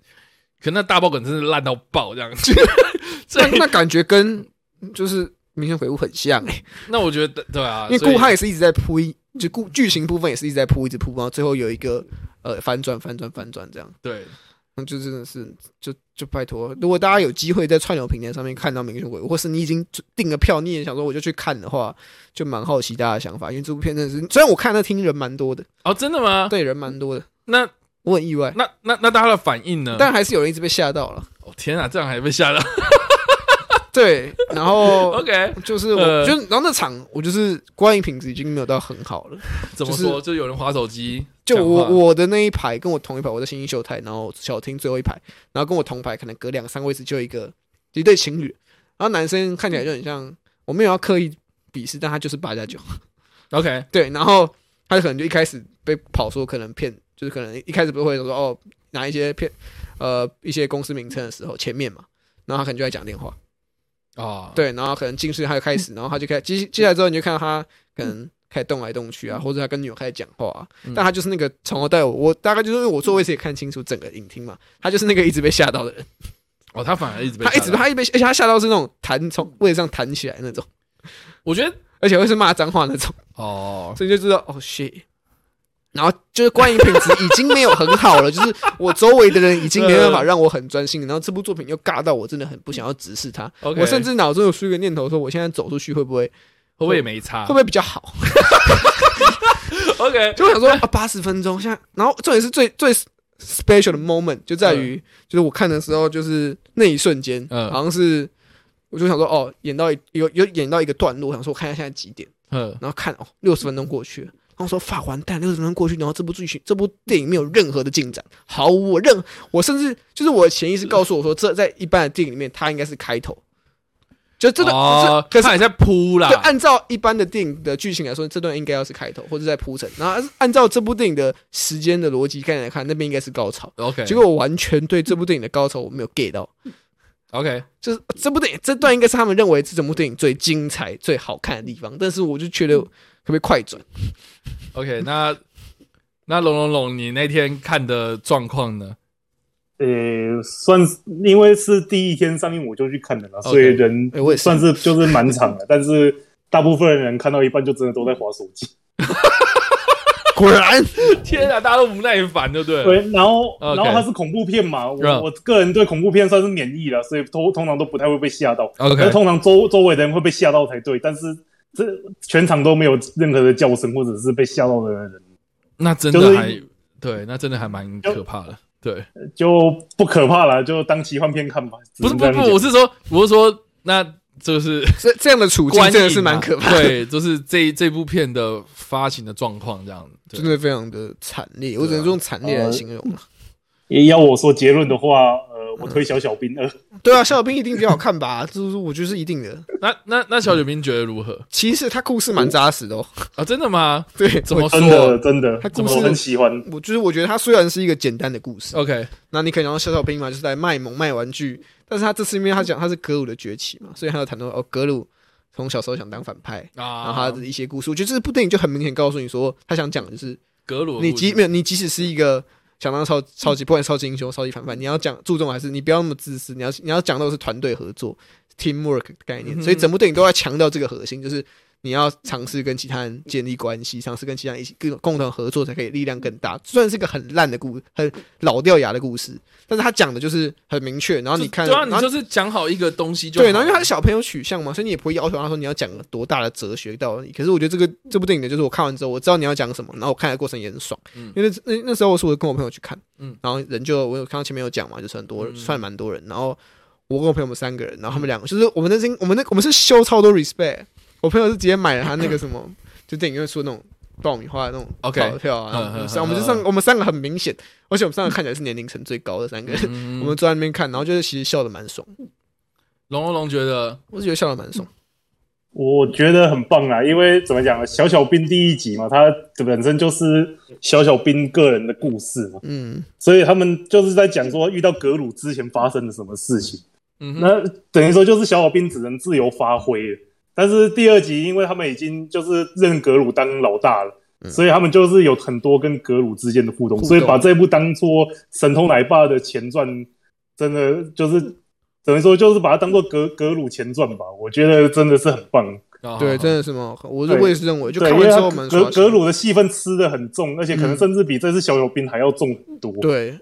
A: 可那大爆梗真是烂到爆这样。所
B: 那
A: 以
B: 那感觉跟就是《明星鬼屋》很像哎、
A: 那我觉得对啊，
B: 因为
A: 所以
B: 顾汉也是一直在铺一，就故剧情部分也是一直在铺，一直铺，然后最后有一个呃反转、反转、反转这样，
A: 对
B: 那就真的是就就拜托，如果大家有机会在串流平台上面看到《明星鬼屋》，或是你已经订了票，你也想说我就去看的话，就蛮好奇大家的想法，因为这部片真的是，虽然我看那听人蛮多的，
A: 哦，真的吗？
B: 对人蛮多的，
A: 那
B: 我很意外，
A: 那那那大家的反应呢？
B: 但还是有人一直被吓到了，
A: 哦天啊，这样还被吓到。
B: 对，然后。
A: OK，
B: 就是我，
A: 呃
B: 就是然后那场我就是观影品质已经没有到很好了，
A: 怎么
B: 就是
A: 说？就有人划手机
B: 就
A: 讲话，
B: 我我的那一排跟我同一排，我在新星秀泰，然后小厅最后一排，然后跟我同排可能隔两三位置就有一个一对情侣，然后男生看起来就很像，我没有要刻意鄙视，但他就是八加九，
A: OK，
B: 对，然后他可能就一开始被跑说可能骗，就是可能一开始不会说哦拿一些骗呃一些公司名称的时候前面嘛，然后他可能就在讲电话，
A: 哦，
B: 对，然后可能近视他 就开始，然后他就开始接接下来之后，你就看到他可能开始动来动
A: 嗯
B: 去啊，或者他跟女友开始讲话、啊，但他就是那个从头到尾，我大概就是因为我座位是也看清楚整个影厅嘛，他就是那个一直被吓到的人，
A: 哦，他反而一直被
B: 他一直
A: 吓到
B: 他一直被，而且他吓到是那种弹从位置上弹起来那种，
A: 我觉得
B: 而且会是骂脏话那种，
A: 哦，
B: 所以就知道哦 shit。然后就是观影品质已经没有很好了， 就是我周围的人已经没
A: 嗯
B: 办法让我很专心。然后这部作品又尬到我真的很不想要直视它
A: 嗯 OK
B: 我甚至脑中有出一个念头说，我现在走出去会不会
A: 会不会也没差？
B: 会不会比较好？
A: 会 OK？
B: 就我想说啊，八十分钟，现在，然后重点是最最 special 的 moment 就在于，就是我看的时候，就是那一瞬间，
A: 嗯
B: 好像是我就想说，哦，演到一有有演到一个段落，我想说我看一下现在几点，
A: 嗯，
B: 然后看哦，六十分钟过去了。然后说法完蛋，六十分钟过去，然后这部剧情这部电影没有任何的进展，毫无我任，我甚至就是我的潜意识告诉我说，这在一般的电影里面，它应该是开头，就真的，
A: 哦，
B: 这可是
A: 他也在扑啦
B: 就。按照一般的电影的剧情来说，这段应该要是开头或者在铺陈，然后按照这部电影的时间的逻辑概念来看，那边应该是高潮。
A: OK，
B: 结果我完全对这部电影的高潮我没有 get 到，
A: OK，
B: 就是这部电影这段应该是他们认为这整部电影最精彩、最好看的地方，但是我就觉得可不可以快转？
A: OK，那那龙龙龙，你那天看的状况呢？
C: 呃，算是因为是第一天上映我就去看的了，
A: OK
C: 所以人
B: 哎我也是
C: 算是就是满场了，但是大部分人看到一半就真的都在划手机。
B: 果然，
A: 天啊，大家都不耐烦，对不对？
C: 对，然后
A: OK
C: 然后它是恐怖片嘛，
A: 嗯
C: 我我个人对恐怖片算是免疫了，所以通通常都不太会被吓到。
A: 哦 OK
C: 那通常周周围的人会被吓到才对，但是这全场都没有任何的叫声或者是被吓到的人，
A: 那真的
C: 就是
A: 还、对，那真的还蛮可怕的。对，
C: 就不可怕了，就当奇幻片看吧。
A: 不是
C: 只能
A: 不是不
C: 这样讲
A: 是，我是说我是说，那就是
B: 这这样的处境
A: 观
B: 真的
A: 影
B: 是
A: 啊
B: 蛮可怕的，
A: 对，就是这这部片的发行的状况这样。对啊哦
B: 真的非常的惨烈，我只能用惨烈来形容啊了。
C: 也要我说结论的话，呃，我推小小兵二，
B: 对啊，小小兵一定比较好看吧？就是我觉得是一定的。
A: 那那那小九兵觉得如何
B: 其实他故事蛮扎实 的哦，
A: 啊？真的吗？
B: 对，
A: 怎么
C: 真的
A: 嗯说
C: 真的，
B: 他故
C: 我
B: 事
C: 很喜欢。
B: 我就是我觉得他虽然是一个简单的故事，啊
A: ？OK，
B: 那你可以讲到小小兵嘛，就是在卖萌卖玩具，但是他这次因为他讲他是格鲁的崛起嘛，所以他有谈到哦，格鲁从小时候想当反派，然后
A: 啊
B: 他，的一些故事，我觉得这部电影就很明显告诉你说，他想讲的就是
A: 格鲁的
B: 你
A: 故
B: 即
A: 事
B: 没有你即使是一个想当超超级，不管是超级英雄、超级反派，你要讲注重还是你不要那么自私，你要你要讲到的是团队合作 （teamwork） 的概
A: 嗯
B: 念。所以整部电影都在强调这个核心，就是你要尝试跟其他人建立关系，尝试跟其他人一起各种共同合作，才可以力量更大。虽然是个很烂的故很老掉牙的故事，但是他讲的就是很明确。然后你看，
A: 对啊，
B: 然
A: 你
B: 后
A: 就是讲好一个东西就好
B: 对，然后因为他是小朋友取向嘛，所以你也不会要求他说你要讲多大的哲学道理。可是我觉得这个这部电影呢，就是我看完之后，我知道你要讲什么，然后我看的过程也很爽。
A: 嗯
B: 因为那那那时候我是我跟我朋友去看，
A: 嗯
B: 然后人就我有看到前面有讲嘛，就是很多、
A: 嗯
B: 算蛮多人，然后我跟我朋友我们三个人，然后他们两个就是我们那天我们那我们是修超多 respect，我朋友是直接买了他那个什么，就电影院出的那种。爆米花的那种
A: OK
B: 跑票啊，然后我
A: 嗯
B: 们
A: 嗯
B: 三我们就
A: 嗯
B: 上我们三个很明显，而且我们三个看起来是年龄层最高的三个人，
A: 嗯
B: 我们坐在那边看，然后就是其实笑的蛮爽，
A: 龙龙龙觉得
B: 我是觉得笑的蛮爽。
C: 我觉得很棒啊，因为怎么讲呢？小小兵第一集嘛，它本身就是小小兵个人的故事嘛，
B: 嗯，
C: 所以他们就是在讲说遇到格鲁之前发生了什么事情。
A: 嗯哼
C: 那等于说就是小小兵只能自由发挥了。但是第二集，因为他们已经就是认格鲁当老大了，
B: 嗯
C: 所以他们就是有很多跟格鲁之间的互动，
B: 互动
C: 所以把这部当做《神偷奶爸》的前传，真的就是等于说就是把它当做格格鲁前传吧。我觉得真的是很棒。
A: 啊
B: 对，
A: 好
B: 真的是蛮好看。我是
C: 对
B: 我也是认为，就
C: 对，
B: 看
C: 因
B: 完
C: 为
B: 之
C: 他
B: 后蛮
C: 格
B: 爽。
C: 格鲁的戏份吃的很重，而且可能
B: 嗯
C: 甚至比这次小小兵还要重很多。
B: 对，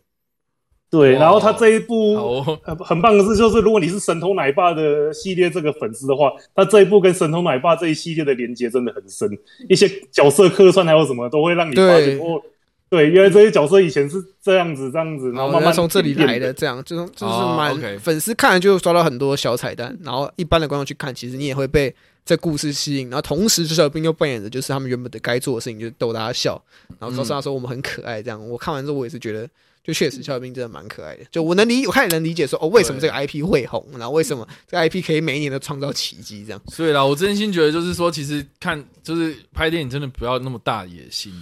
C: 对，
A: 哇
C: 然后他这一部
A: 好哦
C: 很呃很棒的是，就是如果你是神偷奶爸的系列这个粉丝的话，他这一部跟神偷奶爸这一系列的连接真的很深，一些角色客串还有什么都会让你发觉
B: 对
C: 哦，对，原来这些角色以前是这样子这样子，然后
B: 我
C: 慢
B: 们
C: 慢
B: 从这里
C: 演
B: 来
C: 变啊
B: 的，。这样就就是
A: 哦
B: 蛮
A: OK
B: 粉丝看了就抓到很多小彩蛋，然后一般的观众去看，其实你也会被这故事吸引。然后同时，这小兵又扮演的就是他们原本的该做的事情，就是逗大家笑，然后告诉他说我们很可爱。这样，我看完之后我也是觉得。就确实，小兵真的蛮可
C: 嗯
B: 爱的。就我能理，我开始能理解说，哦，为什么这个 IP 会红，然后为什么这个 IP 可以每一年都创造奇迹，这样。
A: 所以啦，我真心觉得就是说，其实看就是拍电影真的不要那么大野心，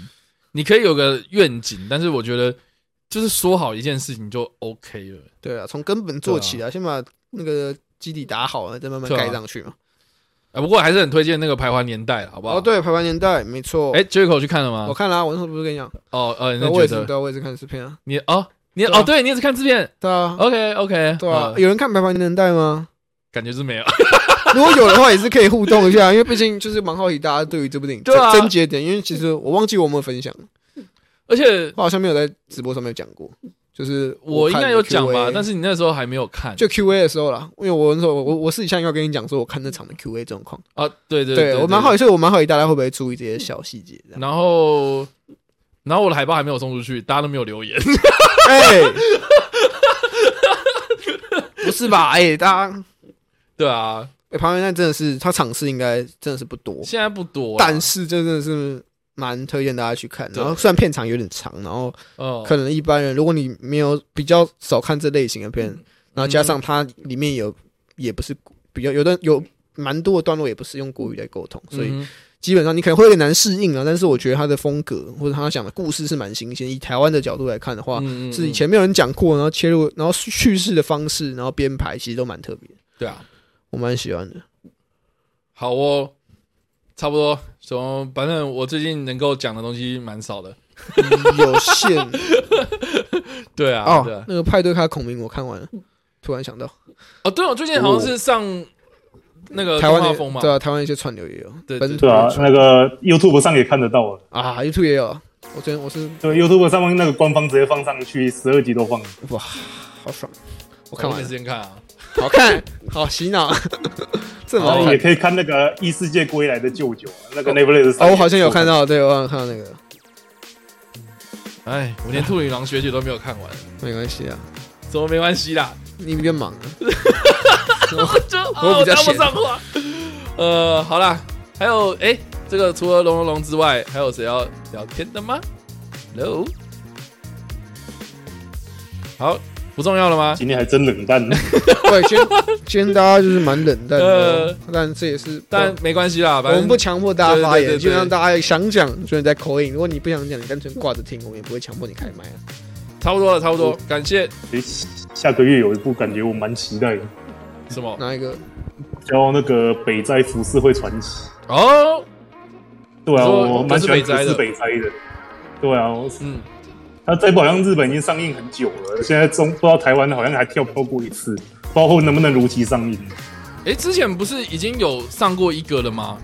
A: 你可以有个愿景，但是我觉得就是说好一件事情就 OK 了。
B: 对啊，从根本做起啊，先把那个基底打好了，再慢慢
A: 对啊
B: 盖上去嘛。
A: 啊，不过还是很推荐那个《徘徊年代》，好不好？
B: 哦，，对，排湾年代没错。
A: 哎，Jaco 去看了
B: 我
A: 吗？
B: 看了、啊，我那时候不是跟你讲，
A: 哦，呃，那
B: 我也
A: 觉
B: 是，
A: 得
B: 对啊，我也是看视频啊，
A: 你哦，你
B: 对啊
A: 哦，对，你也是看制片
B: 对啊，
A: ，OK OK，
B: 对啊，有人看《白发年代》吗？
A: 哦 感觉是没有，
B: 如果有的话，也是可以互动一下，因为毕竟就是蛮好奇大家对于这部电影
A: 对啊
B: 症结点，因为其实我忘记我有没有分享，
A: 而且
B: 我好像没有在直播上面有讲过，就是
A: 我应
B: 看
A: 该有讲吧，
B: Q&A
A: 但是你那时候还没有看，
B: 就 Q A 的时候啦，因为我那时候我我私底下应该跟你讲说，我看那场的 Q A 状况，
A: 啊，对对
B: 对我蛮好，奇，所以我蛮好奇大家会不会注意这些小细节，这样。
A: 然后。然后我的海报还没有送出去，大家都没有留言。
B: 哎，不是吧？哎，大家，
A: 对啊，
B: 哎，旁边那真的是他场次应该真的是不多，
A: 现在不多啦，
B: 但是这真的是蛮推荐大家去看。然后虽然片长有点长，然后
A: 哦，
B: 可能一般人如果你没有比较少看这类型的片，
A: 嗯
B: 然后加上它里面有也不是比较有的有蛮多的段落也不是用国语来沟通，所以
A: 嗯
B: 基本上你可能会有点难适应啊。但是我觉得他的风格或者他讲的故事是蛮新鲜，以台湾的角度来看的话，
A: 嗯嗯
B: 是以前没有人讲过，然后切入，然后叙事的方式，然后编排，其实都蛮特别的，
A: 对啊，
B: 我蛮喜欢的。
A: 好哦，差不多。从反正我最近能够讲的东西蛮少的。
B: 有 限
A: 对啊，嗯对
B: 哦
A: 啊，，
B: 那个派对咖孔明我看完了，突然想到，
A: 哦，对，我最近好像是上那个
B: 哦台
A: 动
B: 湾
A: 画
B: 的
A: 风嘛，
B: 对啊，台湾一些串流也有，
A: 对对
B: 本土
C: 对啊
B: 的，串
C: 那个 YouTube 上也看得到了，
B: 啊 YouTube 也有。我昨天我是
C: 对 YouTube 上面那个官方直接放上去，十二集都放了。
B: 哇，好爽！我
A: 我
B: 看完
A: 没时
B: 了，
A: 间看啊。
B: 好看，好 洗脑，这么
C: 然
B: 好
C: 后
A: 哦
B: 看
C: 也可以看那个《异世界归来的舅舅》，那个 Netflix 上
B: 哦！
C: 也
B: 我好像有看到，对我好像看到那个，
A: 哎，我连《兔女郎学姐》都没有看完，
B: 没关系啊，
A: 怎么没关系啦？
B: 你比较 忙啊。
A: 就
B: 我比较
A: 哦、搭不
B: 闲
A: 上话。 呃，好啦，还有哎、这个除了龙龙龙之外，还有谁要聊天的吗？Hello，好，不重要了吗？
C: 今天还真冷淡，
B: 对，今天今天大家就是蛮冷淡的哦，但这也是
A: 呃但没关系啦，
B: 我
A: 反
B: 们
A: 正
B: 不强迫大家发
A: 对对对对
B: 言，就让大家想讲，就能在口音。如果你不想讲，你单纯挂着听，我们也不会强迫你开麦啊。
A: 差不多了，差不多。感谢
C: 诶下个月有一部感觉我蛮期待的，
A: 什么？
B: 哪一个？
C: 叫那个《北斋浮世绘传奇》。
A: 哦，
C: 对
A: 你
C: 啊，
A: 说哦
C: 我蛮喜欢
A: 这是
C: 是
A: 北
C: 北斋的。对啊，我
A: 嗯，
C: 它这部好像日本已经上映很久了，现在中不知道台湾好像还跳票过一次，包括能不能如期上映。
A: 哎、之前不是已经有上过一个了吗？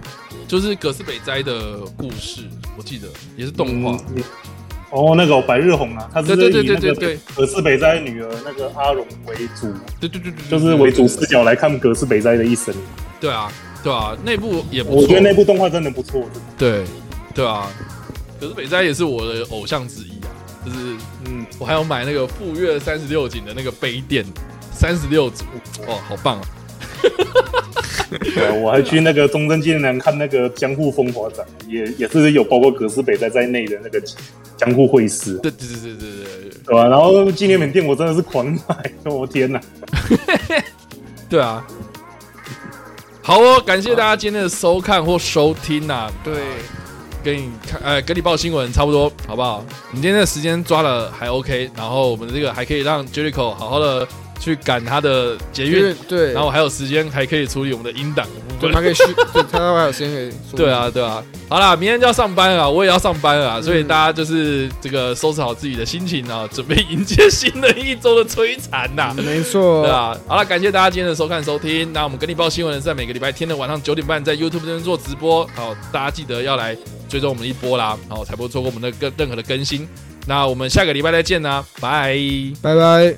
A: 就是葛斯北斋的故事，我记得也是动画。
C: 嗯。哦，那个哦白日红啊，他是
A: 对对
C: 以那
A: 对对
C: 个
A: 对对
C: 葛饰北斋的女儿那个阿荣为主，
A: 对对对对，
C: 就是为主视
A: 对
C: 角来看葛饰北斋的一生。
A: 对啊，对啊，那部也不错。
C: 我觉得那部动画真的不错，真的
A: 对，对啊。可是北斋也是我的偶像之一啊，就是
C: 嗯，
A: 我还有买那个富岳三十六景的那个杯垫，三十六组，哦，好棒啊！
C: 对啊，我还去那个中正纪念堂看那个江户风华展，也也是有包括葛饰北斋在内的那个江户会师，
A: 对对对对对对
C: 对吧、然后纪念品店我真的是狂买，我天哪！
A: 对啊！好哦，感谢大家今天的收看或收听啊，
B: 对，
A: 跟你看，呃，跟你报新闻差不多，好不好？我们今天的时间抓了还 OK，然后我们这个还可以让 Jericho 好好的去赶他的捷
B: 因为
A: 运，
B: 对，
A: 然后还有时间还可以处理我们的音档的部分
B: 对他。可以续，对他还有时间可以说。
A: 对，啊，对啊，好啦，明天就要上班了啊，我也要上班了啊，所以大家就是这个收拾好自己的心情啊，准备迎接新的一周的摧残呐、
B: 没错
A: 对，啊，好了，感谢大家今天的收看收听。那我们跟你报新闻的是在每个礼拜天的晚上九点半在 YouTube 这边做直播，好，大家记得要来追踪我们一波啦，啊好，才不会错过我们的更任何的更新。那我们下个礼拜再见啦，拜。
B: 拜拜。